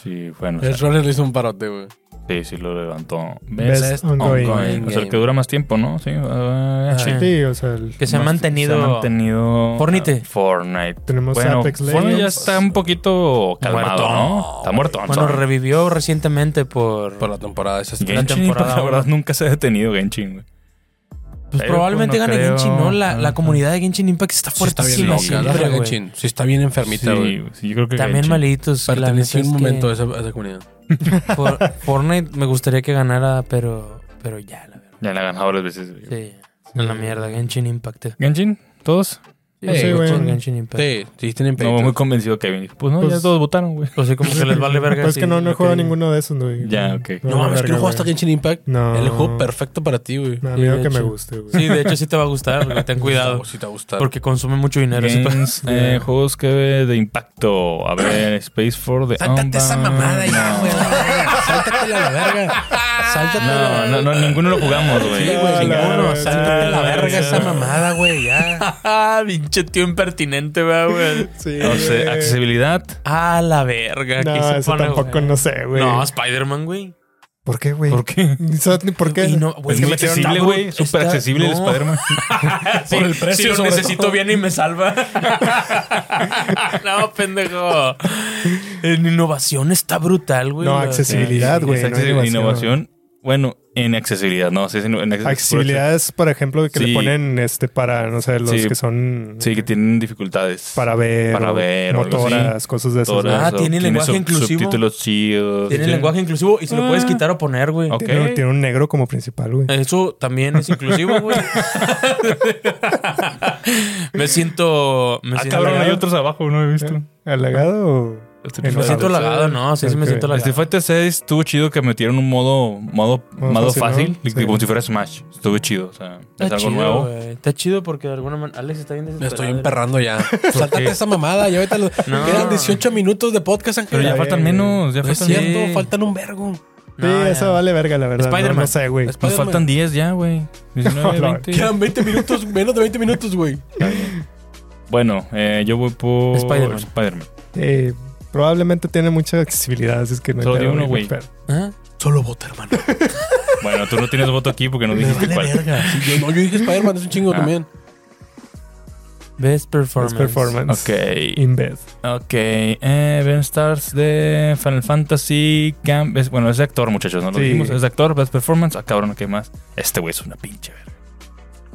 Speaker 3: Sí, bueno. o sea,
Speaker 2: El Runner le hizo un parote, güey.
Speaker 3: Sí, sí lo levantó.
Speaker 1: Best
Speaker 2: Best
Speaker 1: ongoing.
Speaker 3: Ongoing. O sea, el que dura más tiempo, ¿no? Sí. ah,
Speaker 4: Sí.
Speaker 1: Sí, o sea, el-
Speaker 4: Que se ha
Speaker 3: Más-
Speaker 4: mantenido.
Speaker 3: se ha mantenido-
Speaker 4: Fortnite.
Speaker 3: Ah, Fortnite.
Speaker 1: Tenemos
Speaker 3: bueno,
Speaker 1: Apex
Speaker 3: Fortnite ya
Speaker 1: Legends.
Speaker 3: está un poquito calmado,
Speaker 4: Muerto.
Speaker 3: ¿no? Está muerto.
Speaker 4: Bueno, revivió recientemente por.
Speaker 2: por la temporada de esas tres.
Speaker 4: Genshin.
Speaker 3: Genshin,
Speaker 4: temporada
Speaker 3: la verdad,
Speaker 4: ahora.
Speaker 3: nunca se ha detenido Genshin, güey.
Speaker 4: pues
Speaker 3: Pero,
Speaker 4: probablemente
Speaker 3: pues, no
Speaker 4: gane
Speaker 3: creo.
Speaker 4: Genshin, ¿no? La, la
Speaker 3: Ah.
Speaker 4: comunidad de Genshin Impact está
Speaker 2: Sí, está bien
Speaker 4: fuertísima
Speaker 2: loca.
Speaker 3: sí,
Speaker 2: la
Speaker 4: siempre, güey.
Speaker 2: Genshin. Sí, está bien enfermita,
Speaker 3: Sí,
Speaker 2: güey.
Speaker 3: güey, sí, yo creo que
Speaker 4: También
Speaker 3: Genshin.
Speaker 4: malitos. la
Speaker 2: Pertenecí
Speaker 4: neta
Speaker 2: un
Speaker 4: es
Speaker 2: momento a
Speaker 4: que
Speaker 2: esa, a esa comunidad.
Speaker 4: For- Fortnite me gustaría que ganara, pero, pero ya, la verdad.
Speaker 3: Ya la ha ganado varias veces. güey.
Speaker 4: Sí. En la mierda, Genshin Impact. eh.
Speaker 3: ¿Genshin? ¿Todos?
Speaker 1: Sí,
Speaker 4: Sí,
Speaker 1: güey.
Speaker 4: por Genshin Impact.
Speaker 2: Sí, sí, tienen
Speaker 3: No,
Speaker 2: pedidos.
Speaker 3: muy convencido Kevin. Dijo, Pues no,
Speaker 1: Pues-
Speaker 3: ya todos votaron, güey.
Speaker 4: O sea, como que les vale verga.
Speaker 1: Pues
Speaker 4: si
Speaker 1: que no, no
Speaker 4: lo
Speaker 1: juego a
Speaker 4: que-
Speaker 1: ninguno de esos, güey.
Speaker 3: Ya, ok.
Speaker 2: No mames, que no jugaste
Speaker 1: güey.
Speaker 2: Genshin Impact.
Speaker 1: No.
Speaker 2: El juego perfecto para ti, güey.
Speaker 1: Me da
Speaker 4: Sí,
Speaker 1: miedo
Speaker 4: de
Speaker 1: que me
Speaker 4: hecho.
Speaker 1: guste, güey.
Speaker 4: Sí, de hecho sí te va a gustar, güey. Ten cuidado.
Speaker 2: Si te va a gustar.
Speaker 4: Porque consume mucho dinero. ese pedo.
Speaker 3: Games, eh, juegos que de impacto. A ver, Space for the
Speaker 2: Sáltate esa
Speaker 3: Unbound.
Speaker 2: mamada ya,
Speaker 3: No.
Speaker 2: güey. Sáltate la verga. Sáltate
Speaker 3: No,
Speaker 2: la
Speaker 3: no, no, ninguno lo jugamos,
Speaker 2: Sí,
Speaker 3: güey.
Speaker 2: güey,
Speaker 1: No,
Speaker 2: ninguno.
Speaker 1: no,
Speaker 2: Sáltate
Speaker 1: no,
Speaker 2: la
Speaker 1: no,
Speaker 2: verga
Speaker 1: no.
Speaker 2: esa mamada, güey, ya.
Speaker 1: eh.
Speaker 4: Ah, pinche tío impertinente, va, güey.
Speaker 1: Sí,
Speaker 3: No sé,
Speaker 1: güey.
Speaker 3: accesibilidad.
Speaker 4: Ah, la verga. ¿qué
Speaker 1: No,
Speaker 4: se
Speaker 1: eso
Speaker 4: pone,
Speaker 1: tampoco
Speaker 4: güey?
Speaker 1: no sé, güey.
Speaker 4: No, Spider-Man, güey.
Speaker 1: ¿Por qué, güey?
Speaker 3: ¿Por qué?
Speaker 1: Ni sabes ni por qué.
Speaker 4: Y no, güey,
Speaker 3: Es muy
Speaker 4: me quedo-
Speaker 3: accesible,
Speaker 4: está
Speaker 3: güey.
Speaker 4: bru-
Speaker 3: Súper
Speaker 4: está-
Speaker 3: accesible el
Speaker 4: no.
Speaker 3: Spider-Man.
Speaker 4: Sí,
Speaker 2: Por el precio,
Speaker 4: Si lo
Speaker 2: sobre
Speaker 4: necesito
Speaker 2: todo.
Speaker 4: viene y me salva. no, pendejo. En innovación está brutal, güey.
Speaker 1: No,
Speaker 4: la-
Speaker 1: accesibilidad,
Speaker 3: Sí,
Speaker 1: güey.
Speaker 3: es
Speaker 1: no
Speaker 3: accesible-
Speaker 1: innovación.
Speaker 3: innovación. Bueno, en accesibilidad, no. Sí, es en, en acces-
Speaker 1: Accesibilidades, por ejemplo, que
Speaker 3: Sí.
Speaker 1: le ponen este para, no sé, los
Speaker 3: Sí.
Speaker 1: que son
Speaker 3: Sí, que tienen dificultades.
Speaker 1: para ver, o
Speaker 3: Para ver, o algo
Speaker 1: motoras,
Speaker 3: así.
Speaker 1: cosas de esas.
Speaker 3: Todas,
Speaker 1: güey.
Speaker 4: Ah,
Speaker 3: o
Speaker 4: tiene lenguaje
Speaker 3: sub-
Speaker 4: inclusivo.
Speaker 3: Subtítulos chidos.
Speaker 4: Tiene
Speaker 3: Sí.
Speaker 4: lenguaje inclusivo y se lo
Speaker 1: Ah.
Speaker 4: puedes quitar o poner, güey.
Speaker 3: Ok.
Speaker 1: Tiene, tiene un negro como principal, güey.
Speaker 4: Eso también es inclusivo, güey. me siento. Me
Speaker 3: Ah,
Speaker 4: siento,
Speaker 3: cabrón, hay
Speaker 4: halagado.
Speaker 3: otros abajo, no he visto.
Speaker 1: ¿Halagado o...?
Speaker 3: Estoy
Speaker 1: enojado?
Speaker 4: Me siento halagado, no. Sí, sí, me
Speaker 1: Ok.
Speaker 4: siento halagado.
Speaker 3: Street Fighter 6 estuvo chido que metieron un modo, modo,
Speaker 1: Modo
Speaker 3: modo
Speaker 1: fácil,
Speaker 3: fácil,
Speaker 1: ¿no? Sí.
Speaker 3: como si fuera Smash. Estuvo chido, o sea, es algo nuevo.
Speaker 4: güey. Está chido porque de alguna manera. Alex está bien
Speaker 2: Me
Speaker 4: desesperado.
Speaker 2: estoy emperrando ya. Sáltate esa mamada. Ya ahorita lo-
Speaker 4: No.
Speaker 2: quedan 18 minutos de podcast, Ángel.
Speaker 3: Pero ya
Speaker 1: Está
Speaker 3: faltan
Speaker 1: bien,
Speaker 3: menos, ya
Speaker 2: No es
Speaker 3: faltan,
Speaker 4: cierto.
Speaker 2: cierto,
Speaker 4: Sí.
Speaker 2: faltan un vergo.
Speaker 1: Sí,
Speaker 4: No, ya.
Speaker 1: eso vale verga, la verdad. No,
Speaker 4: Spider-Man.
Speaker 1: no sé, güey.
Speaker 3: nos
Speaker 2: Spider-Man.
Speaker 3: faltan 10 ya, güey. 19,
Speaker 1: No,
Speaker 3: 20.
Speaker 2: Quedan 20 minutos, menos de 20 minutos, güey.
Speaker 3: Está bien. Bueno, eh, yo voy por
Speaker 4: Spider-Man.
Speaker 3: Spider-Man.
Speaker 1: Eh, probablemente tiene mucha accesibilidad, así es que no hay
Speaker 3: Solo di
Speaker 1: pedo,
Speaker 3: uno, güey.
Speaker 1: pero-
Speaker 4: ¿Ah?
Speaker 2: Solo vota, hermano.
Speaker 3: Bueno, tú no tienes voto aquí porque no
Speaker 2: Me
Speaker 3: dijiste
Speaker 2: vale
Speaker 3: cuál.
Speaker 2: verga. Sí, yo, no, yo dije Spider-Man, es un chingo
Speaker 3: Ah.
Speaker 2: también.
Speaker 4: Best performance.
Speaker 1: Es performance.
Speaker 3: Ok,
Speaker 1: In bed.
Speaker 3: ok. Eh, ben Stars de Final Fantasy Camp. es- bueno, es de actor, muchachos, ¿no? Lo
Speaker 1: Sí.
Speaker 3: dijimos. Es de actor, Best Performance. Ah, cabrón, ¿qué más? Este güey es una pinche verga.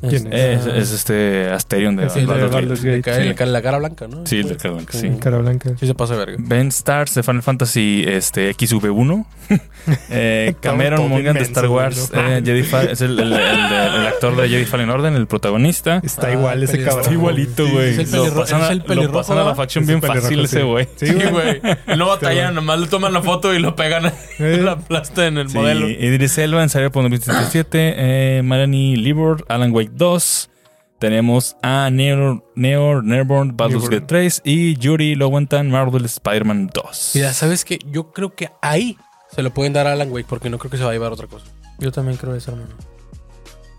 Speaker 1: ¿Quién
Speaker 4: Este,
Speaker 3: Es, es este Asterion de
Speaker 1: Es el de
Speaker 3: Baldur's Gate.
Speaker 1: Baldur's
Speaker 2: Le
Speaker 1: Gate.
Speaker 2: cae,
Speaker 3: Sí.
Speaker 2: le cae la cara blanca, ¿no?
Speaker 3: Sí, el de Carlanc, sí.
Speaker 1: Sí. Cara blanca.
Speaker 2: Sí se pasa de verga.
Speaker 3: Ben Stars de Final Fantasy este, XV1. Eh,
Speaker 1: Todo
Speaker 3: Cameron Morgan de
Speaker 1: inmenso,
Speaker 3: Star Wars.
Speaker 1: güey, ¿no?
Speaker 3: eh, Jedi Fa- es el, el- el- el actor de Jedi Fallen Order, el protagonista.
Speaker 1: Está
Speaker 2: Ah,
Speaker 1: igual ese
Speaker 2: pero
Speaker 1: cabrón.
Speaker 2: está
Speaker 3: Igualito, güey.
Speaker 2: Es el
Speaker 3: Lo
Speaker 2: pelirro-
Speaker 3: pasan a-
Speaker 2: es el pelirrojo,
Speaker 3: Lo pasan a la
Speaker 2: ¿verdad?
Speaker 3: faction
Speaker 1: Es
Speaker 3: bien
Speaker 1: el pelirrojo,
Speaker 3: fácil ese
Speaker 1: sí.
Speaker 3: güey.
Speaker 1: Sí,
Speaker 4: Sí,
Speaker 1: güey.
Speaker 4: güey. No batallan, nomás le toman la foto y lo pegan en la plasta en el
Speaker 3: Sí,
Speaker 4: modelo.
Speaker 3: Idris Elba en Cyberpunk 2077. Eh, Melanie Libor, Alan Wake 2. Tenemos a Neo, Neo Nearborn, Baldur's
Speaker 1: Nearborn.
Speaker 3: Gate 3 y Yuri Lowenthal, Marvel Spider-Man 2.
Speaker 2: Mira, ¿sabes qué? Yo creo que ahí se lo pueden dar a Alan Wake porque no creo que se va a llevar otra cosa.
Speaker 4: Yo también creo eso, hermano.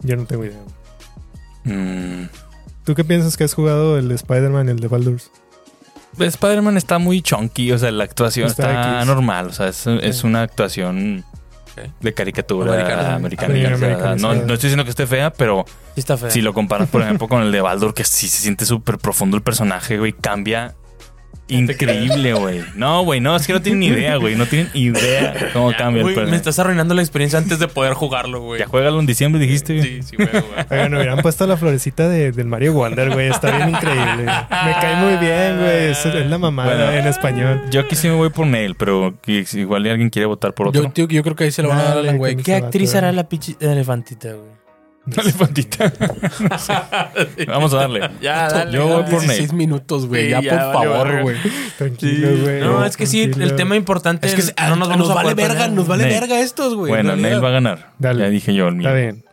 Speaker 1: Yo no tengo idea.
Speaker 3: Mm.
Speaker 1: ¿Tú qué piensas que has jugado el de Spider-Man y el de Baldur's?
Speaker 3: Spider-Man está muy chunky, o sea, la actuación está,
Speaker 1: Está X.
Speaker 3: normal, o sea, es, es una actuación
Speaker 2: Ok.
Speaker 3: de caricatura americana.
Speaker 2: Americana.
Speaker 1: Americana,
Speaker 3: o sea,
Speaker 1: americanizada.
Speaker 3: no, no estoy diciendo que esté fea, pero
Speaker 4: Sí está feo.
Speaker 3: si lo comparas, por ejemplo, con el de Baldur, que sí se siente súper profundo el personaje, güey, cambia increíble, güey. No, güey, no, es que no tienen ni idea, güey, no tienen idea cómo cambia el
Speaker 4: Güey, me
Speaker 3: personaje.
Speaker 4: estás arruinando la experiencia antes de poder jugarlo, güey.
Speaker 3: Ya juégalo en diciembre, dijiste.
Speaker 4: Sí, sí, güey, güey.
Speaker 1: Oigan, hubieran puesto la florecita de- del Mario Wonder, güey. Está bien increíble. Me cae muy bien, güey. Es, es la mamada
Speaker 3: Bueno.
Speaker 1: en español.
Speaker 3: Yo aquí sí me voy por Nail, pero que- si igual alguien quiere votar por otro.
Speaker 2: Yo, tío, yo creo que ahí se lo van a dar a
Speaker 1: Dale,
Speaker 2: Alan
Speaker 1: que
Speaker 2: Wake.
Speaker 1: me-
Speaker 4: ¿Qué actriz
Speaker 1: vato,
Speaker 4: hará
Speaker 1: güey.
Speaker 4: la pinche elefantita, güey?
Speaker 3: Elefantita. Vamos a darle.
Speaker 4: Ya, dale.
Speaker 3: Yo voy por Nail.
Speaker 2: 16 minutos, güey.
Speaker 4: Sí,
Speaker 2: ya,
Speaker 4: ya,
Speaker 2: por
Speaker 4: vale,
Speaker 2: favor,
Speaker 4: verga.
Speaker 2: güey.
Speaker 1: Tranquilo, güey.
Speaker 4: No, es que sí, el
Speaker 1: tranquilo.
Speaker 4: tema importante
Speaker 2: Es que se-
Speaker 4: no nos vamos a
Speaker 2: vale
Speaker 4: poder
Speaker 2: verga,
Speaker 4: poner.
Speaker 2: nos vale
Speaker 3: Nail.
Speaker 2: verga estos, güey.
Speaker 3: Bueno,
Speaker 2: En realidad.
Speaker 3: Nail va a ganar.
Speaker 1: Dale.
Speaker 3: Ya dije yo el mío.
Speaker 1: Está bien.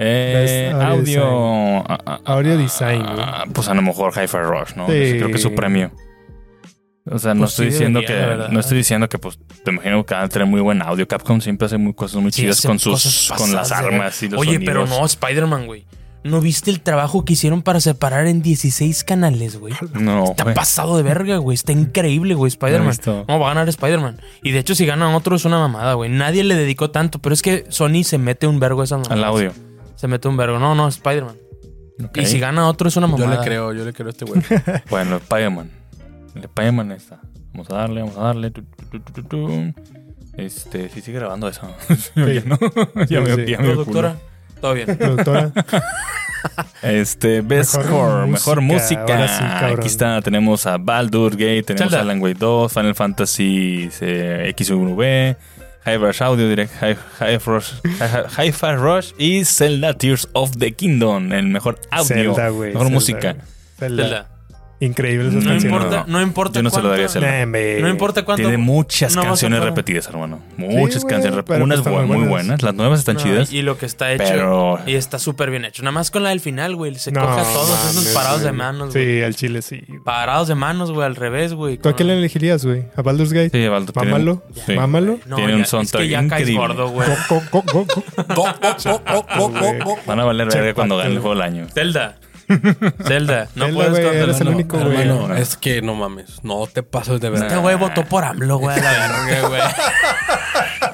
Speaker 3: Eh,
Speaker 1: Best
Speaker 3: audio.
Speaker 1: audio
Speaker 3: ah, ah, ah,
Speaker 1: Audio design,
Speaker 3: ah, pues a lo mejor Hi-Fi Rush, ¿no?
Speaker 1: Sí.
Speaker 3: Ese Creo que es su premio. O sea, no
Speaker 4: Pues sí
Speaker 3: estoy diciendo
Speaker 4: debería, la
Speaker 3: que.
Speaker 4: verdad.
Speaker 3: No estoy diciendo que, pues, te imagino que van a tener muy buen audio. Capcom siempre hace muy, cosas muy
Speaker 4: Sí,
Speaker 3: chidas
Speaker 4: hacen
Speaker 3: con sus.
Speaker 4: cosas
Speaker 3: con las
Speaker 4: pasadas de
Speaker 3: armas y los
Speaker 4: Oye, pero
Speaker 3: sonidos.
Speaker 4: no, Spider-Man, güey. ¿No viste el trabajo que hicieron para separar en 16 canales, güey?
Speaker 3: No.
Speaker 4: Está
Speaker 3: güey.
Speaker 4: pasado de verga, güey. Está increíble, güey,
Speaker 3: No he
Speaker 4: Spider-Man.
Speaker 3: visto.
Speaker 4: No, va a ganar Spider-Man. Y de hecho, si ganan otro, es una mamada, güey. Nadie le dedicó tanto, pero es que Sony se mete un vergo a esa mamada.
Speaker 3: Al audio.
Speaker 4: Se mete un vergo. No, no, Spider-Man.
Speaker 3: Ok.
Speaker 4: Y si gana otro, es una
Speaker 2: Yo
Speaker 4: mamada.
Speaker 2: le creo, yo le creo a este güey.
Speaker 3: Bueno, el Spider-Man. El Spider-Man está. Vamos a darle, vamos a darle. Tu, tu, tu, tu, tu, tu. Este, sí sigue grabando eso. Ya no. Ya me
Speaker 1: Sí, sí.
Speaker 3: ya me dio culo.
Speaker 4: Productora, todo bien.
Speaker 1: Productora.
Speaker 3: Este, Best
Speaker 1: Mejor
Speaker 3: Score, mejor
Speaker 1: música,
Speaker 3: música.
Speaker 1: ahora sí, cabrón.
Speaker 3: Aquí está, tenemos a Baldur Gate, tenemos
Speaker 4: Zelda.
Speaker 3: Alan Wake 2, Final Fantasy eh, X1V, Hi-Rush Audio Direct, Hi-Fi Rush, Hi- Hi- Hi-Fi Rush y Zelda Tears of the Kingdom, el mejor audio,
Speaker 1: Zelda, güey.
Speaker 3: mejor
Speaker 1: Zelda.
Speaker 3: música.
Speaker 1: Zelda.
Speaker 4: Zelda.
Speaker 1: Increíble esas
Speaker 4: No
Speaker 1: canciones.
Speaker 4: importa, no importa.
Speaker 3: Yo no se lo daría a
Speaker 4: cuánto-
Speaker 3: Zelda.
Speaker 1: Nah, me-
Speaker 4: No importa cuánto.
Speaker 3: Tiene muchas
Speaker 4: no vas a
Speaker 3: canciones
Speaker 4: parar.
Speaker 3: repetidas, hermano. Muchas
Speaker 1: güey,
Speaker 3: canciones
Speaker 1: pero
Speaker 3: repetidas. Unas
Speaker 1: están
Speaker 3: bu-
Speaker 1: muy
Speaker 3: muy
Speaker 1: buenas.
Speaker 3: buenas, las nuevas están
Speaker 4: No,
Speaker 3: chidas.
Speaker 4: Y lo que está hecho.
Speaker 3: Pero-
Speaker 4: Y está súper bien hecho. Nada más con la del final, güey. Se
Speaker 1: No,
Speaker 4: coja todos
Speaker 1: mames,
Speaker 4: esos parados de
Speaker 1: güey.
Speaker 4: manos, güey.
Speaker 1: Sí, al chile sí. güey.
Speaker 4: Parados de manos, güey, al revés, güey.
Speaker 1: ¿Tú a quién
Speaker 4: Con-
Speaker 1: le elegirías, güey? ¿A Baldur's Gate?
Speaker 3: Sí, Baldur, tiene-
Speaker 1: Mámalo.
Speaker 3: sí.
Speaker 1: Mámalo.
Speaker 4: No,
Speaker 3: Tiene
Speaker 4: ya-
Speaker 3: un
Speaker 4: es
Speaker 3: soundtrack
Speaker 4: que ya caes
Speaker 3: increíble.
Speaker 4: gordo, güey.
Speaker 1: Co, co, co, co.
Speaker 2: Oh,
Speaker 3: Van a valer verga cuando gane el
Speaker 1: pato.
Speaker 3: juego del año.
Speaker 4: Zelda. Zelda. No
Speaker 1: Zelda,
Speaker 4: puedes
Speaker 1: güey,
Speaker 4: contra-
Speaker 1: eres el
Speaker 4: no.
Speaker 1: único, güey.
Speaker 2: Hermano, es que no mames, no te pases de
Speaker 4: Este
Speaker 2: verdad.
Speaker 4: güey votó por AMLO, güey, a la verga, güey.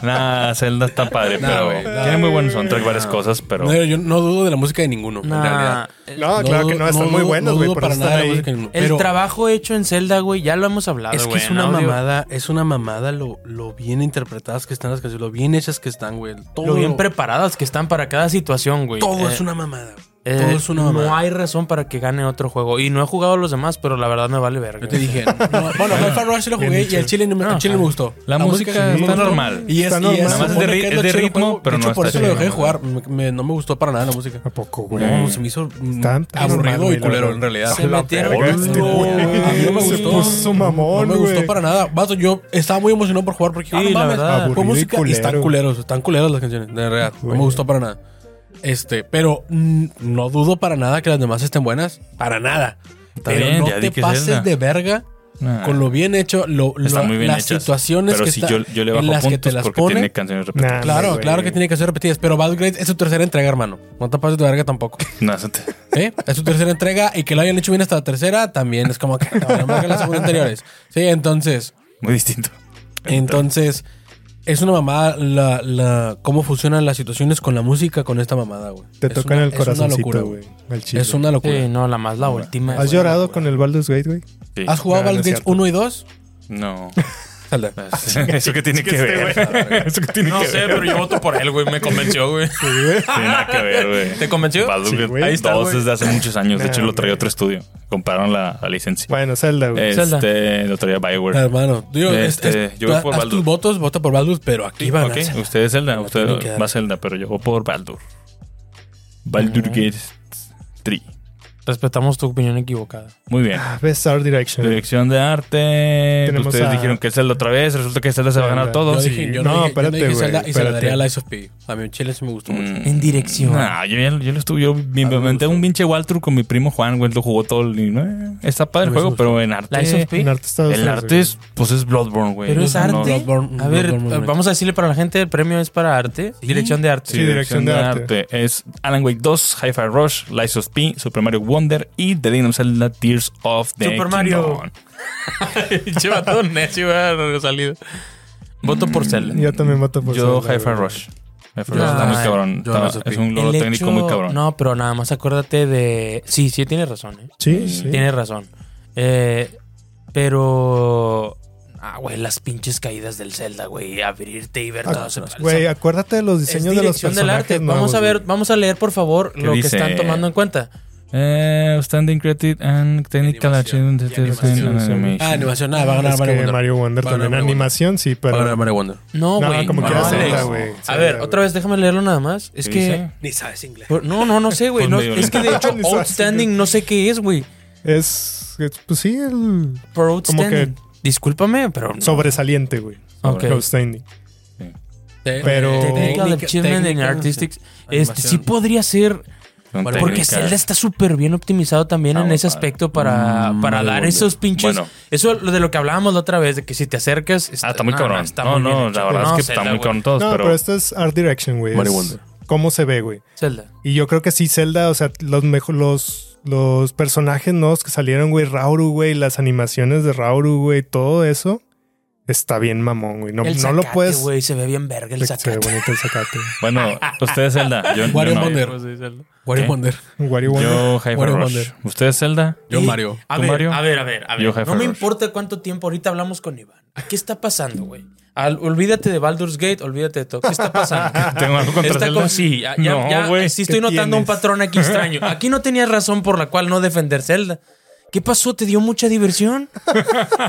Speaker 3: Nah, Zelda está padre,
Speaker 2: Nah,
Speaker 3: pero
Speaker 2: güey, nah.
Speaker 3: tiene muy buen soundtrack, varias cosas, pero.
Speaker 2: No, yo no dudo de la música de ninguno, en
Speaker 4: Nah.
Speaker 2: realidad.
Speaker 1: No, claro que no,
Speaker 2: dudo-
Speaker 1: están muy
Speaker 2: dudo-
Speaker 1: buenas,
Speaker 2: no
Speaker 1: güey.
Speaker 2: dudo
Speaker 1: por eso
Speaker 2: para
Speaker 1: están
Speaker 2: nada de la
Speaker 1: ahí.
Speaker 2: música de ninguno.
Speaker 4: El
Speaker 2: Pero
Speaker 4: trabajo hecho en Zelda, güey, ya lo hemos hablado,
Speaker 2: Es que
Speaker 4: güey,
Speaker 2: es
Speaker 4: en
Speaker 2: una
Speaker 4: audio.
Speaker 2: mamada, es una mamada lo, lo bien interpretadas que están las canciones, lo bien hechas que están, güey. Todo,
Speaker 4: Lo bien preparadas que están para cada situación, güey.
Speaker 2: todo
Speaker 4: Eh,
Speaker 2: es una mamada. güey.
Speaker 4: eh,
Speaker 2: todo es una mamada.
Speaker 4: No hay razón para que gane otro juego. Y no he jugado los demás, pero la verdad me vale verga.
Speaker 2: Yo te dije, no, bueno, Hi-Fi Rush sí lo jugué y el chile, no me- el chile me gustó.
Speaker 3: La música
Speaker 2: sí
Speaker 3: está
Speaker 2: me gustó.
Speaker 3: normal.
Speaker 2: Y es,
Speaker 1: Está
Speaker 2: y
Speaker 1: normal.
Speaker 2: es,
Speaker 1: Nada más
Speaker 3: es de
Speaker 2: supone
Speaker 3: ri-
Speaker 2: que
Speaker 3: es de
Speaker 2: chido del
Speaker 3: ritmo,
Speaker 2: juego.
Speaker 3: pero
Speaker 2: De
Speaker 3: no
Speaker 2: hecho, por
Speaker 3: está
Speaker 2: eso lo
Speaker 3: chido.
Speaker 2: dejé de jugar. Me- me- no me gustó para nada la música.
Speaker 1: ¿A poco, güey?
Speaker 2: No, se me hizo mm,
Speaker 1: Tan- tan
Speaker 2: aburrido
Speaker 1: normal,
Speaker 2: y
Speaker 1: güey,
Speaker 2: culero
Speaker 1: la
Speaker 2: en
Speaker 1: verdad.
Speaker 2: realidad.
Speaker 4: Se metieron
Speaker 1: verga, este
Speaker 4: No,
Speaker 1: güey.
Speaker 2: a mí no me
Speaker 1: Se
Speaker 2: gustó.
Speaker 1: puso mamón,
Speaker 2: no me gustó
Speaker 1: güey.
Speaker 2: para nada. Vato, yo estaba muy emocionado por jugar porque ah,
Speaker 4: la
Speaker 2: no mames,
Speaker 4: verdad.
Speaker 2: fue
Speaker 1: Aburrido y
Speaker 2: música y, están
Speaker 1: culero.
Speaker 2: culeros, están culeras las canciones, de verdad. No
Speaker 1: Güey.
Speaker 2: me gustó para nada. Este, pero mm, no dudo para nada que las demás estén buenas, para nada. pero
Speaker 3: bien,
Speaker 2: no
Speaker 3: ya di
Speaker 2: te
Speaker 3: que
Speaker 2: pases
Speaker 3: Zelda.
Speaker 2: de verga
Speaker 3: Nah.
Speaker 2: con lo bien hecho, lo, lo-
Speaker 3: Están muy bien
Speaker 2: las
Speaker 3: hechas.
Speaker 2: situaciones
Speaker 3: pero
Speaker 2: que
Speaker 3: si
Speaker 2: está-
Speaker 3: yo, yo le
Speaker 2: en
Speaker 3: bajo
Speaker 2: las que te
Speaker 3: puntos
Speaker 2: las
Speaker 3: porque
Speaker 2: pone.
Speaker 3: tiene canciones repetidas.
Speaker 1: Nah,
Speaker 2: Claro,
Speaker 1: güey.
Speaker 2: claro que tiene que ser repetidas, pero Bad Grades es su tercera entrega, hermano. No te pases de verga tampoco.
Speaker 3: Nah, se te-
Speaker 2: ¿Sí? Es su tercera entrega y que lo hayan hecho bien hasta la tercera también es como que te valió más que las segundas anteriores. Sí, entonces,
Speaker 3: muy distinto.
Speaker 2: entonces es una mamada la, la- cómo funcionan las situaciones con la música con esta mamada, güey.
Speaker 1: Te
Speaker 2: Es
Speaker 1: tocan
Speaker 2: una-
Speaker 1: el
Speaker 2: es una locura,
Speaker 1: corazoncito, güey. Al chile.
Speaker 2: Es una locura.
Speaker 4: Sí, no, la más la última.
Speaker 1: ¿Has
Speaker 4: güey.
Speaker 1: llorado con el Baldur's Gate, güey?
Speaker 3: Sí.
Speaker 2: ¿Has jugado
Speaker 1: Ah, No, no es
Speaker 2: Baldur's Gate
Speaker 1: cierto.
Speaker 2: 1 y 2?
Speaker 3: No.
Speaker 2: Salda.
Speaker 3: Eso que tiene
Speaker 1: este
Speaker 3: que ver. Eso que tiene
Speaker 4: No
Speaker 3: que
Speaker 4: sé,
Speaker 3: ver.
Speaker 4: pero yo voto por él, güey. Me convenció, güey.
Speaker 3: Tiene nada que ver, güey.
Speaker 4: ¿Te convenció?
Speaker 3: Baldur's
Speaker 1: Sí,
Speaker 3: Gate
Speaker 1: güey.
Speaker 3: Ahí
Speaker 1: Ahí está,
Speaker 3: dos
Speaker 1: güey.
Speaker 3: desde hace muchos años. De
Speaker 1: Nah,
Speaker 3: hecho, lo traía
Speaker 1: güey.
Speaker 3: otro estudio. Compraron la, la licencia.
Speaker 1: Bueno, Zelda, Ah, güey.
Speaker 3: Este, lo traía Bioware.
Speaker 2: Hermano, digo, es-
Speaker 3: Este,
Speaker 2: es-
Speaker 3: yo voy
Speaker 2: haz
Speaker 3: por
Speaker 2: tus
Speaker 3: Baldur.
Speaker 2: votos, vota por Baldur's, pero aquí van a
Speaker 3: Ok, usted es Zelda. Usted
Speaker 2: tienen que dar.
Speaker 3: va a Zelda, pero yo voy por Baldur.
Speaker 1: Ah.
Speaker 3: Baldur Gate 3.
Speaker 4: Respetamos tu opinión equivocada.
Speaker 3: Muy bien.
Speaker 1: Ah, Best Art Direction.
Speaker 3: Dirección de arte. pues,
Speaker 1: Tenemos
Speaker 3: Ustedes
Speaker 1: a-
Speaker 3: dijeron que Zelda otra vez. Resulta que Zelda se va a ganar
Speaker 1: Zelda.
Speaker 3: todo.
Speaker 2: Yo
Speaker 1: Sí.
Speaker 2: dije, yo
Speaker 1: No,
Speaker 2: no, dije,
Speaker 1: espérate,
Speaker 2: yo no dije
Speaker 1: güey,
Speaker 2: Zelda y se la
Speaker 1: espérate.
Speaker 2: daría a Lies of P. A mí en Chile sí me gustó mucho.
Speaker 3: Mm.
Speaker 4: En dirección.
Speaker 3: Nah, yo, ya- yo lo estuve, yo me
Speaker 2: Ah, me
Speaker 3: inventé
Speaker 2: gustó.
Speaker 3: un pinche Waltru con mi primo Juan, güey, lo jugó todo. el- y, eh, está padre el
Speaker 2: Me
Speaker 3: juego,
Speaker 2: gustó.
Speaker 3: pero en arte.
Speaker 4: Lies of P.
Speaker 1: En arte Estados
Speaker 3: El
Speaker 1: Unidos,
Speaker 3: arte es, pues es Bloodborne, güey.
Speaker 4: Pero es
Speaker 3: No, no,
Speaker 4: arte.
Speaker 3: no.
Speaker 2: Bloodborne-
Speaker 4: a ver,
Speaker 2: Bloodborne muy
Speaker 4: eh,
Speaker 2: bueno.
Speaker 4: vamos a decirle para la gente, el premio es para arte, dirección de arte.
Speaker 3: Sí, dirección de, arte. Es Alan Wake 2, Hi-Fi Rush, Lies of P, Super Mario Wonder y The Legend of Zelda Tears of the
Speaker 4: Super Mario.
Speaker 3: Kingdom.
Speaker 4: Lleva todo necio, güey, salido. Voto por Zelda.
Speaker 1: Yo también voto por
Speaker 3: Yo
Speaker 1: Zelda,
Speaker 3: Hi-Fi
Speaker 1: güey.
Speaker 3: Rush. Hi-Fi
Speaker 4: Yo-
Speaker 3: Rush está muy cabrón.
Speaker 2: yo
Speaker 3: Está-
Speaker 2: Lies of P.
Speaker 3: es un logro
Speaker 4: El
Speaker 3: técnico
Speaker 4: hecho-
Speaker 3: muy cabrón.
Speaker 4: No, pero nada más acuérdate de. Sí, sí, tienes razón, ¿eh?
Speaker 1: Sí, sí.
Speaker 4: Tienes razón. Eh, pero. Ah, güey, las pinches caídas del Zelda, güey. Abrirte y ver
Speaker 1: Ah,
Speaker 4: todo. ese-
Speaker 1: Güey, acuérdate de los
Speaker 4: Es
Speaker 1: diseños de los
Speaker 4: dirección del
Speaker 1: personajes
Speaker 4: arte. vamos
Speaker 1: nuevos,
Speaker 4: a ver,
Speaker 1: güey.
Speaker 4: vamos a leer, por favor,
Speaker 3: ¿Qué
Speaker 4: lo
Speaker 3: dice?
Speaker 4: que están tomando en cuenta.
Speaker 3: Eh, standing Creative and Technical
Speaker 2: Animación.
Speaker 3: Achievement
Speaker 2: Y animación.
Speaker 3: and Animation.
Speaker 2: Ah, animación, nada, va a ganar
Speaker 1: Es
Speaker 2: Mario
Speaker 1: que
Speaker 2: Wonder.
Speaker 1: Mario Wonder
Speaker 2: Va a ganar
Speaker 1: también.
Speaker 2: Mario Wonder.
Speaker 1: Animación, sí,
Speaker 2: Va a
Speaker 1: pero...
Speaker 2: ganar Mario Wonder.
Speaker 4: No,
Speaker 1: No,
Speaker 4: güey.
Speaker 1: como
Speaker 4: no,
Speaker 1: que
Speaker 3: era
Speaker 4: Alex.
Speaker 3: Zelda,
Speaker 1: güey.
Speaker 4: A ver,
Speaker 1: Zelda,
Speaker 4: otra
Speaker 1: güey.
Speaker 4: vez déjame leerlo nada más. Es
Speaker 3: ¿Qué
Speaker 4: que
Speaker 3: dice?
Speaker 2: Ni sabes inglés.
Speaker 4: Por- No, no, no sé, güey.
Speaker 3: Pues
Speaker 4: No,
Speaker 3: medio
Speaker 4: es que de hecho,
Speaker 1: Ni sabes,
Speaker 4: Outstanding
Speaker 1: güey.
Speaker 4: no sé qué es, güey.
Speaker 1: Es, es- Pues sí, el...
Speaker 4: Por
Speaker 1: Como que-
Speaker 4: Outstanding. Discúlpame, pero. no.
Speaker 1: Sobresaliente, güey.
Speaker 4: Ok.
Speaker 1: Outstanding. Pero-
Speaker 4: Technical
Speaker 2: Técnica-
Speaker 4: Achievement in
Speaker 2: técnica,
Speaker 4: Artistics. Este
Speaker 2: Animación.
Speaker 4: sí podría ser. Porque Zelda está súper bien optimizado también
Speaker 3: Ah,
Speaker 4: en ese
Speaker 3: bueno,
Speaker 4: aspecto para,
Speaker 3: Mm,
Speaker 4: para
Speaker 3: Mario
Speaker 4: dar
Speaker 3: Wonder.
Speaker 4: esos pinches.
Speaker 3: Bueno.
Speaker 4: Eso lo de lo que hablábamos la otra vez, de que si te acercas.
Speaker 3: Ah, está muy
Speaker 4: no,
Speaker 3: cabrón.
Speaker 4: está
Speaker 3: no,
Speaker 4: muy bien
Speaker 3: no,
Speaker 4: hecho.
Speaker 3: la verdad
Speaker 4: No,
Speaker 3: es que
Speaker 4: Zelda,
Speaker 3: está muy
Speaker 4: güey.
Speaker 3: cabrón todos,
Speaker 1: No,
Speaker 3: pero,
Speaker 1: pero esto es Art Direction, güey.
Speaker 2: Mario
Speaker 1: Es-
Speaker 2: Wonder.
Speaker 1: cómo se ve, güey.
Speaker 4: Zelda.
Speaker 1: Y yo creo que sí, Zelda, o sea, los mejo- los, los personajes nuevos que salieron, güey, Rauru, güey, las animaciones de Rauru, güey, todo eso está bien mamón, güey. No,
Speaker 4: El
Speaker 1: no lo
Speaker 4: zacate,
Speaker 1: puedes.
Speaker 4: güey, se ve bien verga el
Speaker 1: Se- se ve
Speaker 4: sacate.
Speaker 1: bonito el zacate.
Speaker 3: Bueno, usted es Zelda. Yo, yo
Speaker 2: Wario
Speaker 3: no.
Speaker 2: Wonder. Wario
Speaker 3: ¿Qué?
Speaker 2: Wonder.
Speaker 1: Wario Wonder.
Speaker 3: Yo, Jaime
Speaker 2: Wario
Speaker 3: Rush.
Speaker 2: Wonder.
Speaker 3: ¿Usted es Zelda?
Speaker 2: Yo,
Speaker 4: Y-
Speaker 2: Mario.
Speaker 4: A
Speaker 3: ¿Tú,
Speaker 4: ver,
Speaker 3: Mario?
Speaker 4: a ver, a ver, a ver.
Speaker 3: Yo, Jefe
Speaker 4: no me
Speaker 3: Rush.
Speaker 4: importa cuánto tiempo ahorita hablamos con Iván. ¿Qué está pasando, güey? Al- olvídate de Baldur's Gate, olvídate de todo. ¿Qué está pasando?
Speaker 3: ¿Tengo algo contra
Speaker 4: Esta
Speaker 3: Zelda?
Speaker 4: cosa- sí, ya, ya-
Speaker 3: No,
Speaker 4: ya-
Speaker 3: güey.
Speaker 4: sí estoy
Speaker 1: ¿Qué
Speaker 4: notando un
Speaker 1: tienes?
Speaker 4: patrón aquí extraño. Aquí no tenías razón por la cual no defender Zelda. ¿Qué pasó? ¿Te dio mucha diversión?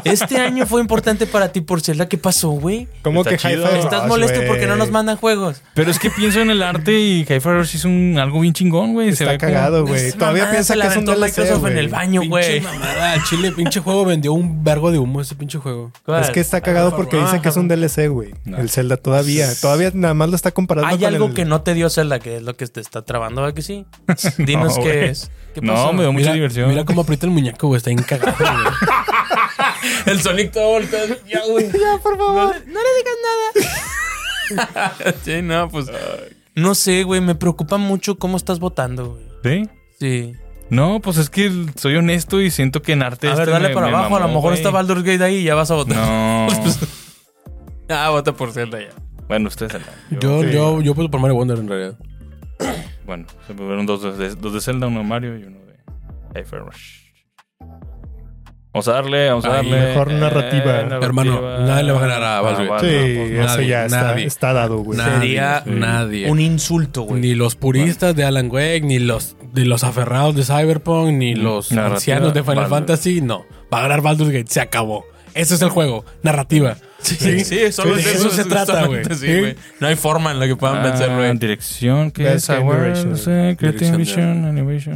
Speaker 4: Este año fue importante para ti por Zelda. ¿Qué pasó, güey?
Speaker 1: ¿Cómo
Speaker 3: Está
Speaker 1: que Hi-Fi
Speaker 3: chido.
Speaker 1: Rush,
Speaker 4: Estás molesto
Speaker 1: güey?
Speaker 4: porque no nos mandan juegos.
Speaker 3: Pero es que pienso en el arte y Hi-Fi Rush es un, algo bien chingón, güey. Se
Speaker 1: Está
Speaker 3: ve como-
Speaker 1: cagado, güey.
Speaker 4: Esa
Speaker 1: Todavía
Speaker 4: mamada
Speaker 1: piensa
Speaker 4: se la
Speaker 1: que es un
Speaker 4: aventó
Speaker 1: DLC,
Speaker 4: Microsoft en el
Speaker 1: güey.
Speaker 4: baño,
Speaker 2: Pinche
Speaker 4: güey.
Speaker 2: mamada. al Chile, pinche juego vendió un vergo de humo ese pinche juego.
Speaker 1: Es que está
Speaker 4: Ah,
Speaker 1: cagado porque dicen que es un DLC, güey.
Speaker 3: No.
Speaker 1: El Zelda todavía. Todavía nada más lo está comparando
Speaker 4: Hay
Speaker 1: con
Speaker 4: algo
Speaker 1: el-
Speaker 4: que no te dio Zelda, que es lo que te está trabando, ¿verdad que sí? Dinos
Speaker 3: No,
Speaker 4: qué
Speaker 3: güey.
Speaker 4: es. ¿Qué
Speaker 3: No,
Speaker 4: pasó?
Speaker 3: me dio mucha
Speaker 2: Mira-
Speaker 3: diversión.
Speaker 2: Mira cómo aprieta el muñeco, güey. Está bien cagado, güey.
Speaker 4: El Sonic todo volteado. Ya, güey. Ya, por favor. No le, digas nada. sí, no, pues. No sé, güey. Me preocupa mucho cómo estás votando, güey.
Speaker 3: ¿Sí?
Speaker 4: Sí.
Speaker 3: No, pues es que soy honesto y siento que en arte.
Speaker 4: A ver,
Speaker 3: este
Speaker 4: dale
Speaker 3: me-
Speaker 4: para
Speaker 3: me
Speaker 4: abajo. a lo
Speaker 3: mamó,
Speaker 4: mejor
Speaker 3: güey.
Speaker 4: está Pues, Baldur's Gate ahí y ya vas a votar.
Speaker 3: No.
Speaker 4: Ah, vota por Zelda ya.
Speaker 3: bueno, usted es Zelda.
Speaker 2: Yo, yo, yo puse por Mario Wonder en realidad.
Speaker 3: Bueno, se me fueron dos de, dos de Zelda, uno de Mario y uno de Hi-Fi Rush. Vamos a darle, vamos a
Speaker 2: Ay,
Speaker 3: darle. Eh,
Speaker 1: mejor narrativa.
Speaker 2: Hermano, nadie le va a ganar a Baldur's
Speaker 1: Sí,
Speaker 3: Baldur's, pues,
Speaker 1: eso
Speaker 2: nadie,
Speaker 1: ya está,
Speaker 2: nadie.
Speaker 1: está dado, güey.
Speaker 2: Sería
Speaker 3: sí.
Speaker 2: nadie.
Speaker 4: Un insulto, güey.
Speaker 2: Ni los puristas de Alan Wake, ni los, ni los aferrados de Cyberpunk, ni los
Speaker 3: Narrativa,
Speaker 2: ancianos de Final
Speaker 3: Baldur.
Speaker 2: Fantasy, no. Va a ganar Baldur's Gate, se acabó. Eso es el juego, narrativa.
Speaker 4: Sí, sí, solo
Speaker 2: Sí,
Speaker 4: de eso se trata, güey. Sí, güey. No hay forma en la que puedan
Speaker 3: Ah,
Speaker 4: vencer, güey.
Speaker 3: Dirección, ¿qué
Speaker 1: Best
Speaker 3: es?
Speaker 1: Game Direction.
Speaker 3: Awards, eh, Creative
Speaker 2: Dirección de-
Speaker 3: Vision,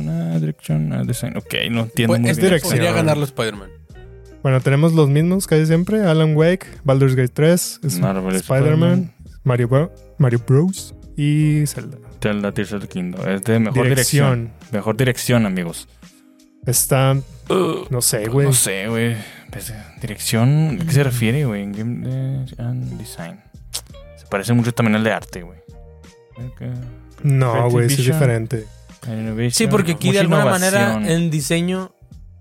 Speaker 3: Animation, ah, Direction, ah, Design. Ok, no entiendo
Speaker 2: Pues,
Speaker 3: muy
Speaker 2: este
Speaker 3: bien.
Speaker 1: dirección.
Speaker 2: podría ganarlo Spider-Man.
Speaker 1: Bueno, tenemos los mismos que hay siempre: Alan Wake, Baldur's Gate 3, es-
Speaker 3: Marvel,
Speaker 1: Spider-Man, Mario, Bro- Mario Bros. y Zelda.
Speaker 3: Zelda Tears of the Kingdom. Es de mejor dirección.
Speaker 1: dirección.
Speaker 3: Mejor dirección, amigos.
Speaker 1: Está. No sé, güey.
Speaker 3: No sé, güey. Pues, eh, Dirección, ¿a qué se refiere, güey? En Game de- and Design. Se parece mucho también al de arte, güey. Ok.
Speaker 1: No, güey, sí es
Speaker 3: Vision.
Speaker 1: diferente.
Speaker 3: Innovation.
Speaker 4: Sí, porque aquí de
Speaker 3: Mucha
Speaker 4: alguna
Speaker 3: innovación.
Speaker 4: manera en diseño.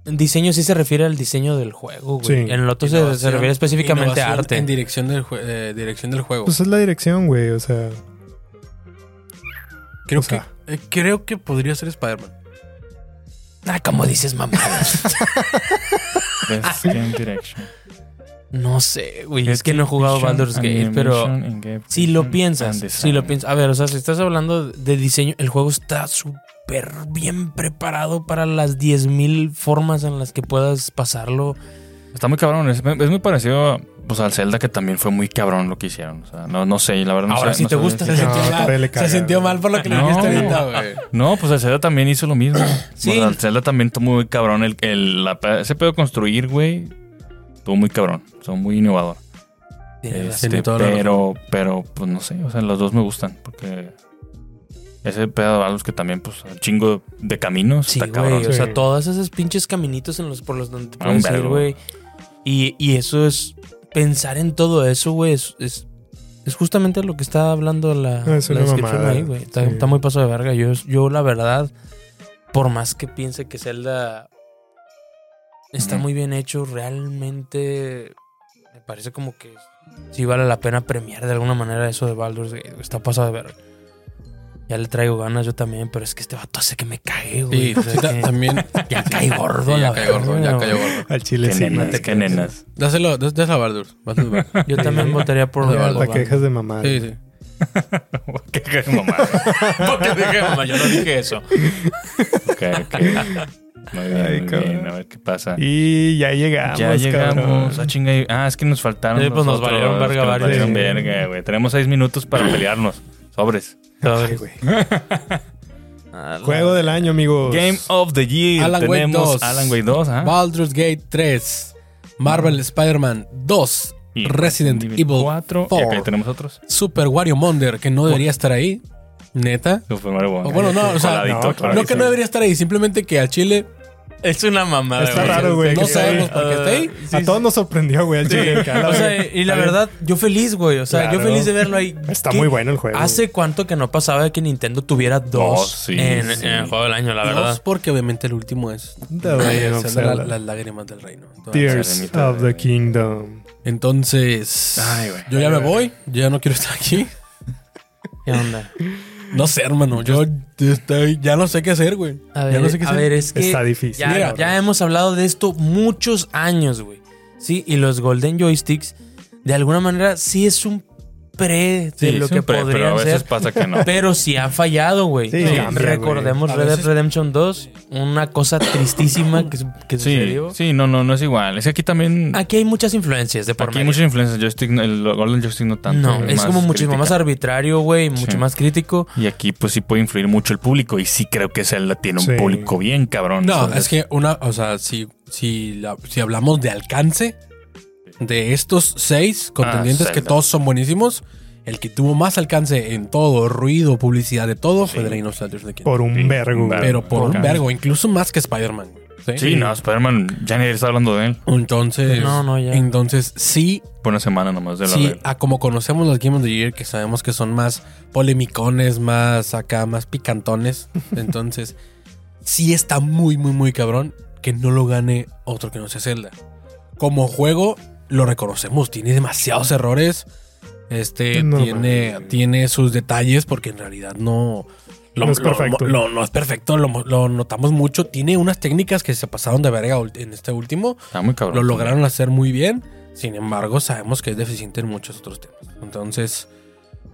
Speaker 4: En diseño sí se refiere al diseño del juego, güey.
Speaker 1: Sí.
Speaker 4: En el otro se, se
Speaker 2: Innovación-
Speaker 4: refiere específicamente a
Speaker 2: innovación
Speaker 4: arte.
Speaker 2: En dirección del, jue- eh, dirección del juego.
Speaker 1: Pues es la dirección, güey, o sea.
Speaker 2: creo,
Speaker 1: o sea.
Speaker 2: que, eh, creo que podría ser Spider-Man.
Speaker 4: Ah, como dices, mamadas.
Speaker 3: Best Game Direction.
Speaker 4: no sé, güey. Es que no he jugado
Speaker 3: Vision,
Speaker 4: Baldur's Gate, pero
Speaker 3: Animation, in-game
Speaker 4: si lo
Speaker 3: vision
Speaker 4: piensas,
Speaker 3: and
Speaker 4: si lo
Speaker 3: design.
Speaker 4: piensas. A ver, o sea, si estás hablando de diseño, el juego está súper bien preparado para las 10.000 formas en las que puedas pasarlo.
Speaker 3: Está muy cabrón. Es, es muy parecido pues, al Zelda, que también fue muy cabrón lo que hicieron. O sea, no, no sé, la verdad no
Speaker 4: Ahora
Speaker 3: sé.
Speaker 4: sí
Speaker 3: no
Speaker 4: te
Speaker 3: sé
Speaker 4: gusta.
Speaker 3: decir.
Speaker 2: Se,
Speaker 1: No,
Speaker 2: sintió,
Speaker 1: todavía le
Speaker 2: mal,
Speaker 1: caga,
Speaker 2: se sintió mal por lo que le
Speaker 3: No.
Speaker 2: dijiste ahorita, güey.
Speaker 3: No, pues el Zelda también hizo lo mismo.
Speaker 4: Sí.
Speaker 3: O sea, el Zelda también estuvo muy cabrón. El, el- la pe- ese pedo de construir, güey, estuvo muy cabrón. Estuvo muy innovador.
Speaker 4: Tienes
Speaker 2: Sí. tiene
Speaker 3: Este,
Speaker 2: toda la
Speaker 3: pero, pero, pues no sé. O sea, los dos me gustan. Porque ese pedo de los que también, pues, un chingo de caminos.
Speaker 4: Sí,
Speaker 3: está
Speaker 4: güey.
Speaker 3: cabrón.
Speaker 4: O sea,
Speaker 1: Sí.
Speaker 4: todas esas pinches caminitos en los, por los donde te
Speaker 3: Ah,
Speaker 4: puedes
Speaker 3: un
Speaker 4: ir,
Speaker 3: vergo.
Speaker 4: güey. Y, y eso es. Pensar en todo eso, güey, es, es, es justamente lo que está hablando la,
Speaker 1: Ah, es
Speaker 4: la
Speaker 1: una
Speaker 4: descripción
Speaker 1: mamada,
Speaker 4: ahí, güey. Está,
Speaker 1: sí.
Speaker 4: está muy paso de verga. Yo, yo, la verdad, por más que piense que Zelda está
Speaker 3: Ujú.
Speaker 4: muy bien hecho, realmente me parece como que sí vale la pena premiar de alguna manera eso de Baldur's Gate. güey. Está pasado de verga. Ya le traigo ganas yo también, pero es que este vato hace que me cae, güey.
Speaker 2: Sí,
Speaker 4: O sea,
Speaker 2: sí, ta-
Speaker 4: que-
Speaker 2: también.
Speaker 4: ya cae gordo,
Speaker 2: Sí,
Speaker 4: la
Speaker 2: ya cae
Speaker 4: verdad,
Speaker 2: gordo, ya
Speaker 4: no.
Speaker 2: cae gordo.
Speaker 1: Al chile
Speaker 3: Qué
Speaker 1: sí.
Speaker 3: nenas,
Speaker 1: güey.
Speaker 3: qué nenas.
Speaker 2: Dáselo, dás- dáselo a Baldur. Dáselo a Baldur.
Speaker 4: Yo también votaría por
Speaker 2: Sí,
Speaker 4: Baldur's
Speaker 2: Baldur's
Speaker 1: Hasta
Speaker 4: Gate.
Speaker 1: que dejas de mamar.
Speaker 2: Sí, sí.
Speaker 3: Qué mamá.
Speaker 4: Porque dije, mamá, yo no dije eso.
Speaker 3: Ok, ok. Muy bien,
Speaker 1: Ay,
Speaker 3: muy
Speaker 1: cabrón.
Speaker 3: bien. A ver qué pasa.
Speaker 1: Y ya llegamos.
Speaker 3: Ya llegamos.
Speaker 1: cabrón.
Speaker 3: Ah, chinga, y- ah, es que nos faltaron.
Speaker 4: Sí, pues, nos
Speaker 3: nosotros,
Speaker 4: valieron verga
Speaker 3: que nos
Speaker 4: varios.
Speaker 3: valieron
Speaker 1: Sí.
Speaker 3: verga, güey. Tenemos seis minutos para pelearnos. Sobres.
Speaker 1: Ay, güey. Juego del año,
Speaker 4: Pues,
Speaker 1: amigos.
Speaker 3: Game of the Year.
Speaker 2: Alan Wake
Speaker 3: Tenemos
Speaker 2: 2.
Speaker 3: Alan Wake 2. ¿ah?
Speaker 2: Baldur's Gate 3. Marvel Spider-Man 2.
Speaker 3: Y
Speaker 2: Resident Evil
Speaker 3: 4. Y
Speaker 2: 4.
Speaker 3: acá tenemos otros.
Speaker 2: Super Wario Wonder, que no debería estar ahí. Neta.
Speaker 3: Super Mario
Speaker 2: O
Speaker 3: Wonder.
Speaker 2: bueno, no, o sea,
Speaker 3: Coladito,
Speaker 1: no, claro
Speaker 2: no que no debería estar ahí, simplemente que a Chile
Speaker 4: Es una mamada.
Speaker 1: Está raro, güey,
Speaker 2: No
Speaker 1: que está
Speaker 2: sabemos
Speaker 1: ahí.
Speaker 2: por qué está ahí.
Speaker 4: Sí,
Speaker 1: a
Speaker 4: sí.
Speaker 1: todos nos sorprendió, güey. al chile, que a la
Speaker 4: O sea,
Speaker 1: verga.
Speaker 4: y la verdad, yo feliz, güey. O sea, yo
Speaker 1: Claro.
Speaker 4: feliz de verlo ahí.
Speaker 1: Está
Speaker 4: ¿Qué-
Speaker 1: muy bueno el juego.
Speaker 4: ¿Hace cuánto que no pasaba que Nintendo tuviera dos
Speaker 3: Dos, sí,
Speaker 4: en,
Speaker 3: sí.
Speaker 4: en el juego del año, Ah, la verdad?
Speaker 2: Dos, porque obviamente el último es
Speaker 1: Da, güey,
Speaker 2: eh,
Speaker 1: no,
Speaker 2: son
Speaker 1: pues,
Speaker 2: la-
Speaker 1: la-
Speaker 2: las lágrimas del reino. Entonces,
Speaker 1: Tears of the Kingdom.
Speaker 2: entonces,
Speaker 3: Ay, güey.
Speaker 2: yo ya me voy, yo ya no quiero estar aquí.
Speaker 4: ¿Qué onda?
Speaker 2: No sé, hermano, yo estoy- ya no sé qué hacer, güey.
Speaker 4: A
Speaker 2: ya
Speaker 4: ver,
Speaker 2: no sé qué
Speaker 4: a
Speaker 2: hacer.
Speaker 4: ver, es que
Speaker 1: Está difícil.
Speaker 4: Ya,
Speaker 1: Mira.
Speaker 4: ya hemos hablado de esto muchos años, güey. Sí, y los Golden Joysticks, de alguna manera, sí es un pre de
Speaker 3: Sí,
Speaker 4: lo
Speaker 3: es un
Speaker 4: que
Speaker 3: pre, pero
Speaker 4: podrían
Speaker 3: a veces
Speaker 4: ser.
Speaker 3: pasa que no.
Speaker 4: Pero sí ha fallado, güey.
Speaker 1: Sí,
Speaker 4: Sí,
Speaker 1: cambia,
Speaker 4: Recordemos
Speaker 2: güey. A
Speaker 4: Red Dead
Speaker 2: veces-
Speaker 4: Redemption 2, una cosa tristísima que, su- que
Speaker 3: Sí,
Speaker 4: sucedió.
Speaker 3: sí, no, no, no es igual. Es que aquí también.
Speaker 4: Aquí hay muchas influencias de por
Speaker 3: Aquí hay
Speaker 4: medio.
Speaker 3: muchas influencias. Joystick, no- el Golden Joystick no tanto.
Speaker 4: no, es
Speaker 3: más
Speaker 4: como muchísimo
Speaker 3: crítica.
Speaker 4: más arbitrario, güey, mucho
Speaker 3: Sí.
Speaker 4: más crítico.
Speaker 3: Y aquí, pues sí puede influir mucho el público. Y sí creo que Zelda tiene un
Speaker 1: Sí.
Speaker 3: público bien cabrón.
Speaker 2: No,
Speaker 3: Entonces,
Speaker 2: es que una, o sea, si, si, la- si hablamos de alcance de estos seis contendientes
Speaker 3: Ah,
Speaker 2: que
Speaker 3: Zelda.
Speaker 2: todos son buenísimos, el que tuvo más alcance en todo, ruido, publicidad de todo, fue The Reign of Zelda Tears of the Kingdom.
Speaker 1: Por un
Speaker 3: Sí,
Speaker 1: vergo, güey.
Speaker 2: Pero por un
Speaker 3: Por-
Speaker 2: vergo, incluso más que Spider-Man. güey,
Speaker 3: Sí, no, Spider-Man ya ni está hablando de él.
Speaker 2: Entonces,
Speaker 4: No, no, ya.
Speaker 2: entonces sí,
Speaker 3: Por una semana nomás de la
Speaker 2: sí,
Speaker 3: de-
Speaker 2: a como conocemos los Game of the Year, que sabemos que son más polemicones, más acá, más picantones. Entonces, sí está muy, muy, muy cabrón que no lo gane otro que no sea Zelda. Como juego, lo reconocemos, tiene demasiados errores. Este
Speaker 1: No,
Speaker 2: tiene,
Speaker 1: man.
Speaker 2: tiene sus detalles porque en realidad no.
Speaker 1: No es perfecto.
Speaker 2: lo- no es perfecto, lo, lo notamos mucho. Tiene unas técnicas que se pasaron de verga ult- en este último.
Speaker 3: Está muy cabrón.
Speaker 2: Lo lograron hacer muy bien. Sin embargo, sabemos que es deficiente en muchos otros temas. Entonces,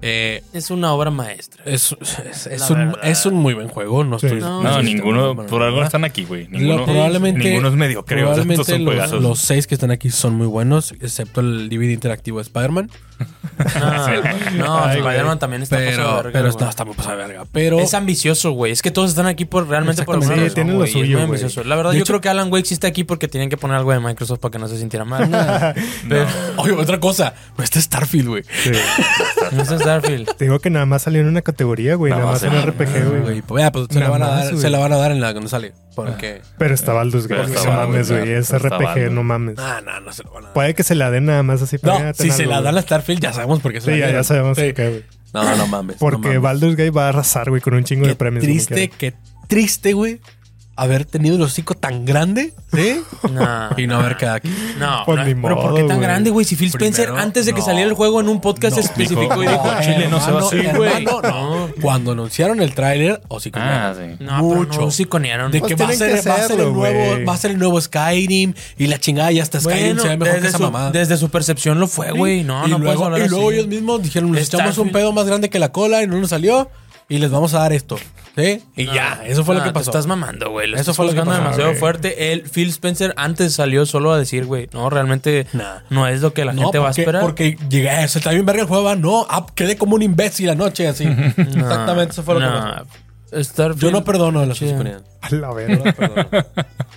Speaker 2: eh,
Speaker 4: Es una obra maestra.
Speaker 2: es, es- es
Speaker 4: La
Speaker 2: un,
Speaker 4: verdad.
Speaker 2: es un muy buen juego. No
Speaker 1: Sí.
Speaker 2: estoy.
Speaker 4: No,
Speaker 3: No,
Speaker 2: estoy-
Speaker 3: ninguno.
Speaker 2: bueno,
Speaker 3: Por algo
Speaker 2: nada.
Speaker 3: están aquí, güey.
Speaker 2: Lo-
Speaker 3: Ninguno,
Speaker 2: probablemente-
Speaker 3: ninguno es medio, creo. Estos
Speaker 2: Probablemente
Speaker 3: son
Speaker 2: los,
Speaker 3: juegazos.
Speaker 2: los seis que están aquí son muy buenos, excepto el DVD interactivo de Spider-Man. Ah.
Speaker 4: No, no,
Speaker 1: Ay, güey.
Speaker 4: Spider-Man también está pasado
Speaker 2: Pero,
Speaker 4: de verga,
Speaker 2: pero
Speaker 4: güey.
Speaker 2: está, está muy pasada de verga. Pero
Speaker 4: Es ambicioso, güey. Es que todos están aquí por realmente por
Speaker 2: Exactamente.
Speaker 4: alguna
Speaker 2: Sí,
Speaker 4: razón,
Speaker 1: tienen lo
Speaker 4: güey. Es
Speaker 1: suyo,
Speaker 4: muy
Speaker 1: güey.
Speaker 4: ambicioso. La verdad,
Speaker 2: De
Speaker 4: yo
Speaker 2: hecho-
Speaker 4: creo que Alan Wake sí está aquí porque tenían que poner algo de Microsoft para que no se sintiera mal.
Speaker 3: No,
Speaker 2: Oye, otra cosa, no está Starfield, güey.
Speaker 1: Sí.
Speaker 4: No es Starfield.
Speaker 1: Te digo que nada más salió en una categoría, güey.
Speaker 3: Nada
Speaker 1: Nada más
Speaker 3: más
Speaker 1: en
Speaker 3: en-
Speaker 1: RPG,
Speaker 2: Güey,
Speaker 1: güey.
Speaker 2: pues, ya, pues, se, la
Speaker 1: Nada
Speaker 2: van a
Speaker 1: más,
Speaker 2: dar,
Speaker 1: güey.
Speaker 2: se la van a dar en la cuando sale. Porque.
Speaker 1: Pero está Baldur's Gate,
Speaker 3: Pero
Speaker 1: no
Speaker 3: está Baldur's
Speaker 1: mames,
Speaker 3: Gate,
Speaker 1: güey. Es
Speaker 3: está
Speaker 1: RPG,
Speaker 3: Baldur's.
Speaker 1: no mames.
Speaker 2: Ah, no, no se la van a dar.
Speaker 1: Puede que se la den nada más así para.
Speaker 2: No, si se la dan a Starfield, ya sabemos por qué se
Speaker 1: Sí,
Speaker 2: la
Speaker 1: ya, ya
Speaker 2: dieron.
Speaker 1: sabemos
Speaker 2: Sí.
Speaker 1: por qué, güey.
Speaker 2: No, no mames. no
Speaker 1: Porque
Speaker 2: mames.
Speaker 1: Baldur's Gate va a arrasar, güey, con un chingo de
Speaker 2: Qué
Speaker 1: premios.
Speaker 2: triste,
Speaker 1: como
Speaker 2: qué triste, güey. Haber tenido el hocico tan grande, ¿sí?
Speaker 4: No.
Speaker 2: Ah. y no haber quedado aquí.
Speaker 4: No.
Speaker 1: Pues
Speaker 4: no.
Speaker 1: ni
Speaker 4: pero ¿por qué
Speaker 1: modo,
Speaker 4: tan
Speaker 1: güey.
Speaker 4: grande, güey? Si Phil Spencer,
Speaker 2: Primero,
Speaker 4: antes de que
Speaker 2: no.
Speaker 4: saliera el juego en un podcast
Speaker 2: No.
Speaker 4: específico, y
Speaker 3: Dijo,
Speaker 4: dijo:
Speaker 3: "No, Chile no se va a hacer,
Speaker 2: hermano,
Speaker 4: güey".
Speaker 2: hermano, no. Cuando anunciaron el tráiler, hocico.
Speaker 3: Ah,
Speaker 2: grande.
Speaker 3: sí.
Speaker 4: No, pero
Speaker 2: Mucho.
Speaker 4: no sí conearon.
Speaker 2: De
Speaker 1: Pues
Speaker 2: que, va a,
Speaker 1: tienen
Speaker 2: ser,
Speaker 1: que
Speaker 2: va a ser
Speaker 1: hacerlo,
Speaker 2: el
Speaker 1: güey.
Speaker 2: nuevo, va a ser el nuevo Skyrim y la chingada y hasta Skyrim
Speaker 4: Bueno,
Speaker 2: se ve mejor que
Speaker 4: desde
Speaker 2: esa
Speaker 4: su-
Speaker 2: mamada.
Speaker 4: Desde su percepción lo fue, güey. No,
Speaker 2: y
Speaker 4: no puedes
Speaker 2: luego,
Speaker 4: hablar
Speaker 2: y luego
Speaker 4: así.
Speaker 2: ellos mismos dijeron, nos echamos un
Speaker 4: Starfield.
Speaker 2: pedo más grande que la cola y no nos salió y les vamos a dar esto. ¿Sí? Y ya, eso fue lo
Speaker 4: No,
Speaker 2: que
Speaker 4: Ah. te
Speaker 2: pasó.
Speaker 4: estás mamando, güey. Lo
Speaker 2: Eso
Speaker 4: estás
Speaker 2: fue lo que
Speaker 4: juzgando
Speaker 2: pasó, Ah,
Speaker 4: demasiado
Speaker 1: güey.
Speaker 4: fuerte. El Phil Spencer antes salió solo a decir, güey, no, realmente
Speaker 2: Nah.
Speaker 4: no es lo que la
Speaker 2: no,
Speaker 4: gente
Speaker 2: porque,
Speaker 4: va a esperar.
Speaker 2: porque llegué, "Eh, se está bien verga el juego, va". no, ah, quedé como un imbécil anoche, así. Exactamente, eso fue lo que pasó. Yo no perdono las
Speaker 4: Sí.
Speaker 2: cosas
Speaker 1: que- A la verga.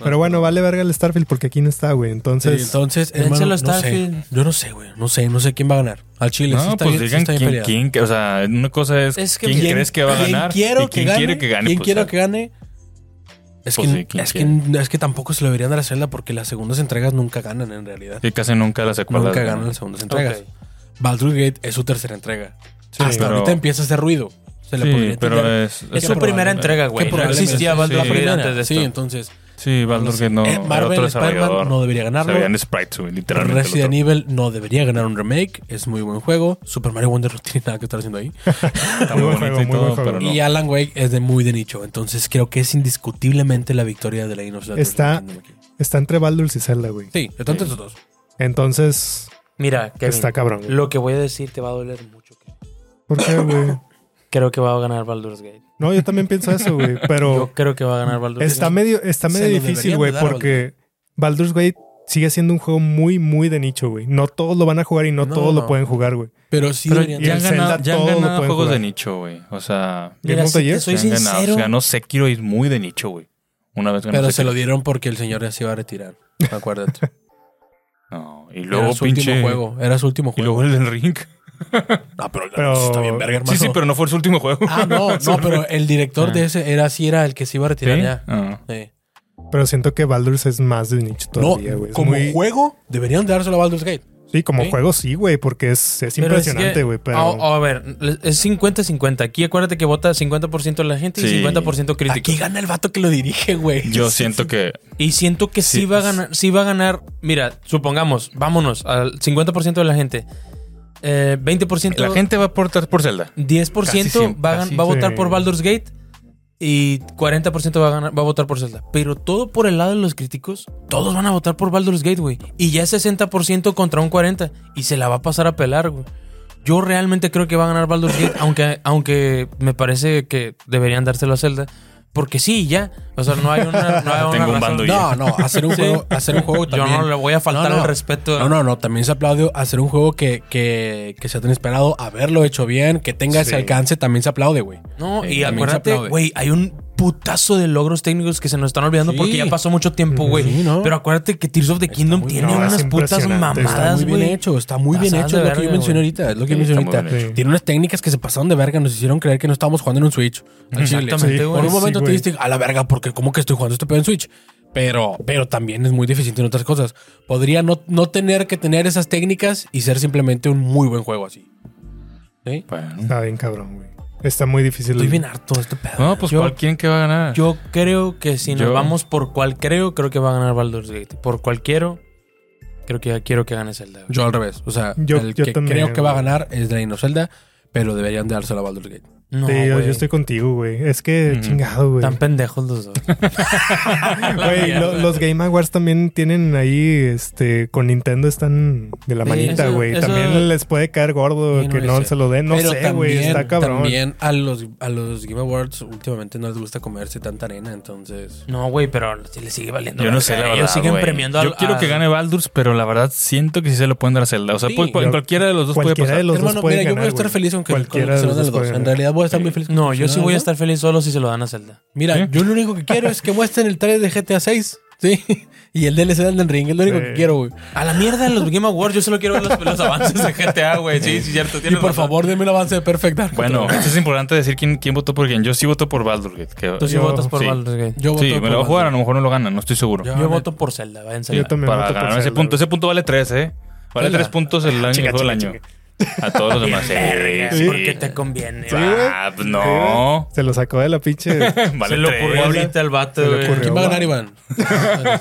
Speaker 1: Pero bueno, vale verga el Starfield porque aquí no está, güey. Entonces.
Speaker 2: Entonces,
Speaker 4: Dénselo
Speaker 2: hermano, no
Speaker 4: a
Speaker 2: sé.
Speaker 4: Starfield.
Speaker 2: Yo no sé, güey. No sé, no sé quién va a ganar. Al Chile,
Speaker 3: No,
Speaker 2: sí está
Speaker 3: pues
Speaker 2: bien- sí
Speaker 3: digan
Speaker 2: está bien
Speaker 3: quién,
Speaker 2: peleado.
Speaker 3: quién- o sea, una cosa es,
Speaker 4: Es que
Speaker 3: quién
Speaker 4: quién-
Speaker 3: crees que va a
Speaker 2: ¿Quién
Speaker 3: ganar
Speaker 2: quiero
Speaker 3: y quién quiere que gane.
Speaker 2: ¿Quién
Speaker 3: pues,
Speaker 2: quiero
Speaker 3: o sea,
Speaker 2: que gane? Es,
Speaker 3: Pues
Speaker 2: que,
Speaker 3: sí, ¿quién
Speaker 2: es, que,
Speaker 3: quiere?
Speaker 2: es que tampoco se lo deberían dar a Zelda porque las segundas entregas nunca ganan en realidad.
Speaker 3: que casi nunca las secuelas.
Speaker 2: nunca
Speaker 3: ganan.
Speaker 2: ganan las segundas entregas. Baldur's Gate es su tercera entrega. Hasta
Speaker 3: pero-
Speaker 2: ahorita empieza ese ruido. Se le
Speaker 3: Sí,
Speaker 2: podría
Speaker 3: pero
Speaker 2: entender.
Speaker 3: es,
Speaker 4: Es
Speaker 2: Qué
Speaker 4: su
Speaker 2: probable,
Speaker 4: primera
Speaker 2: eh.
Speaker 4: entrega, güey.
Speaker 2: Que
Speaker 4: No
Speaker 2: probablemente
Speaker 4: existía
Speaker 2: sí,
Speaker 4: Baldur's
Speaker 2: sí,
Speaker 4: Gate
Speaker 2: la
Speaker 4: antes de
Speaker 2: Sí,
Speaker 4: esto.
Speaker 2: entonces
Speaker 3: Sí, Baldur que no.
Speaker 2: Eh,
Speaker 3: era
Speaker 2: Marvel,
Speaker 3: otro
Speaker 2: Spider-Man
Speaker 3: desarrollador.
Speaker 2: no debería ganarlo.
Speaker 3: Se veían sprites, güey, literalmente.
Speaker 2: Resident
Speaker 3: el otro.
Speaker 2: Evil no debería ganar un remake. Es muy buen juego. Super Mario Wonder no tiene nada que estar haciendo ahí.
Speaker 3: Está muy
Speaker 1: Muy buen juego,
Speaker 3: bonito y
Speaker 1: muy buen
Speaker 3: todo,
Speaker 1: juego.
Speaker 3: pero no.
Speaker 2: Y Alan Wake es de muy de nicho. Entonces creo que es indiscutiblemente la victoria de la Innocent.
Speaker 1: Está- Está entre Baldur's y Zelda, güey.
Speaker 2: Sí, de tanto esos dos.
Speaker 1: Entonces.
Speaker 4: Mira, Kevin,
Speaker 1: Está cabrón, güey.
Speaker 4: Lo que voy a decir te va a doler mucho. Kevin.
Speaker 1: ¿Por qué, güey?
Speaker 4: Creo que va a ganar Baldur's Gate.
Speaker 1: No, yo también pienso eso, güey. Pero
Speaker 4: Yo creo que va a ganar Baldur's
Speaker 1: Oh. está
Speaker 4: Gate.
Speaker 1: medio, está
Speaker 2: Se
Speaker 1: medio
Speaker 2: lo
Speaker 1: difícil,
Speaker 2: deberían
Speaker 1: güey,
Speaker 2: de dar,
Speaker 1: porque Baldur's Gate sigue siendo un juego muy, muy de nicho, güey. No todos lo van a jugar y no,
Speaker 2: No.
Speaker 1: todos lo pueden jugar, güey.
Speaker 2: Pero sí
Speaker 3: Pero
Speaker 2: deberían
Speaker 1: y
Speaker 3: ya
Speaker 1: el
Speaker 3: han
Speaker 2: de-
Speaker 1: Zelda
Speaker 3: ganado, ya han
Speaker 1: todo lo
Speaker 3: ganado
Speaker 1: pueden
Speaker 3: juegos
Speaker 1: jugar.
Speaker 3: de nicho, güey. O sea,
Speaker 1: Game
Speaker 4: Mira,
Speaker 1: of the
Speaker 4: si
Speaker 1: Year.
Speaker 4: te soy
Speaker 3: se han ganado.
Speaker 4: sincero.
Speaker 3: Ganó Sekiro y es muy de nicho, güey. Una vez ganó
Speaker 2: Pero se
Speaker 3: Sekiro.
Speaker 2: lo dieron porque el señor ya se iba a retirar. Acuérdate.
Speaker 3: No, y
Speaker 2: era
Speaker 3: luego
Speaker 2: su
Speaker 3: pinche.
Speaker 2: último juego. Era su último
Speaker 3: Y
Speaker 2: juego.
Speaker 3: luego el del ring.
Speaker 2: Ah, pero, el
Speaker 1: Pero-
Speaker 2: Alonso está bien verga, hermano.
Speaker 3: Sí, sí, pero no fue su último juego.
Speaker 2: Ah, no, no, pero el director de ese era sí era el que se iba a retirar
Speaker 3: ¿Sí?
Speaker 2: ya.
Speaker 3: Ah.
Speaker 2: Sí.
Speaker 1: Pero siento que Baldur's es más de nicho todavía,
Speaker 2: no,
Speaker 1: güey. Es
Speaker 2: como
Speaker 1: muy-
Speaker 2: juego, deberían dárselo a Baldur's Gate.
Speaker 1: Sí, como
Speaker 2: ¿Sí?
Speaker 1: juego sí, güey, porque es, es
Speaker 4: Pero es que-
Speaker 1: impresionante, güey. Pero,
Speaker 4: A, a ver, es 50-50. Aquí acuérdate que vota 50% de la gente
Speaker 3: Sí.
Speaker 4: y 50% crítico.
Speaker 2: Aquí gana el vato que lo dirige, güey.
Speaker 3: Yo siento que.
Speaker 4: Y siento que sí,
Speaker 3: Sí,
Speaker 4: va a
Speaker 3: es-
Speaker 4: ganar. Sí va a ganar. Mira, supongamos, vámonos al 50% de la gente. Eh, 20%.
Speaker 3: La gente va a aportar por Zelda.
Speaker 4: 10%
Speaker 3: Casi siempre,
Speaker 4: va, a, gan-
Speaker 3: casi
Speaker 4: va a votar
Speaker 1: sí.
Speaker 4: por Baldur's Gate y 40% va a, ganar, va a votar por Zelda. Pero todo por el lado de los críticos, todos van a votar por Baldur's Gate, güey. Y ya es 60% contra un 40% y se la va a pasar a pelar, güey. Yo realmente creo que va a ganar Baldur's Gate, aunque, aunque me parece que deberían dárselo a Zelda. Porque sí, ya. O sea, no hay una. No hay una
Speaker 3: Tengo un
Speaker 4: razón.
Speaker 3: bando ya.
Speaker 2: No, no, hacer un
Speaker 4: Sí.
Speaker 2: juego, hacer un juego
Speaker 4: Yo
Speaker 2: también.
Speaker 4: no le voy a faltar
Speaker 2: No, no.
Speaker 4: el respeto.
Speaker 2: No, no, no. También se aplaude hacer un juego que, que, que sea tan esperado, haberlo hecho bien, que tenga ese
Speaker 1: Sí.
Speaker 2: alcance, también se aplaude, güey.
Speaker 4: No,
Speaker 2: Sí,
Speaker 4: y
Speaker 2: también se
Speaker 4: acuérdate,
Speaker 2: aplaude.
Speaker 4: güey, hay un putazo de logros técnicos que se nos están olvidando
Speaker 2: Sí.
Speaker 4: porque ya pasó mucho tiempo, güey.
Speaker 2: Sí, ¿no?
Speaker 4: Pero acuérdate que Tears of the Kingdom
Speaker 2: muy-
Speaker 4: tiene
Speaker 1: no, es
Speaker 4: unas putas
Speaker 1: impresionante. Está
Speaker 2: Está
Speaker 4: mamadas,
Speaker 2: muy bien
Speaker 4: güey.
Speaker 2: hecho, está muy bien
Speaker 4: Pasadas
Speaker 2: hecho.
Speaker 4: de
Speaker 2: Es lo que
Speaker 4: verga,
Speaker 2: yo mencioné
Speaker 4: güey.
Speaker 2: ahorita. Es lo que yo
Speaker 3: Sí,
Speaker 2: mencioné
Speaker 3: está muy
Speaker 2: ahorita.
Speaker 3: bien
Speaker 1: hecho.
Speaker 2: Tiene unas técnicas que se pasaron de verga. Nos hicieron creer que no estábamos jugando en un Switch. Al chile.
Speaker 4: Exactamente, güey.
Speaker 2: Por un
Speaker 1: Sí,
Speaker 2: momento te
Speaker 1: güey.
Speaker 2: diste a la verga, porque como que estoy jugando este pedo en Switch. Pero, pero también es muy deficiente en otras cosas. Podría no, no tener que tener esas técnicas y ser simplemente un muy buen juego así. ¿Sí?
Speaker 3: Bueno.
Speaker 1: Está bien cabrón, güey. Está muy difícil.
Speaker 2: Estoy bien harto de este pedo.
Speaker 3: No, pues
Speaker 4: Yo-
Speaker 3: ¿cuál quién que va a ganar?
Speaker 4: Yo creo que si nos
Speaker 3: Yo-
Speaker 4: vamos por cual creo, creo que va a ganar Baldur's Gate. Por cual quiero, creo que quiero que gane Zelda. güey.
Speaker 2: Yo al revés. O sea,
Speaker 1: Yo-
Speaker 2: el
Speaker 1: yo
Speaker 2: que
Speaker 1: también,
Speaker 2: creo que va a
Speaker 1: güey.
Speaker 2: ganar es Drain of Zelda, pero deberían de dárselo a Baldur's Gate.
Speaker 4: No,
Speaker 1: Sí, yo,
Speaker 4: güey.
Speaker 1: yo estoy contigo, güey. Es que
Speaker 3: Ujú.
Speaker 1: chingado, güey.
Speaker 4: Tan pendejos los dos.
Speaker 1: Güey, lo- los Game Awards también tienen ahí, este, con Nintendo están de la
Speaker 4: Sí,
Speaker 1: manita,
Speaker 4: eso-
Speaker 1: güey.
Speaker 4: eso-
Speaker 1: También les puede caer gordo
Speaker 2: Sí, no
Speaker 1: que no
Speaker 2: sé.
Speaker 1: se lo den. No
Speaker 2: Pero
Speaker 1: sé, güey,
Speaker 2: también-
Speaker 1: está cabrón.
Speaker 2: También a los, a los Game Awards últimamente no les gusta comerse tanta arena, entonces.
Speaker 4: No, güey, pero si le sigue valiendo.
Speaker 3: Yo no
Speaker 4: verga.
Speaker 3: sé, la
Speaker 4: Ellos
Speaker 3: verdad.
Speaker 4: siguen
Speaker 3: güey.
Speaker 4: premiando a-
Speaker 3: Yo quiero
Speaker 4: a-
Speaker 3: que gane Baldur's, pero la verdad siento que sí se lo pueden dar a Zelda. O sea,
Speaker 2: Sí,
Speaker 3: pues, cual-
Speaker 1: yo-
Speaker 3: cualquiera de los dos puede
Speaker 1: cualquiera
Speaker 3: pasar.
Speaker 1: de los
Speaker 2: Hermano,
Speaker 1: dos puede
Speaker 2: mira, yo voy a
Speaker 1: ganar,
Speaker 2: estar
Speaker 1: güey.
Speaker 2: feliz aunque
Speaker 1: Cualquiera
Speaker 2: con
Speaker 1: de
Speaker 2: que se lo
Speaker 1: los
Speaker 2: den a
Speaker 1: dos
Speaker 2: los
Speaker 1: puede
Speaker 2: dos. En
Speaker 1: ganar.
Speaker 2: realidad voy a estar muy feliz. con
Speaker 4: No,
Speaker 2: que se
Speaker 4: yo
Speaker 2: lo
Speaker 4: sí
Speaker 2: den a
Speaker 4: voy a
Speaker 2: los dos.
Speaker 4: estar feliz solo si se lo dan a Zelda.
Speaker 2: Mira,
Speaker 3: ¿Sí?
Speaker 2: yo lo único que quiero es que muestren el trailer de GTA 6, ¿sí? Y el DLC de Elden Ring, es lo único
Speaker 1: Sí.
Speaker 2: que quiero, güey.
Speaker 4: A la mierda de los Game Awards, yo solo quiero ver los, los avances de GTA, güey. Sí, sí, cierto.
Speaker 2: Y
Speaker 4: tienes
Speaker 2: por
Speaker 4: razón.
Speaker 2: favor, denme un avance de Perfect Dark.
Speaker 3: Bueno,
Speaker 2: Control.
Speaker 3: esto es importante decir quién, quién votó por quién. Yo sí voto por Baldur's Gate. que-
Speaker 4: Tú sí
Speaker 1: Yo-
Speaker 4: votas por
Speaker 3: sí.
Speaker 4: Baldur's Gate.
Speaker 2: yo voto
Speaker 3: sí, me lo va a
Speaker 2: por
Speaker 3: jugar, a
Speaker 2: Baldur's.
Speaker 3: lo mejor no lo ganan, no estoy seguro.
Speaker 2: Yo-
Speaker 4: Yo
Speaker 2: neta.
Speaker 4: voto por Zelda, váyanse.
Speaker 1: Yo también
Speaker 3: Para
Speaker 1: voto por
Speaker 3: ganar ese
Speaker 1: Zelda.
Speaker 3: punto, ese punto vale 3, ¿eh? Vale 3 puntos el
Speaker 1: Ah,
Speaker 3: año, el juego del año. A todos los demás. Sí, sí.
Speaker 4: Porque te conviene.
Speaker 1: Sí,
Speaker 4: va.
Speaker 1: güey.
Speaker 3: Ah, pues
Speaker 1: Sí, güey.
Speaker 3: no.
Speaker 1: Se lo sacó de la pinche.
Speaker 3: Vale
Speaker 4: Se le ocurrió
Speaker 3: 3.
Speaker 4: ahorita al
Speaker 1: Se
Speaker 4: vato,
Speaker 1: le
Speaker 4: güey.
Speaker 1: ocurrió.
Speaker 2: ¿Quién va a ganar, Iván?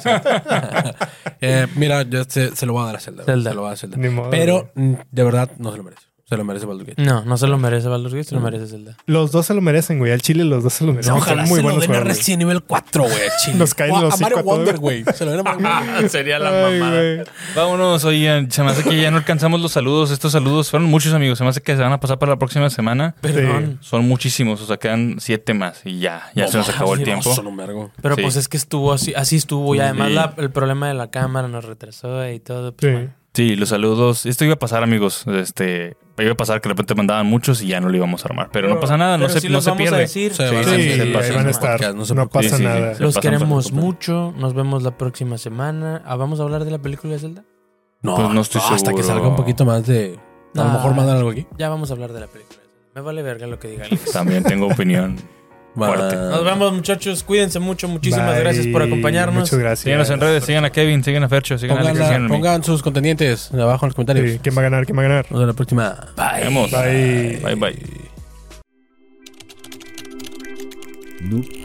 Speaker 2: Eh, mira, yo se, se lo voy a dar a Zelda. güey.
Speaker 4: Zelda.
Speaker 2: Se lo voy a dar a Zelda.
Speaker 1: Ni modo,
Speaker 2: Pero, mm, de verdad, no se lo merece. Se lo merece Baldur's Gate.
Speaker 4: No, no se lo merece Baldur's Gate, se lo merece Zelda.
Speaker 1: los dos se lo merecen, güey. Al Chile los dos se lo merecen.
Speaker 2: Ojalá
Speaker 1: Son muy
Speaker 2: se lo
Speaker 1: buenos
Speaker 2: den a
Speaker 1: jugadores.
Speaker 2: Resident Evil 4, güey. chile.
Speaker 1: Nos caen
Speaker 2: O a-
Speaker 1: los
Speaker 2: a Mario
Speaker 1: cinco a todos.
Speaker 2: Wonder, güey. Se lo den a Mario Wonder.
Speaker 4: Sería la
Speaker 1: Ay, güey.
Speaker 3: Vámonos, oigan. Se me hace que ya no alcanzamos los saludos. Estos saludos fueron muchos, amigos. Se me hace que se van a pasar para la próxima semana.
Speaker 4: Perdón.
Speaker 3: Son muchísimos, o sea, quedan 7 más y ya. Ya se nos acabó el tiempo.
Speaker 2: Solo me argo.
Speaker 4: Pero
Speaker 3: Sí.
Speaker 4: pues es que estuvo así, así estuvo. Y además
Speaker 3: Sí.
Speaker 4: la- el problema de la cámara nos retrasó y todo. pues,
Speaker 1: Sí.
Speaker 4: bueno.
Speaker 3: Sí, los saludos. Esto iba a pasar, amigos. Este, iba a pasar que de repente mandaban muchos y ya no lo íbamos a armar. Pero, no pasa nada, no
Speaker 4: Pero
Speaker 3: se,
Speaker 4: sí
Speaker 3: no
Speaker 4: los
Speaker 3: se
Speaker 4: vamos a
Speaker 3: pierde.
Speaker 4: decir.
Speaker 2: Se
Speaker 3: Sí,
Speaker 2: van a
Speaker 1: Sí,
Speaker 2: hacer
Speaker 1: ahí
Speaker 2: podcast,
Speaker 1: van a estar.
Speaker 2: podcast, no se
Speaker 1: No
Speaker 2: preocupen.
Speaker 1: pasa
Speaker 3: Sí, sí,
Speaker 1: nada.
Speaker 3: sí.
Speaker 4: Los
Speaker 3: pasan, pasan,
Speaker 4: queremos
Speaker 3: pasan.
Speaker 4: mucho. Nos vemos la próxima semana. Ah, ¿Vamos a hablar de la película de Zelda?
Speaker 2: No,
Speaker 3: Pues no estoy
Speaker 2: Hasta
Speaker 3: seguro.
Speaker 2: que salga un poquito más de. A lo
Speaker 4: Ah.
Speaker 2: mejor mandan algo aquí.
Speaker 4: Ya vamos a hablar de la película. de Zelda. Me vale verga lo que diga Alex.
Speaker 3: También tengo opinión. Fuerte.
Speaker 2: Va.
Speaker 4: Nos vemos, muchachos. Cuídense mucho. Muchísimas
Speaker 1: Bye.
Speaker 4: gracias por acompañarnos.
Speaker 1: Muchas gracias.
Speaker 3: Síganos en redes, sigan a Kevin, sigan a Fercho, sigan a Alex,
Speaker 2: Pongan,
Speaker 3: sigan a
Speaker 2: la-
Speaker 3: mí.
Speaker 2: pongan sus contendientes abajo en los comentarios.
Speaker 1: Sí, ¿Quién va a ganar? ¿Quién va a ganar?
Speaker 2: Nos vemos la próxima.
Speaker 3: Nos vemos.
Speaker 1: Bye.
Speaker 3: Bye, bye.
Speaker 6: Noob